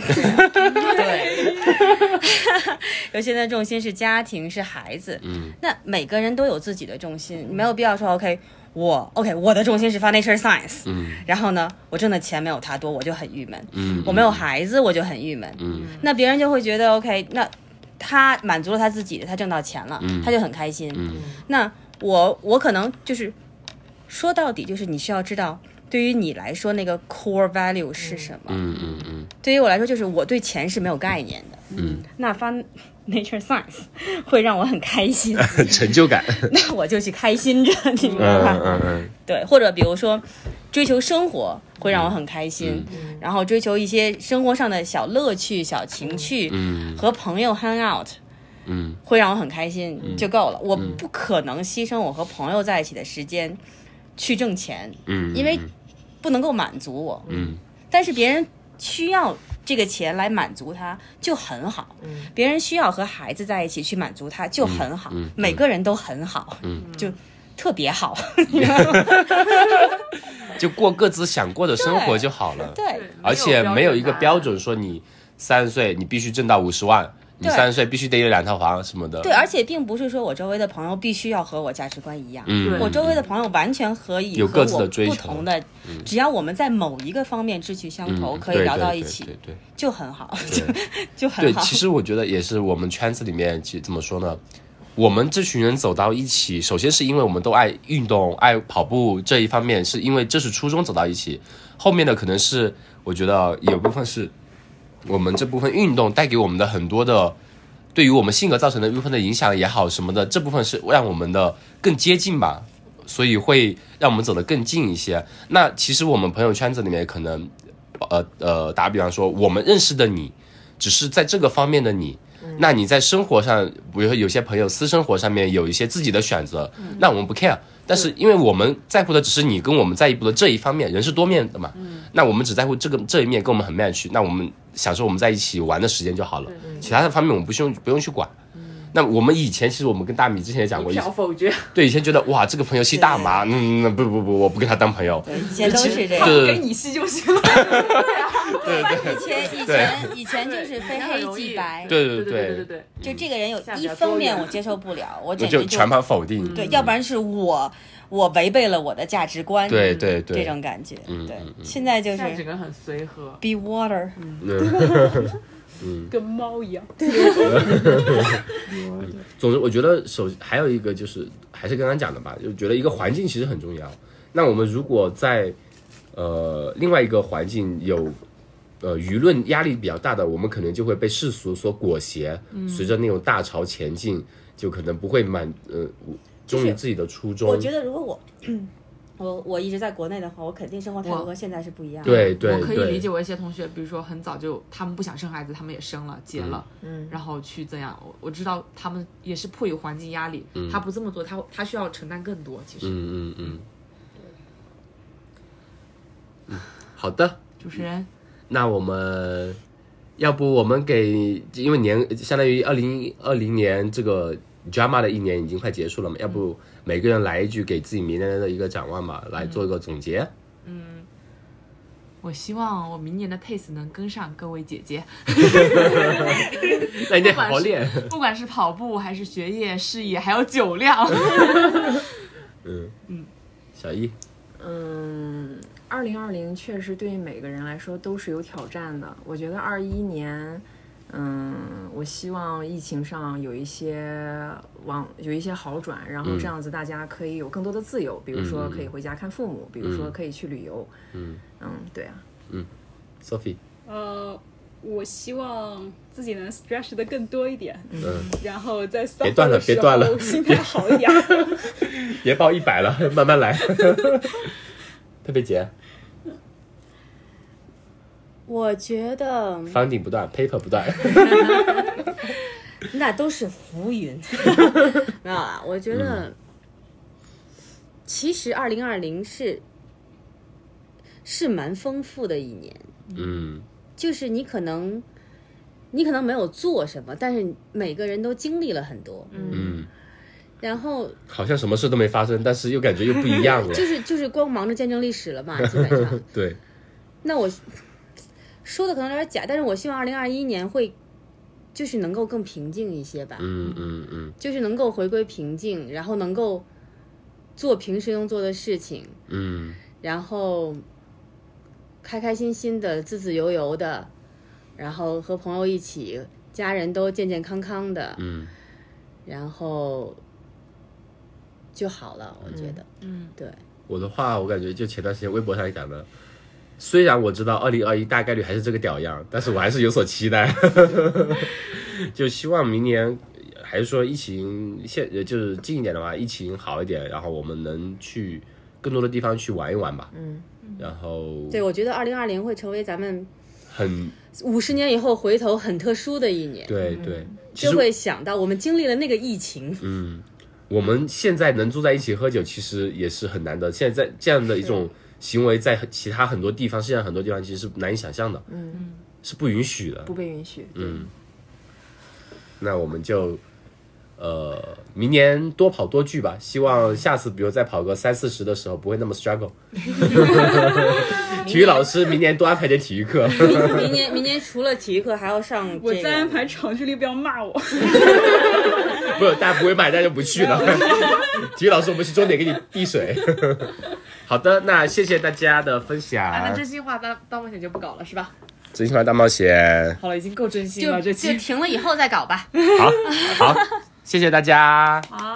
Speaker 2: 有些人的重心是家庭，是孩子。
Speaker 1: 嗯，
Speaker 2: 那每个人都有自己的重心，你没有必要说 OK，我 OK，我的重心是 financial science，
Speaker 1: 嗯
Speaker 2: 然后呢，我挣的钱没有他多，我就很郁闷；
Speaker 1: 嗯，
Speaker 2: 我没有孩子，我就很郁闷。
Speaker 1: 嗯
Speaker 2: 那别人就会觉得 OK，那他满足了他自己的，他挣到钱了，他就很开心。
Speaker 1: 嗯
Speaker 2: 那我我可能就是说到底，就是你需要知道，对于你来说那个 core value 是什么。
Speaker 1: 嗯嗯嗯
Speaker 2: 对于我来说，就是我对钱是没有概念的。
Speaker 1: 嗯
Speaker 2: 那翻 <laughs> Nature Science 会让我很开心，
Speaker 1: 嗯，成就感，
Speaker 2: 那我就去开心着，你明
Speaker 1: 嗯
Speaker 2: 白吧？
Speaker 1: 嗯嗯
Speaker 2: 对，或者比如说追求生活会让我很开心，
Speaker 1: 嗯
Speaker 2: 嗯然后追求一些生活上的小乐趣、小情趣，
Speaker 1: 嗯
Speaker 2: 和朋友 hang out
Speaker 1: 嗯
Speaker 2: 会让我很开心就够了。我不可能牺牲我和朋友在一起的时间去挣钱，
Speaker 1: 嗯，
Speaker 2: 因为不能够满足我。
Speaker 1: 嗯
Speaker 2: 但是别人需要这个钱来满足他就很好，别人需要和孩子在一起去满足他就很好，
Speaker 1: 嗯嗯
Speaker 2: 每个人都很好，
Speaker 1: 嗯
Speaker 2: 就特别好。
Speaker 1: 就过各自想过的生活就好了。
Speaker 2: 对
Speaker 1: 而且没有一个标准说你三十岁你必须挣到五十万，你
Speaker 2: 对
Speaker 1: 三十岁必须得有两套房什么的。
Speaker 2: 对，而且并不是说我周围的朋友必须要和我价值观一样，
Speaker 1: 嗯，
Speaker 2: 我周围的朋友完全可以
Speaker 1: 有
Speaker 2: 和
Speaker 1: 各自
Speaker 2: 我
Speaker 1: 的追求
Speaker 2: 不同的，只要我们在某一个方面志趣相投，
Speaker 1: 嗯
Speaker 2: 可以聊到一
Speaker 1: 对
Speaker 2: 起
Speaker 1: 对对对
Speaker 2: 就很好，
Speaker 1: 对
Speaker 2: <laughs> 就
Speaker 1: 对
Speaker 2: 很
Speaker 1: 对，
Speaker 2: 好。
Speaker 1: 其实我觉得也是我们圈子里面，其实怎么说呢？我们这群人走到一起，首先是因为我们都爱运动、爱跑步这一方面，是因为这是初衷走到一起。后面的可能是我觉得有部分是我们这部分运动带给我们的很多的，对于我们性格造成的一部分的影响也好什么的，这部分是让我们的更接近吧，所以会让我们走得更近一些。那其实我们朋友圈子里面可能，呃呃，打比方说，我们认识的你，只是在这个方面的你。
Speaker 2: 嗯
Speaker 1: 那你在生活上，比如说有些朋友私生活上面有一些自己的选择，
Speaker 2: 嗯
Speaker 1: 那我们不 care。但是因为我们在乎的只是你跟我们在乎的这一方面，人是多面的嘛。
Speaker 2: 嗯
Speaker 1: 那我们只在乎这个这一面跟我们很 match，那我们享受我们在一起玩的时间就好
Speaker 2: 嗯
Speaker 1: 了，其他的方面我们不用不用去管。那我们以前其实我们跟大米之前也讲过，以
Speaker 4: 票否决，
Speaker 1: 对以前觉得哇这个朋友吸大麻，嗯嗯不不不，我不跟他当朋友。
Speaker 2: 以前都是这样，
Speaker 1: 对
Speaker 4: 给你吸就行了。
Speaker 2: 以前以前以前就是非黑即白，
Speaker 1: 对
Speaker 4: 对
Speaker 1: 对
Speaker 4: 对对
Speaker 1: 对
Speaker 4: 对，
Speaker 2: 就这个人有
Speaker 4: 下比
Speaker 2: 一
Speaker 4: 较多
Speaker 2: 方面
Speaker 4: 元
Speaker 2: 我接受不了，我
Speaker 1: 那
Speaker 2: 简直
Speaker 1: 就
Speaker 2: 嗯
Speaker 1: 全盘否定。
Speaker 2: 对，要不然是我我违背了我的价值观，
Speaker 1: 对对
Speaker 2: 嗯这
Speaker 1: 对，
Speaker 2: 种感觉，
Speaker 1: 嗯
Speaker 2: 对
Speaker 1: 嗯，
Speaker 2: 现在就
Speaker 4: 现在整
Speaker 2: 是
Speaker 4: 个人很随和，
Speaker 2: be water，
Speaker 1: 嗯
Speaker 3: 跟猫一样。
Speaker 1: 总之，我觉得首还有一个就是，还是刚刚讲的吧，就觉得一个环境其实很重要。那我们如果在呃另外一个环境有呃舆论压力比较大的，我们可能就会被世俗所裹挟，随着那种大潮前进，就可能不会满呃忠于自己的初衷。
Speaker 2: 我觉得如果我 <clears throat> 我我一直在国内的话，我肯定生活态度
Speaker 4: 我
Speaker 2: 和现在是不一样的。
Speaker 1: 对对
Speaker 4: 我可以理解
Speaker 1: 对，
Speaker 4: 我一些同学，比如说很早就他们不想生孩子，他们也生了结了，嗯，然后去怎样，我我知道他们也是迫于环境压力，他不这么做，他他需要承担更多，其实、
Speaker 1: 嗯嗯嗯嗯。好的，
Speaker 4: 主持人
Speaker 1: 那我们要不我们给，因为年相当于二零二零年这个 drama 的一年已经快结束了嘛，要不每个人来一句给自己明年的一个展望吧，来做一个总结。
Speaker 4: 我希望我明年的 pace 能跟上各位姐姐，
Speaker 1: 那你得好好练。
Speaker 4: 不管是跑步还是学业、事业，还有酒量。 <laughs>
Speaker 1: 嗯嗯，小易，
Speaker 8: 嗯，二零二零确实对于每个人来说都是有挑战的。我觉得二一年，嗯，我希望疫情上有一些往有一些好转，然后
Speaker 1: 嗯
Speaker 8: 这样子大家可以有更多的自由，比如说
Speaker 1: 嗯嗯嗯
Speaker 8: 可以回家看父母，比如说可以去旅游。
Speaker 1: 嗯
Speaker 8: 嗯，对啊，
Speaker 1: ，Sophie，
Speaker 3: 呃，我希望自己能 stretch 的更多一点，
Speaker 1: 嗯，
Speaker 3: 然后在
Speaker 1: 别断了
Speaker 3: suffer 的时候
Speaker 1: 别断了
Speaker 3: 心态
Speaker 1: <laughs>
Speaker 3: 好一点。
Speaker 1: 别报一百了，慢慢 <laughs> 来。佩佩姐
Speaker 2: 我觉得
Speaker 1: ，funding 不断，paper 不断。
Speaker 2: 那都是浮云， <laughs> 没有啊。我觉
Speaker 1: 嗯
Speaker 2: 得，其实二零二零是是蛮丰富的一年，
Speaker 1: 嗯
Speaker 2: 就是你可能你可能没有做什么，但是每个人都经历了很多。
Speaker 1: 嗯
Speaker 2: 然后
Speaker 1: 好像什么事都没发生，但是又感觉又不一样了。
Speaker 2: 就是就是光忙着见证历史了嘛，基本上。
Speaker 1: <laughs> 对，
Speaker 2: 那我说的可能有点假，但是我希望二零二一年会就是能够更平静一些吧，
Speaker 1: 嗯嗯嗯
Speaker 2: 就是能够回归平静，然后能够做平时能做的事情，
Speaker 1: 嗯，
Speaker 2: 然后开开心心的、自自由由的，然后和朋友一起，家人都健健康康的，
Speaker 1: 嗯，
Speaker 2: 然后就好了。我觉得，嗯，对，
Speaker 1: 我的话，我感觉就前段时间微博上也讲了。虽然我知道二零二一大概率还是这个屌样，但是我还是有所期待， <laughs> 就希望明年还是说疫情现呃就是近一点的话，疫情好一点，然后我们能去更多的地方去玩一玩吧。嗯，然后
Speaker 2: 对我觉得二零二零会成为咱们
Speaker 1: 很
Speaker 2: 五十年以后回头很特殊的一年，
Speaker 1: 对对，其
Speaker 2: 就
Speaker 1: 实
Speaker 2: 会想到我们经历了那个疫情，
Speaker 1: 我们现在能住在一起喝酒，其实也是很难得。现在这样的一种行为，在其他很多地方，现在很多地方其实是难以想象的，嗯，是不允许的，
Speaker 8: 不被允许。
Speaker 1: 嗯，那我们就呃，明年多跑多聚吧。希望下次，比如再跑个三四十的时候，不会那么
Speaker 8: <laughs>
Speaker 1: struggle。体育老师明年多安排点体育课。
Speaker 2: 明年明年除了体育课还要上、这个，
Speaker 3: <laughs> 我在安排长距离，不要骂
Speaker 1: <laughs>
Speaker 3: 我。
Speaker 1: 不是，大家不会买，大家就不去 <laughs> 了。体育老师，我们去终点给你递水。 <laughs> 好的，那谢谢大家的分
Speaker 4: 啊，那
Speaker 1: 享。
Speaker 4: 真心话大大冒险就不搞了是吧？
Speaker 1: 真心话大冒险，
Speaker 4: 好了，已经够真心了，
Speaker 2: 就
Speaker 4: 这
Speaker 2: 就
Speaker 4: 期
Speaker 2: 停了以后再搞吧。
Speaker 1: 好好，谢谢大家。
Speaker 4: 好。